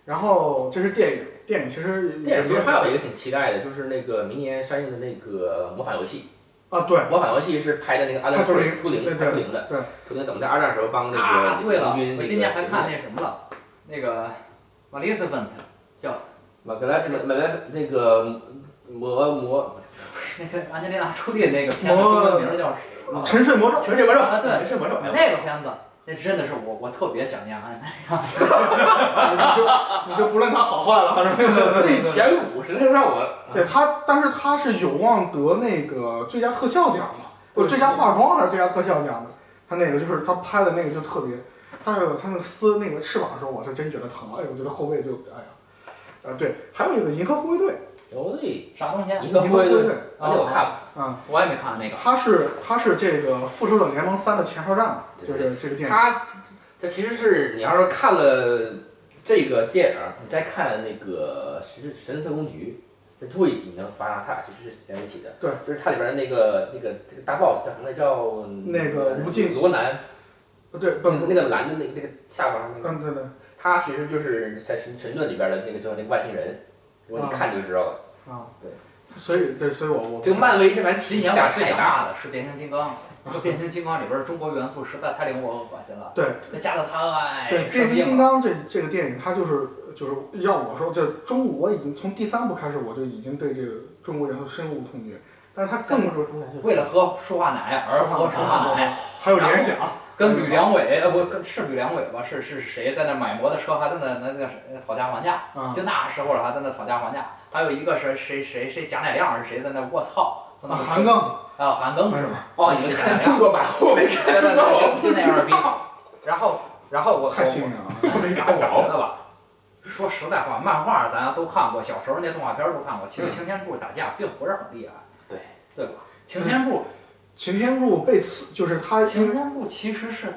然后这是电影，电影其实电影其实还有一个挺期待的，就是那个明年上映的那个《模仿游戏啊，对》， 《模仿游戏》是拍的那个阿拍兰图图灵灵图灵对对拍图灵的，对，图灵怎么在二战时候帮那啊，个对了，盟军我今年还看那什么了，那个《马丽斯芬特》叫马格莱马莱那个魔魔 那个安吉丽娜·朱莉那个哦片子，中文名叫什么？沉睡魔咒，全是魔咒啊对全是魔咒，哦哎那个片子，那真的是我我特别想念安吉丽娜。你就你就不论它好坏了，反正对对对那前五实在是让我对他，但是他是有望得那个最佳特效奖嘛，不是最佳化妆还是最佳特效奖的。他那个就是他拍的那个就特别，他有他那个撕那个翅膀的时候，我是真觉得疼了，哎呦，我觉得后背就哎呀，呃对，还有一个银河护卫队，牛对啥东西？一个银河护护卫卫队，队啊那我看了，啊，我也没看那个。他是他是这个《复仇者联盟三》的前哨战嘛，对就是这个电影，他这其实是你要是看了这个电影，你再看那个《神神色公局》这最后一集，你能发现它俩其实是连在一起的。对，就是它里边那个那个这个大 boss 叫什么来叫那个无尽罗南，呃对，不那不，个那个蓝的那个那个下巴上那个，嗯对对他其实就是在神神盾里边的那个就是那个外星人。如果你看就知道了，啊，对，所以对，所以我我这个漫威这盘棋今年下我最太想大，骂的是《变形金刚》，那个《变形金刚》里边中国元素实在太令我恶心了，对那加的太对，《生变形硬金了。刚这》这个电影，它就是就是要我说，这中国已经从第三部开始，我就已经对这个中国元素深恶痛绝。但是它更说出来就为了喝舒化奶而喝舒化啊奶，还有联想，跟吕良伟呃不跟是吕良伟吧是是谁在那买摩托车还在那那那那讨价还价，啊，就那时候了还在那讨价还价，还有一个是谁谁谁贾乃亮是谁在那卧槽，在那韩庚，啊韩庚 是吗？哦，你们看中国版，我没看对对中国版，我对，不就那知二逼道，然后然后我太幸运了啊，没我看着。觉得吧，说实在话，漫画咱都看过，小时候那动画片儿都看过。嗯其实擎天柱打架并不是很厉害，对对吧？擎天柱，擎天柱被刺，就是他擎天柱其实是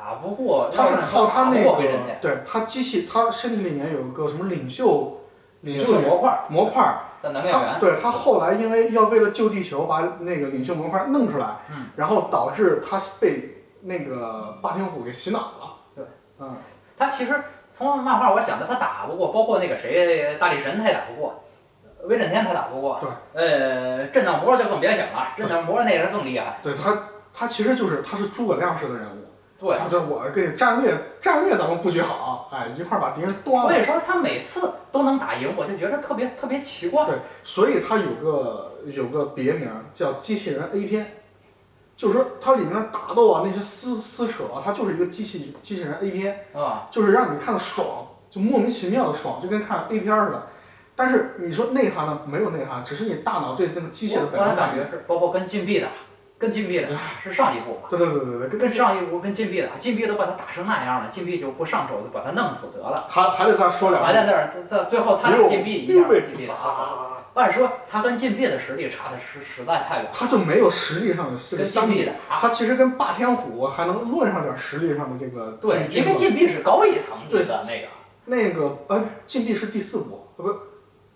打不过，他是靠他那要是打不过人个家，对他机器，他身体里面有个什么领袖，领就是袖模块儿模块儿，在南面他园，对他后来因为要为了救地球，把那个领袖模块儿弄出来，嗯然后导致他被那个霸天虎给洗脑了。对，嗯，他其实从漫画我想的他打不过，包括那个谁大力神他也打不过，威震天他打不过，对，呃，震荡魔就更别想了，震荡魔那人更厉害，对他他其实就是他是诸葛亮式的人物，对。他就我给你战略战略咱们布局好，哎，一块儿把敌人端了所。以说他每次都能打赢，我就觉得特别特别奇怪。对，所以它有个有个别名儿叫机器人 A 片，就是说它里面的打斗啊那些撕撕扯啊，它就是一个机器机器人 A 片，啊，就是让你看的爽，就莫名其妙的爽，就跟看 A 片儿似的。但是你说内涵呢，没有内涵，只是你大脑对那个机械的我本我能感感觉。觉是，包括跟禁闭的，跟禁闭的是上一部吧，对对对对对，跟跟上一部跟禁闭的，禁闭都把他打成那样了，禁闭就不上手就把他弄死得了，还还得再说两还句。在那儿到最后他又禁闭一又下被禁闭了。啊，按说他跟禁闭的实力差的实实在太远了，他就没有实力上的这个跟相禁闭比，的啊，他其实跟霸天虎还能论上点儿实力上的这个对，距因为离禁闭是高一层次的那个那个呃，禁闭是第四部，呃不，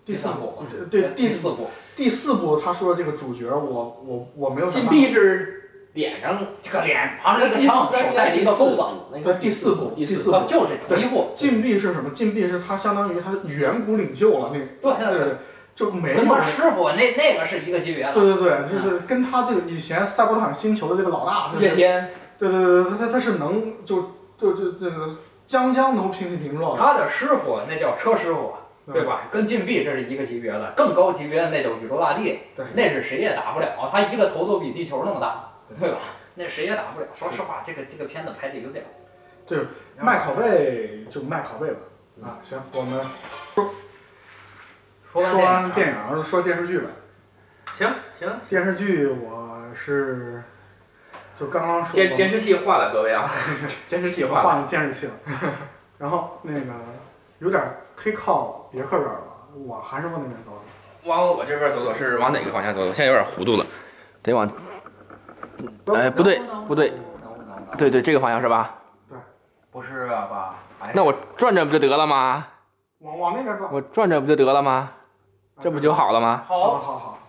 第四三部，部，对对，第第四部，第四部他说的这个主角，我我我没有想禁到闭是脸上这个脸旁着一个枪，手带着一个钩子，子对第四部第第四四部啊，就是同一部，禁闭是什么？禁闭是他相当于他远古领袖了，那个对对对对对。对，就没跟有他。师傅那那个是一个级别的，对对嗯对，就是跟他这个以前赛博坦星球的这个老大，就是夜对天对对，对他他他是能就就就这个将将能平起平坐的，他的师傅那叫车师傅，啊嗯对吧？跟禁闭这是一个级别的，更高级别的那叫宇宙大帝，对那是谁也打不了，啊他一个头都比地球那么大，对吧？那谁也打不了。说实话，这个这个片子拍的有点，就是卖拷贝就卖拷贝吧。嗯啊，行，我们说说完完电电影，影儿说电视剧吧。行行，电视剧我是就刚刚说监过监视器换了各位啊，监视器换了，换了监视器 了，然后那个有点忒靠别克这儿了，我还是往那边走走。往我这边走走是往哪个方向走？我现在有点糊涂了，得往哎不对不对，对对这个方向是吧？不是吧？哎那我转转不就得了吗？往往那边转，我转转不就得了吗？这不就好了吗？好好，好好，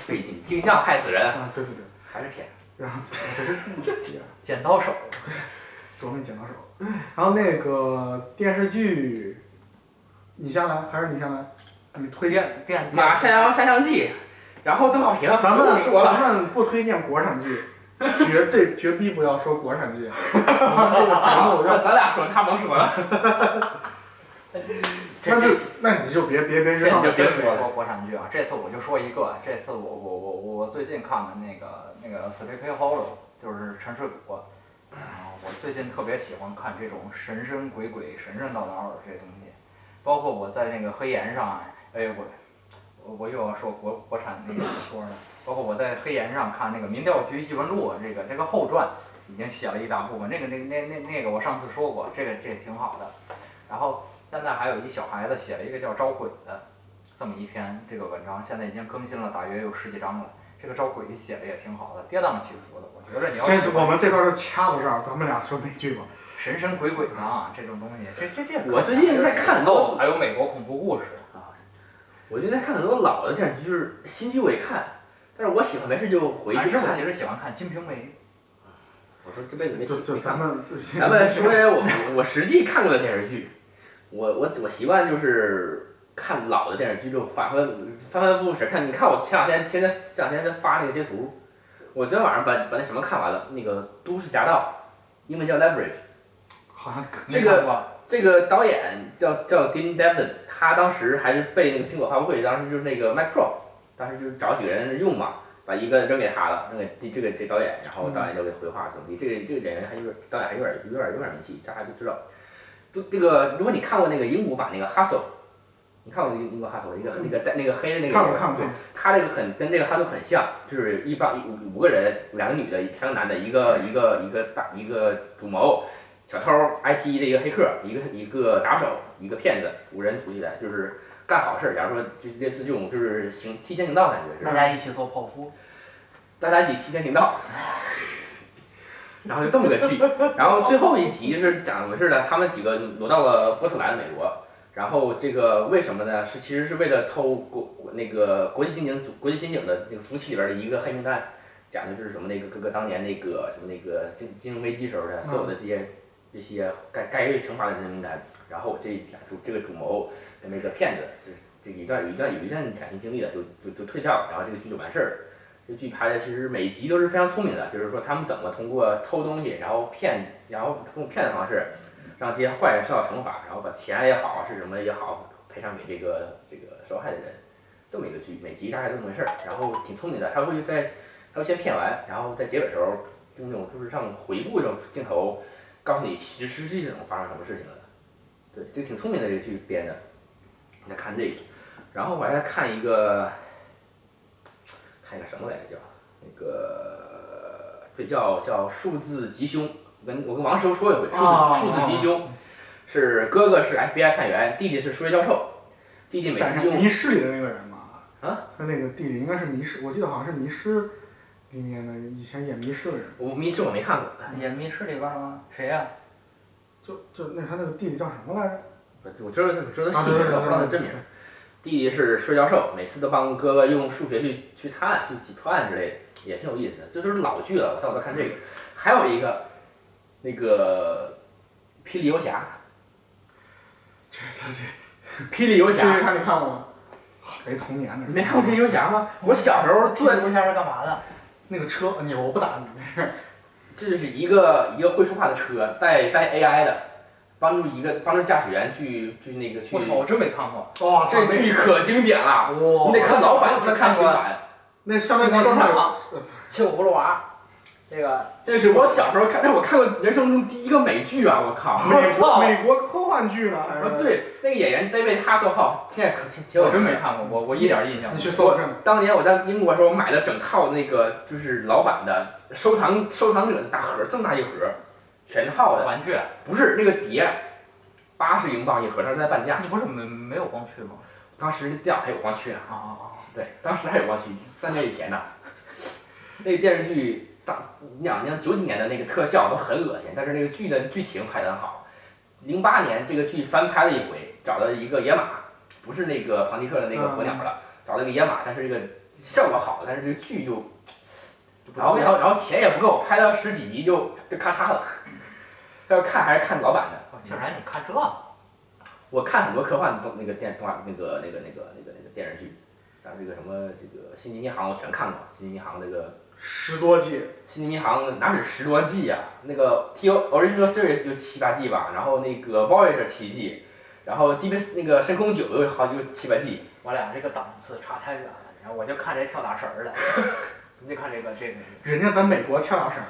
费劲，镜像害死人，啊，对对对，还是偏。然后这是姐，剪刀手，琢磨啊剪刀手。然后那个电视剧，你先来还是你先来？你推荐？电电马山羊下象记，然后邓小平，咱不们用说了，咱们不推荐国产剧，绝对绝逼不要说国产剧。我们这个节目要咱俩说他能说了， 那就那你就别别别知这道次了，别别说国产剧啊，这次我就说一个，这次我我我我最近看的那个那个《Sleepy Hollow》，就是沉睡谷。啊，我最近特别喜欢看这种神神鬼鬼、神神叨叨的这些东西，包括我在那个黑岩上，哎，我我我又要说国国产那个说呢，包括我在黑岩上看那个《民调局异闻录》这个这个后传，已经写了一大部分，那个那个那那那个我上次说过，这个这个挺好的。然后现在还有一小孩子写了一个叫《招鬼》的这么一篇这个文章，现在已经更新了大约有十几章了。这个《招鬼》写的也挺好的，跌宕起伏的。我觉得你要这喜次欢我们这段就掐到这儿，咱们俩说美剧吧。神神鬼鬼嘛，这种东西，这这这。我最近在看很多还有美国恐怖故事，我就在看很多老的电视剧，就是新剧我也看，但是我喜欢没事就回男去生我看其。实喜欢看《金瓶梅我说这辈子没就就没咱们就先 咱们说一下我我实际看过的电视剧，我我我习惯就是看老的电视剧，就反复翻翻复复使看。你看我前两天天天这两天在发那个截图，我昨天晚上把把那什么看完了，那个《都市侠盗》，英文叫《Leverage》。好像》。这没个看过这个导演叫叫 Dean Devlin，他当时还是被那个苹果发布会，当时就是那个 Mac Pro，当时就是找几个人用嘛，把一个扔给他了，扔给这这个这导演，然后导演就给回话怎么地，这个这个演员还有点导演还有点有点有点名气，大家都知道。就这个，如果你看过那个英国版那个 Hustle，你看过那个英国 Hustle 一个那个戴那个黑的那个看演过员看过对，他这个很跟这个哈都很像，就是一帮五五个人，两个女的，三个男的，一个一个一个大一个主谋，小偷、IT E 的一个黑客、一个一个打手、一个骗子，五人组起来就是干好事儿。假如说就类似这种就是行提前行道感觉，是吧大家一起做泡芙，大家一起提前行道。 然后就这么个剧，然后最后一集是讲怎么回事呢？他们几个挪到了波特兰美国，然后这个为什么呢？是其实是为了偷国国那个国际刑警组国际刑警的那个服务器里边的一个黑名单，讲的就是什么那个各个当年那个什么那个金金融危机时候的所有的这些这些该该被惩罚的人名单，然后这俩主这个主谋跟那个骗子就是这一段有一段有一段感情经历的就就就退掉，然后这个剧就完事儿了。这剧拍的其实每集都是非常聪明的，就是说他们怎么通过偷东西，然后骗，然后通过骗的方式，让这些坏人受到惩罚，然后把钱也好是什么也好赔偿给这个这个受害的人，这么一个剧，每集大概这么回事儿，然后挺聪明的，他会在他会先骗完，然后在结尾时候用那种就是让回顾这种镜头，告诉你实实际怎么发生什么事情了，对，这个挺聪明的这个剧编的，你再看这个，然后我还在看一个。看一个什么来着叫那个这叫叫数字吉凶，我跟我跟王师傅说一回，数字、哦数字吉凶，是哥哥是 FBI 探员，弟弟是数学教授，弟弟每但次是用迷失里的那个人嘛，啊，他那个弟弟应该是迷失，我记得好像是迷失里面的以前演迷失的人，我迷失我没看过，也密室里边儿吗？谁呀、就就那他那个弟弟叫什么来着？呃我知道我知道啊，戏对名，对但我不知道他对真对名。弟弟是数学教授，每次都帮哥哥用数学去去探案、去解破案之类的，也挺有意思的。这就是老剧了，我到我在看这个。还有一个那个霹雳游侠，这这这霹雳游这侠一，看你看过吗？没童年的，你没看过霹雳游侠吗？我小时候啊？坐在这游侠是干嘛的？那个车，你我不打你，这就是一个一个会说话的车，带带 AI 的，帮助一个帮助驾驶员去去那个去我，操，我真没看过。哇操这，剧可经典了，哇你得看老版，不能看新版。那上面车上七个葫芦娃，这个这是我小时候看，哎那是我看过人生中第一个美剧啊！我靠！美我操国美国科幻剧呢，还啊，是，对，那个演员 David Hasselhoff 现在可挺挺有我真没看过，我我一点印象你没去有。搜证，当年我在英国的时候买了整套那个就是老版的收藏收藏者的大盒，这么大一盒，全套的，玩具，啊不是那个碟，八十英镑一盒，那是在半价。你不是没没有光驱吗？当时哎那电脑还有光驱呢，啊啊啊！对，当时还有光驱，三年以前呢。那个电视剧大，你想，你像九几年的那个特效都很恶心，但是那个剧的剧情拍得很好。零八年这个剧翻拍了一回，找到一个野马，不是那个庞蒂克的那个火鸟了，找到一个野马，但是这个效果好，但是这个剧就，然后然后然后钱也不够，拍到十几集就就咔嚓了。 要看还是看老版的，哦竟然你看这个？我看很多科幻动那个电动画那个那个那个那个那个电视剧，像这个什么这个《星际迷航》我全看过，《星际迷航》那个十多季， 《星际迷航》哪止十多季啊？那个 T O Original Series 就七八季吧，然后那个 Voyager 七季，然后 D B 那个深空九有好就七八季，我俩这个档次差太远了，然后我就看这跳大神儿的， 你就看这个 这个人家在美国跳大神，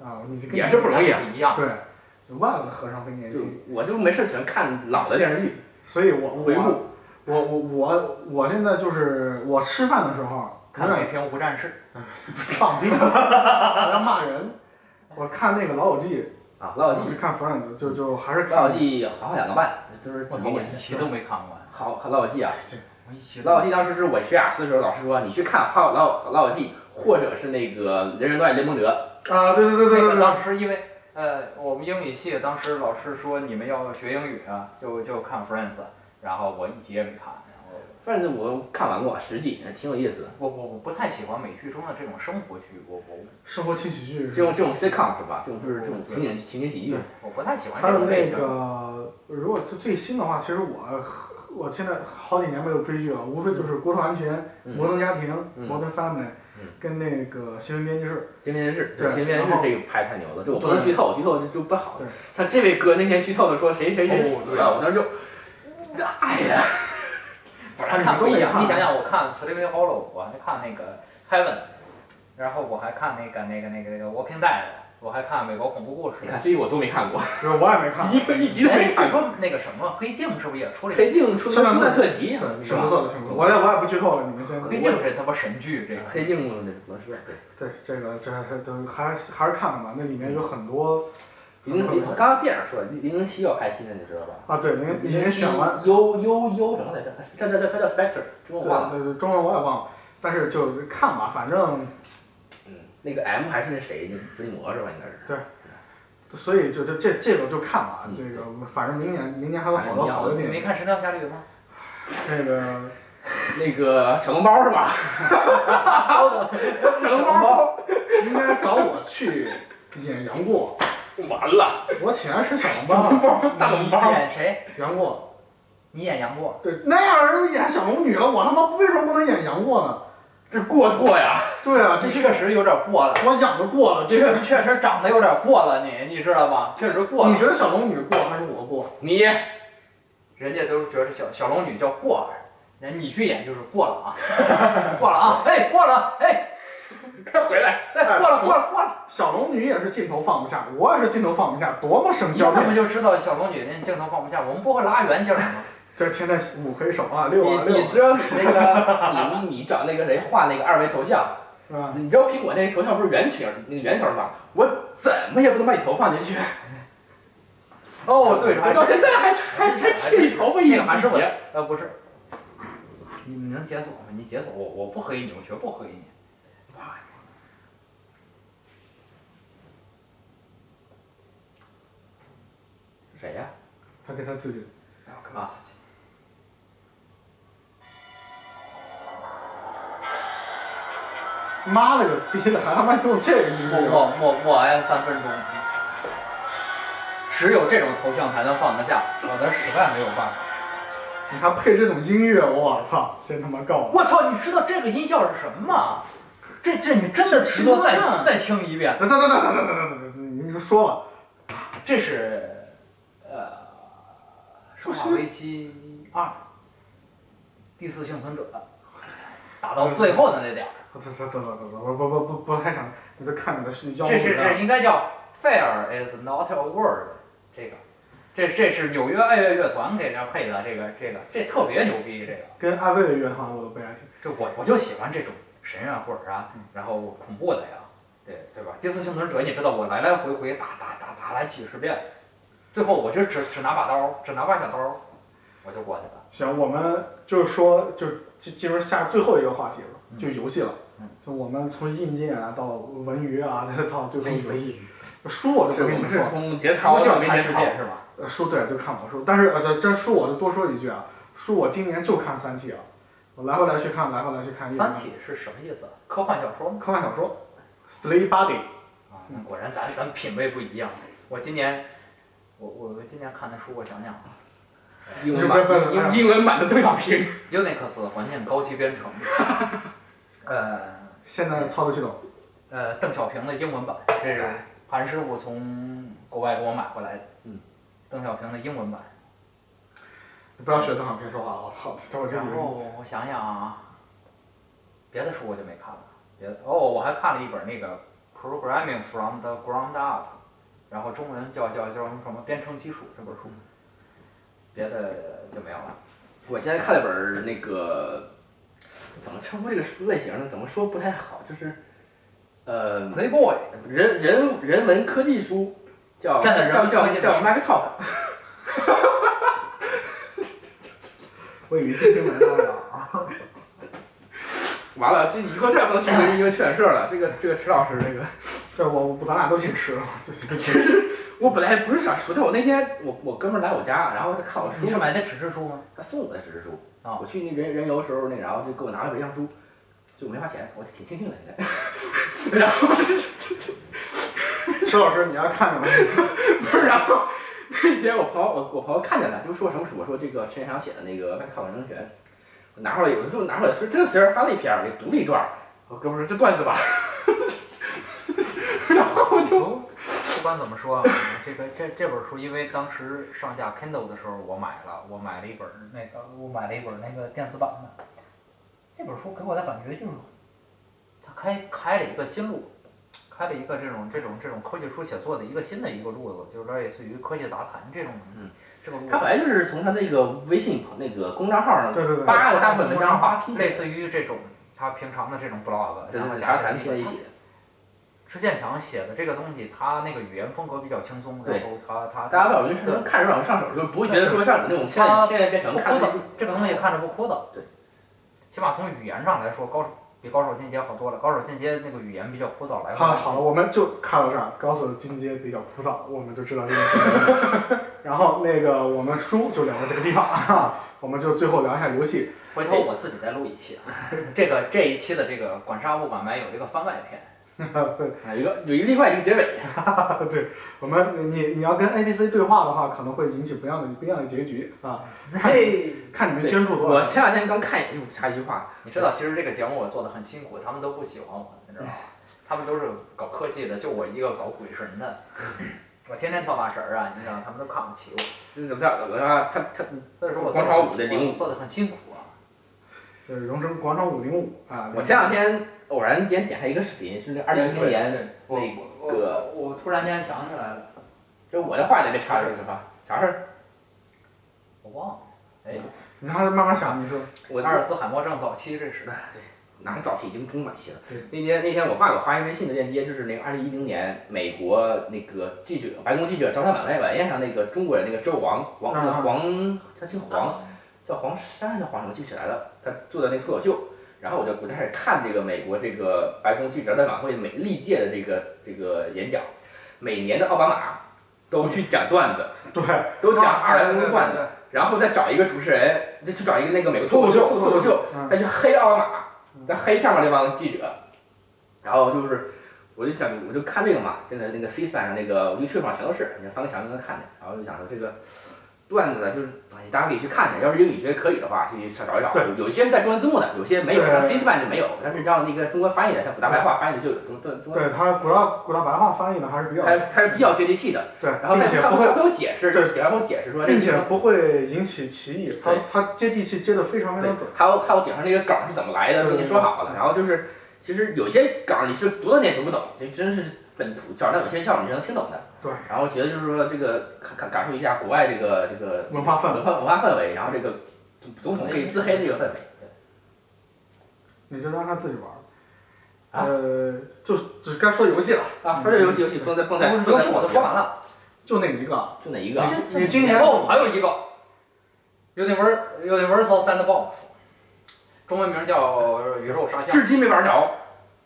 啊，你这个也是不容易啊。一样。对，万恶的和尚跟你一就起，我就没事喜欢看老的电视剧，所以我回顾我我我我我现在就是我吃饭的时候，看《北平无战事嗯放屁， 我要骂人。我看那个《老友记啊，《老》，友我记是看《弗兰德》，就就还是》， 《老看友记》好好两个半，就是》，嗯我挺操，经我典一的。期都没看过。好，《老友记》啊，我一期《都老友记》当时是我学雅思的时候，老师说你去看《好老老友记》，或者是那个《人人都爱雷蒙德》。啊，对对对对那对个对，当时因为呃，我们英语系当时老师说你们要学英语啊，就就看 Friends，然啊后我一集也没看。然后反正我看完过十季，挺有意思的。我我我不太喜欢美剧中的这种生活剧，我我生活轻喜剧这是吧。种这种 sitcom 是吧？嗯这种就是这种情景情景喜剧对。我不太喜欢还这有种类那型。个，如果是最新的话，其实我我现在好几年没有追剧了，无非就是《国土安全》嗯摩登家庭》嗯 （Modern Family） 嗯跟那个《新闻编辑室新编室，对新编室然后这个拍太牛了，这我不能对剧透，剧透就就不好对。像这位哥那天剧透的说谁谁谁哦死对了，我当时就，哎呀，我还看不你一都没样。看你想想，我看《Sleepy Hollow》，我还看那个《Heaven》，然后我还看那个那个那个那个《Walking Dead》，我还看《美国恐怖故事你》。看这一我都没看过，》，就是我也没看，一个一集都哎，没你看过。说那个什么《黑镜》是不是也出了一个？黑镜出出圣诞了特特辑，好像是挺不吧？错的，挺不错的。我也我也不剧透了，你 们先。黑镜是他妈神剧，这个黑镜不能说，对对，这个这还都还还是看看吧，那里面有很多零嗯零，刚刚电影说的零零七要拍新的，你知道吧？啊，对，您嗯已经选完， U U U 什么来着？这这这它叫 Spectre，中嗯文忘对了。对对，中文我也忘了，但是就是看吧，反正嗯，那个 M 还是那谁，那伏地魔是吧？应该是。所以就这这这个就看吧，嗯这个反正明年明年还有好多好的你电没影，看《神雕侠侣》吗？那个那个小笼包是吧？ 小笼包，应该找我去演杨过，完了，我请来是小笼 包，大笼包你演谁？杨过，你演杨过。对，那样人都演小龙女了，我他妈为什么不能演杨过呢？这过错呀！对啊，这这确实有点过了，我想的过了，这个确确实长得有点过了你，你知道吗？确实过你了，觉得小龙女过还是我过？你人家都觉得小小龙女叫过了，人你去演就是过了啊， 过了啊，哎，过了，哎，快回来！哎，过了，过了，过了。小龙女也是镜头放不下，我也是镜头放不下，多么省一胶看不片！就知道小龙女那镜头放不下，我们不会拉远景儿吗？这现在五魁首啊，你六啊六你知道你那个你你找那个谁画那个二维头像，啊啊，你知道苹果那头像不是圆形那个圆球吗？我怎么也不能把你头放进去，哦，对，我还到现在 还还还气你头发一还是我我呃不是，你你能解锁吗？你解锁我，我不黑你，我绝不黑你。谁呀？他给他自己啊，妈了个逼的，还他妈用这个音默乐，默默默哀三分钟，只有这种头像才能放得下，我的实在没有办法。你还配这种音乐，我操，真他妈够了！我操，你知道这个音效是什么吗？这这你真的值得是再是吗再听一遍。等等等等等等等等，你就说吧，这是呃《生化危机二》第四幸存者打到最后的那点儿，等等等等等等，我不不不不太想，我就看你的腰这是这部应该叫 “Fair is not a word” 这个。这这是纽约爱乐乐团给这配的，这个这个这特别牛逼，这个跟艾薇的乐团我都不爱听。这我我就喜欢这种神啊或者啊，然后恐怖的呀，对对吧？第四幸存者，你知道我来来回回打打打打来几十遍，最后我就只只拿把刀，只拿把小刀，我就过去了。行，我们就是说，就进进入下最后一个话题了，就游戏了。嗯就我们从硬件啊到文娱啊，再到最后游戏，书我就不跟你们说了。从节出就镜没看节世操。界是吧？呃，书对，就看我书，但是呃，这这书我就多说一句啊，书我今年就看《三体》了，我来回来去看，来回来去看。 《三体》是什么意思？啊科幻小说吗？科幻小说，Slay Body，啊，那果然咱咱品味不一样。我今年，我我我今年看的书，我想想啊，英文版的英英文版的邓小平， Unix 环境高级编程， 呃现在的操作系统，呃，邓小平的英文版，这是韩师傅从国外给我买回来的。嗯，邓小平的英文版。你不要学邓小平说话了，我操，这我就然后我想想啊，别的书我就没看了，别的哦，我还看了一本那个 Programming from the Ground Up，然后中文叫叫叫什么编程基础这本书，别的就没有了。我今天看了本儿那个，怎么称呼这个书类型呢？怎么说不太好，就是，呃， Playboy 人人人文科技书，叫站在人叫文叫科技叫的 Mac Talk，我以为这篇文章了啊。完了，这以后再也不能去人因为出版社了。这个这个池老师，这个这我我咱俩都挺吃的，就是 其实 我本来不是想说，但我那天我我哥们儿来我家，然后他看我书哦你，是买的纸质书吗？他送我的纸质书。啊我去那人人游的时候，那然后就给我拿了本样书，就没花钱，我挺庆幸的现在。 然后石老师，你要看什么？不是， 然后那天我朋友我我朋友看见了，就说什么书，说这个陈翔写的那个《外抗人权》，我拿回来有的时候拿回来，随真随便翻了一篇儿，给读了一段儿。我哥们儿说这段子吧，然后我就不哦不管怎么说啊， 这个这这本书，因为当时上架 Kindle 的时候，我买了，我买了一本那个，我买了一本那个电子版的。这本书给我的感觉就是，它开开了一个新路，开了一个这种这种这种科技书写作的一个新的一个路子，就是类似于科技杂谈这种。嗯，这个路他本来就是从他那个微信那个公账号上对对对，扒了大部分文章，扒批类似于这种他平常的这种 blog，对然后对加杂上谈这贴个在一起，施建强写的这个东西，他那个语言风格比较轻松，对然后他他大家在我就是能看着往上手，就不会觉得说像你这种现在他现在变成不看枯着燥，这个东西看着不枯燥。对，起码从语言上来说，高手比高手进阶好多了。高手进阶那个语言比较枯燥，来回好了好了，我们就看到这儿。高手进阶比较枯燥，我们就知道这个事儿。 然后那个我们书就聊到这个地方啊，我们就最后聊一下游戏。 回头我自己再录一期啊。这个这一期的这个管杀不管埋有这个番外篇，啊有一个有一个例外，一个结尾。对我们，你你要跟 NPC 对话的话，可能会引起不一样的不一样的结局啊。嘿，看你们捐助多我少。前两天刚看一句插一句话，你知道，其实这个节目我做的很辛苦，他们都不喜欢我，你知道吗？他们都是搞科技的，就我一个搞鬼神的，我天天跳大神儿啊，你知道，他们都看不起我。就是怎么讲？我他他他所以说我做广得场很舞的我领做的很辛苦啊。对，荣升广场五零五啊。我前两天偶然间点开一个视频，是那二零一零年我那我个我我突然间想起来了，这我的话得被插进去吧？啥事儿？我忘了。哎，你让他慢慢想，你 说我阿尔茨海默症早期这是。哎对，哪是早期已经中晚期了对。那天那天我爸给我发一微信的链接，就是那个二零一零年美国那个记者白宫记者招待晚会晚宴上那个中国人那个纣王王啊黄他姓黄叫黄山叫黄什么记不起来了，他做的那个脱口秀。然后我就我就开始看这个美国这个白宫记者招待晚会每历届的这个这个演讲，每年的奥巴马都去讲段子，对，都啊讲二来分对钟段子，对然后再找一个主持人，就去找一个那个美国脱口秀脱口秀嗯再去黑奥巴马，再黑上面那帮记者，然后就是，我就想，我就看这个嘛，这个那个 C 三上那个 YouTube 上全都是，你翻个墙就能看见，然后就想说这个段子呢，就是哎大家可以去看看，要是英语学可以的话，去找找一找，对有有一些是带中文字幕的，有些没有，对像 C 三就没有，但是让那个中国翻译的，像古大白话翻译的就有中中中文，对他古大古大白话翻译的还是比较它它是比较接地气的，对，然后并再且他不们会他们有解释，对给他们解释说这并个且不会引起歧义，他对他接地气接的非常非对常准。，还有还有顶上那个梗是怎么来的，对跟你说好了。然后就是，其实有些梗你是读到你也读不懂，这真是本土笑，但有些笑你是能听懂的。对。然后觉得就是说这个感感感受一下国外这个这个文化氛围文化文化氛围，然后这个总统可以自黑这个氛围。你就让他自己玩儿。啊呃，就只该说游戏了，啊，说这游戏游戏不能再不能再游戏我都说完了，了，就那一个。就哪一个啊？你你今年哦，还有一个，Universal Universal Sandbox，中文名叫《宇宙沙箱》，至今没玩着，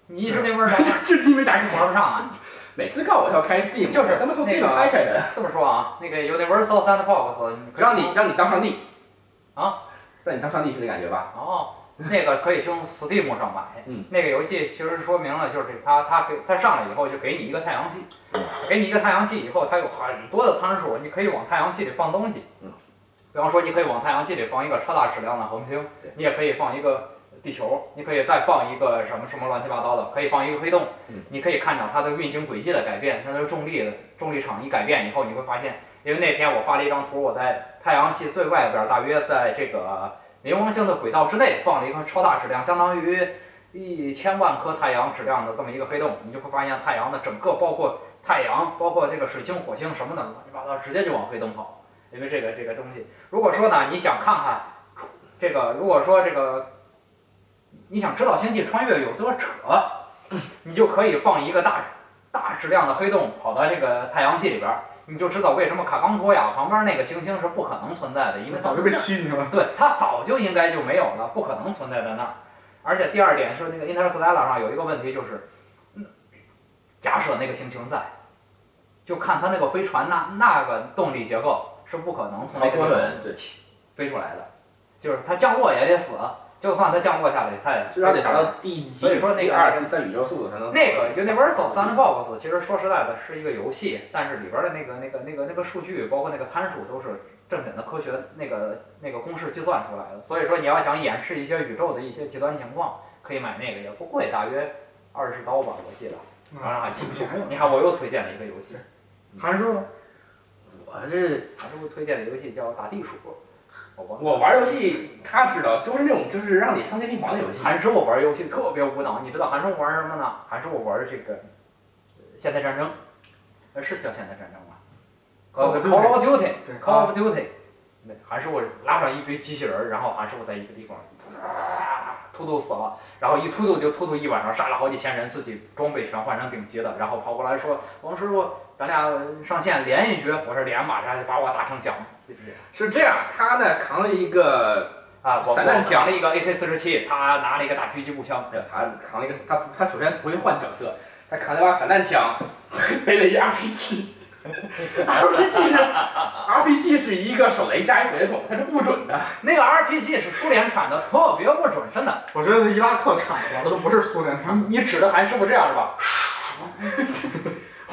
你一直没玩着，至今没 打开。玩不上啊。每次告诉我要开 Steam，就是他妈从那 Steam 个开开的，这么说啊，那个 Universal Sandbox，可以让你让你当上帝啊，让你当上帝是这感觉吧？哦，那个可以从 Steam 上买。嗯，那个游戏其实说明了，就是它它给它上来以后就给你一个太阳系，嗯给你一个太阳系以后，它有很多的参数，你可以往太阳系里放东西。嗯，比方说你可以往太阳系里放一个超大质量的恒星对，你也可以放一个地球，你可以再放一个什么什么乱七八糟的，可以放一个黑洞。嗯，你可以看到它的运行轨迹的改变，它的重力的重力场一改变以后，你会发现，因为那天我发了一张图，我在太阳系最外边，大约在这个。冥王星的轨道之内放了一个超大质量，相当于一千万颗太阳质量的这么一个黑洞，你就会发现太阳的整个，包括太阳，包括这个水星、火星什么的，乱七八糟，直接就往黑洞跑。因为这个这个东西，如果说呢，你想看看这个，如果说这个你想知道星际穿越有多扯，你就可以放一个大大质量的黑洞跑到这个太阳系里边儿，你就知道为什么卡冈托亚旁边那个行星是不可能存在的，因为早就被吸进去了。对，它早就应该就没有了，不可能存在在那儿。而且第二点是那个 Interstellar 上有一个问题就是，嗯假设那个行星在，就看它那个飞船那那个动力结构是不可能从好那多个人对，飞出来的，就是它降落也得死，就算它降落下来，它也至少得达到第几，所以说那个第二、第三宇宙速度才能那个 Universal Sandbox 其实说实在的是一个游戏，但是里边的那个那个那个那个数据，包括那个参数都是正经的科学那个那个公式计算出来的。所以说你要想演示一些宇宙的一些极端情况，可以买那个，也不贵，大约二十刀吧，我记得。当然还挺挺嗯便宜你看我又推荐了一个游戏，函数呢？我是还是我推荐的游戏叫打地鼠，我忘了。我玩游戏，他知道都是那种就是让你丧心病狂的游戏。韩生我玩游戏特别无脑，你知道韩生我玩什么呢？韩生我玩这个《呃现代战争》，呃，是叫《现代战争》吗 Call ？Call of of Duty，啊对 Call of Duty，那韩师傅拉上一堆机器人儿，然后韩师傅在一个地方，啊秃秃死了，然后一秃秃就秃秃一晚上，杀了好几千人，自己装备全换成顶级的，然后跑过来说：“王师傅，咱俩上线连一局。”我说：“连吧，然后把我打成翔。”是这样，他呢扛了一个，啊，我散弹我枪抢了一个 AK 四十七，他拿了一个大狙击步枪，没有他扛了一个，他他首先不会换角色，他扛了一把散弹枪，背了一 RPG，RPG 是 RPG 是一个手雷加一手雷筒，它是不准的。那个 RPG 是苏联产的，特别不准，真的。我觉得是伊拉克产的，都不是苏联产的。你指的韩师傅这样是吧？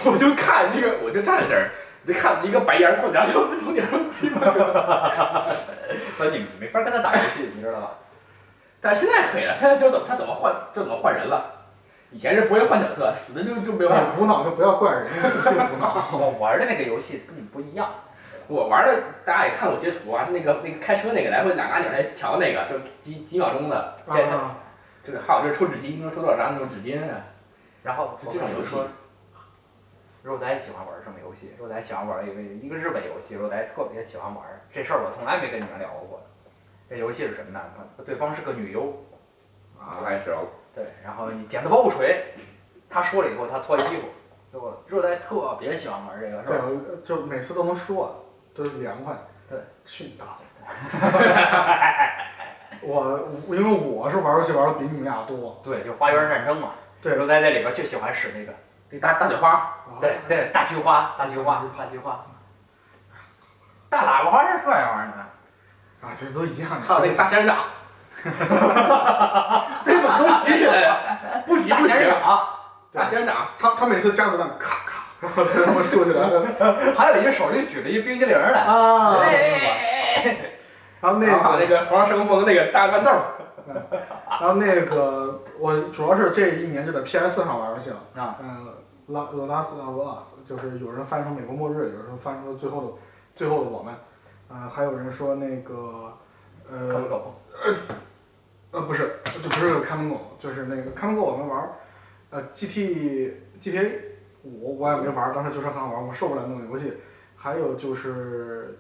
我就看这个，我就站在这儿，我就看一个白烟过来，从从顶上飞过去了。 所以你没法跟他打游戏，你知道吧？但是现在可以了，现在就怎么他怎么换就怎么换人了。以前是不会换角色，死的就就没有办法。哎无脑就不要怪人家游戏无 脑。 我玩的那个游戏跟你不一样。我玩的大家也看我截图啊，那个那个开车那个来回两个按钮来调那个，就几几秒钟的。这才啊，这个还有就是抽纸巾，能抽多少张那种纸巾啊？然后我这种跟你游戏说，肉仔喜欢玩什么游戏？肉仔喜欢玩一个一个日本游戏，肉仔特别喜欢玩。这事儿我从来没跟你们聊过。这游戏是什么呢？对方是个女优，啊，我也是，对，然后你捡个爆锤，她说了以后她脱衣服，结果热带特别喜欢玩这个，是对吧？，哎就每次都能说，就是凉快。对，去你大爷！我因为我是玩游戏玩的比你们俩多，对，就花园战争嘛。对热带在里边就喜欢使那个，这大大雪花，啊对对，大菊花，大菊花，大菊花，大喇叭花是这样玩的。啊，这都一样。还有那个大仙人掌，为什么跟我提起来呀？不提大不仙人行，掌，大仙人掌，他他每次加子弹，咔咔， 然后就他妈竖起来了。还有一个手里举着一冰激凌来。啊哎哎然后那然后啊把那个，个头上生风那个大豌豆，然后那个，我主要是这一年就在 PS 上玩游戏了。啊嗯，拉有拉斯啊罗拉斯，就是有人翻成美国末日，有人翻成最后的最后的我们，啊，还有人说那个，可不呃可不？呃不是，就不是看门狗，就是那个看门狗我们玩，儿，呃 GT GTA 五我也没玩，儿，当时就是很好玩，儿，我受不了那种游戏。还有就是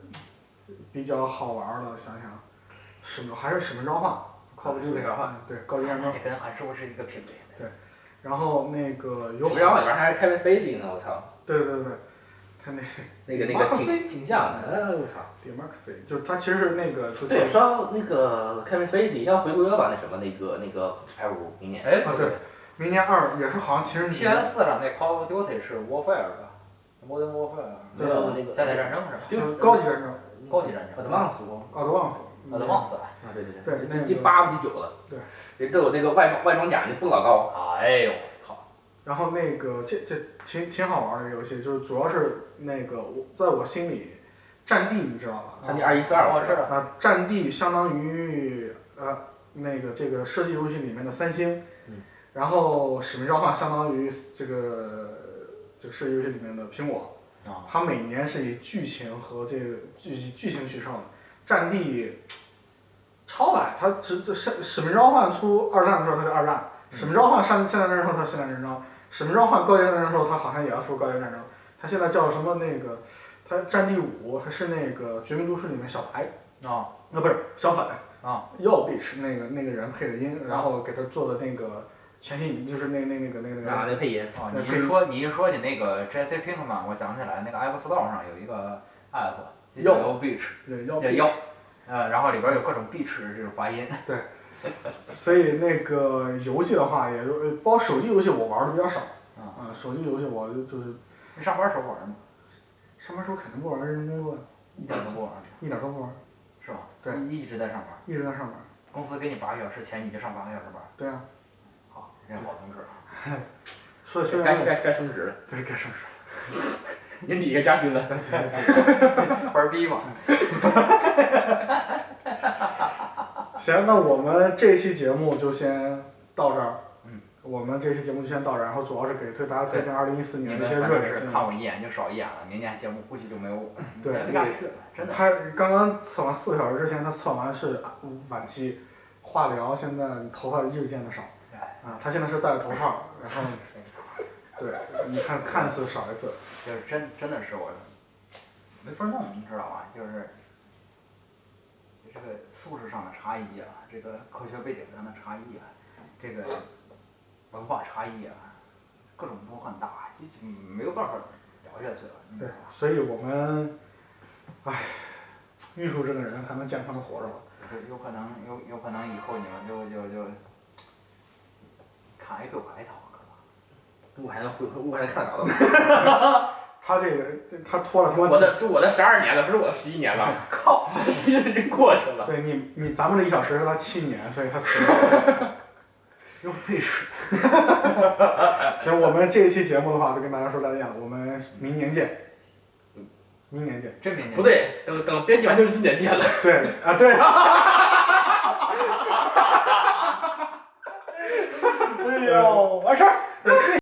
比较好玩儿的，想想，使命还是使命召唤，靠不住使命召唤，对高级战争。你跟韩师傅是一个品位。然后那个有我好们，然后里边还是 Kevin Spacey 呢，我操，对对对，他那那个那马个克思挺挺像的，呃，我操。 Demarcy 就是他其实是那个就对，是说到那个 Kevin Spacey 要回归了吧？那什么那个那个排舞明年。哎啊对明年二也是好像情人节 PS 上那 Call of Duty 是 Warfare 吧？Modern Warfare，对呃那个现代战争是吧？就呃高级战争，高级战我争的。忘了我都忘了，我都忘了。啊，对对对，对那个第八部第九了。对，这都有那个外装外装甲，那蹦老高。哎呦，好，然后那个这这挺挺好玩儿的一个游戏，就是主要是那个我在我心里，战地你知道吧？三 D 二一四二，哎我知道。啊，战地相当于呃那个这个设计游戏里面的三星，嗯然后使命召唤相当于这个这个设计游戏里面的苹果，啊它每年是以剧情和这个剧剧情取胜的，战地超了，它只这使使命召唤出二战的时候它就二战，使命召唤上现代战争的时候它现代战争，使命召唤高级战争的时候它好像也要出高级战争，它现在叫什么那个？它战地五，它是那个《绝命毒师》里面小白，啊那不是小粉啊，要 bitch 那个那个人配的音，然后给他做的那个全新影，就是那那那个那个那啊，个那配音。啊！你一说你一说你那个 Jesse Pinkman，我想起来那个 App Store 上有一个 App 就叫 Beach，对叫要腰，呃，然后里边有各种 Beach 这种发音。 所以那个游戏的话，也就呃包括手机游戏我玩的比较少啊，啊手机游戏我就就是你上班时候玩吗？上班时候肯定不玩认真工作，一点都不玩，一点都不玩，是吧？对你一直在上班。一直在上班。公司给你八个小时钱，你就上八个小时班。对啊，好，人好同志啊。所以虽该然我该该升职了，对该升职，年底该加薪了。对对对。 班儿逼嘛。行，那我们这期节目就先到这儿。嗯，我们这期节目就先到这儿，然后主要是给推大家推荐二零一四你年们的一些反热正点是新闻看。我一眼就少一眼了，明年节目估计就没有我。对待不下去了，真的。他刚刚测完四个小时之前，他测完是晚期化疗，现在头发日渐的少哎。啊，他现在是戴着头套，然后对，你看看似少一次，就是真真的是我没法弄，你知道吧？就是这个素质上的差异啊，这个科学背景上的差异啊，这个文化差异啊，各种都很大，就就没有办法聊下去了，你知对道吧，所以我们，唉，玉树这个人还能健康的活着吗？有有可能有有可能以后你们就就哎就砍一个白头可 能。我还能回，我还能看到的。他这个他拖了他妈我的就我的十二年了，不是我的十一年 了。靠，十一年已经过去了。对你你咱们这一小时是他七年，所以他死了。用背水，行，我们这一期节目的话，就跟大家说再见了，我们明年见。明年见。真没不对，等等编辑完就是今年见了。对啊，对啊。 哎呦，完事儿。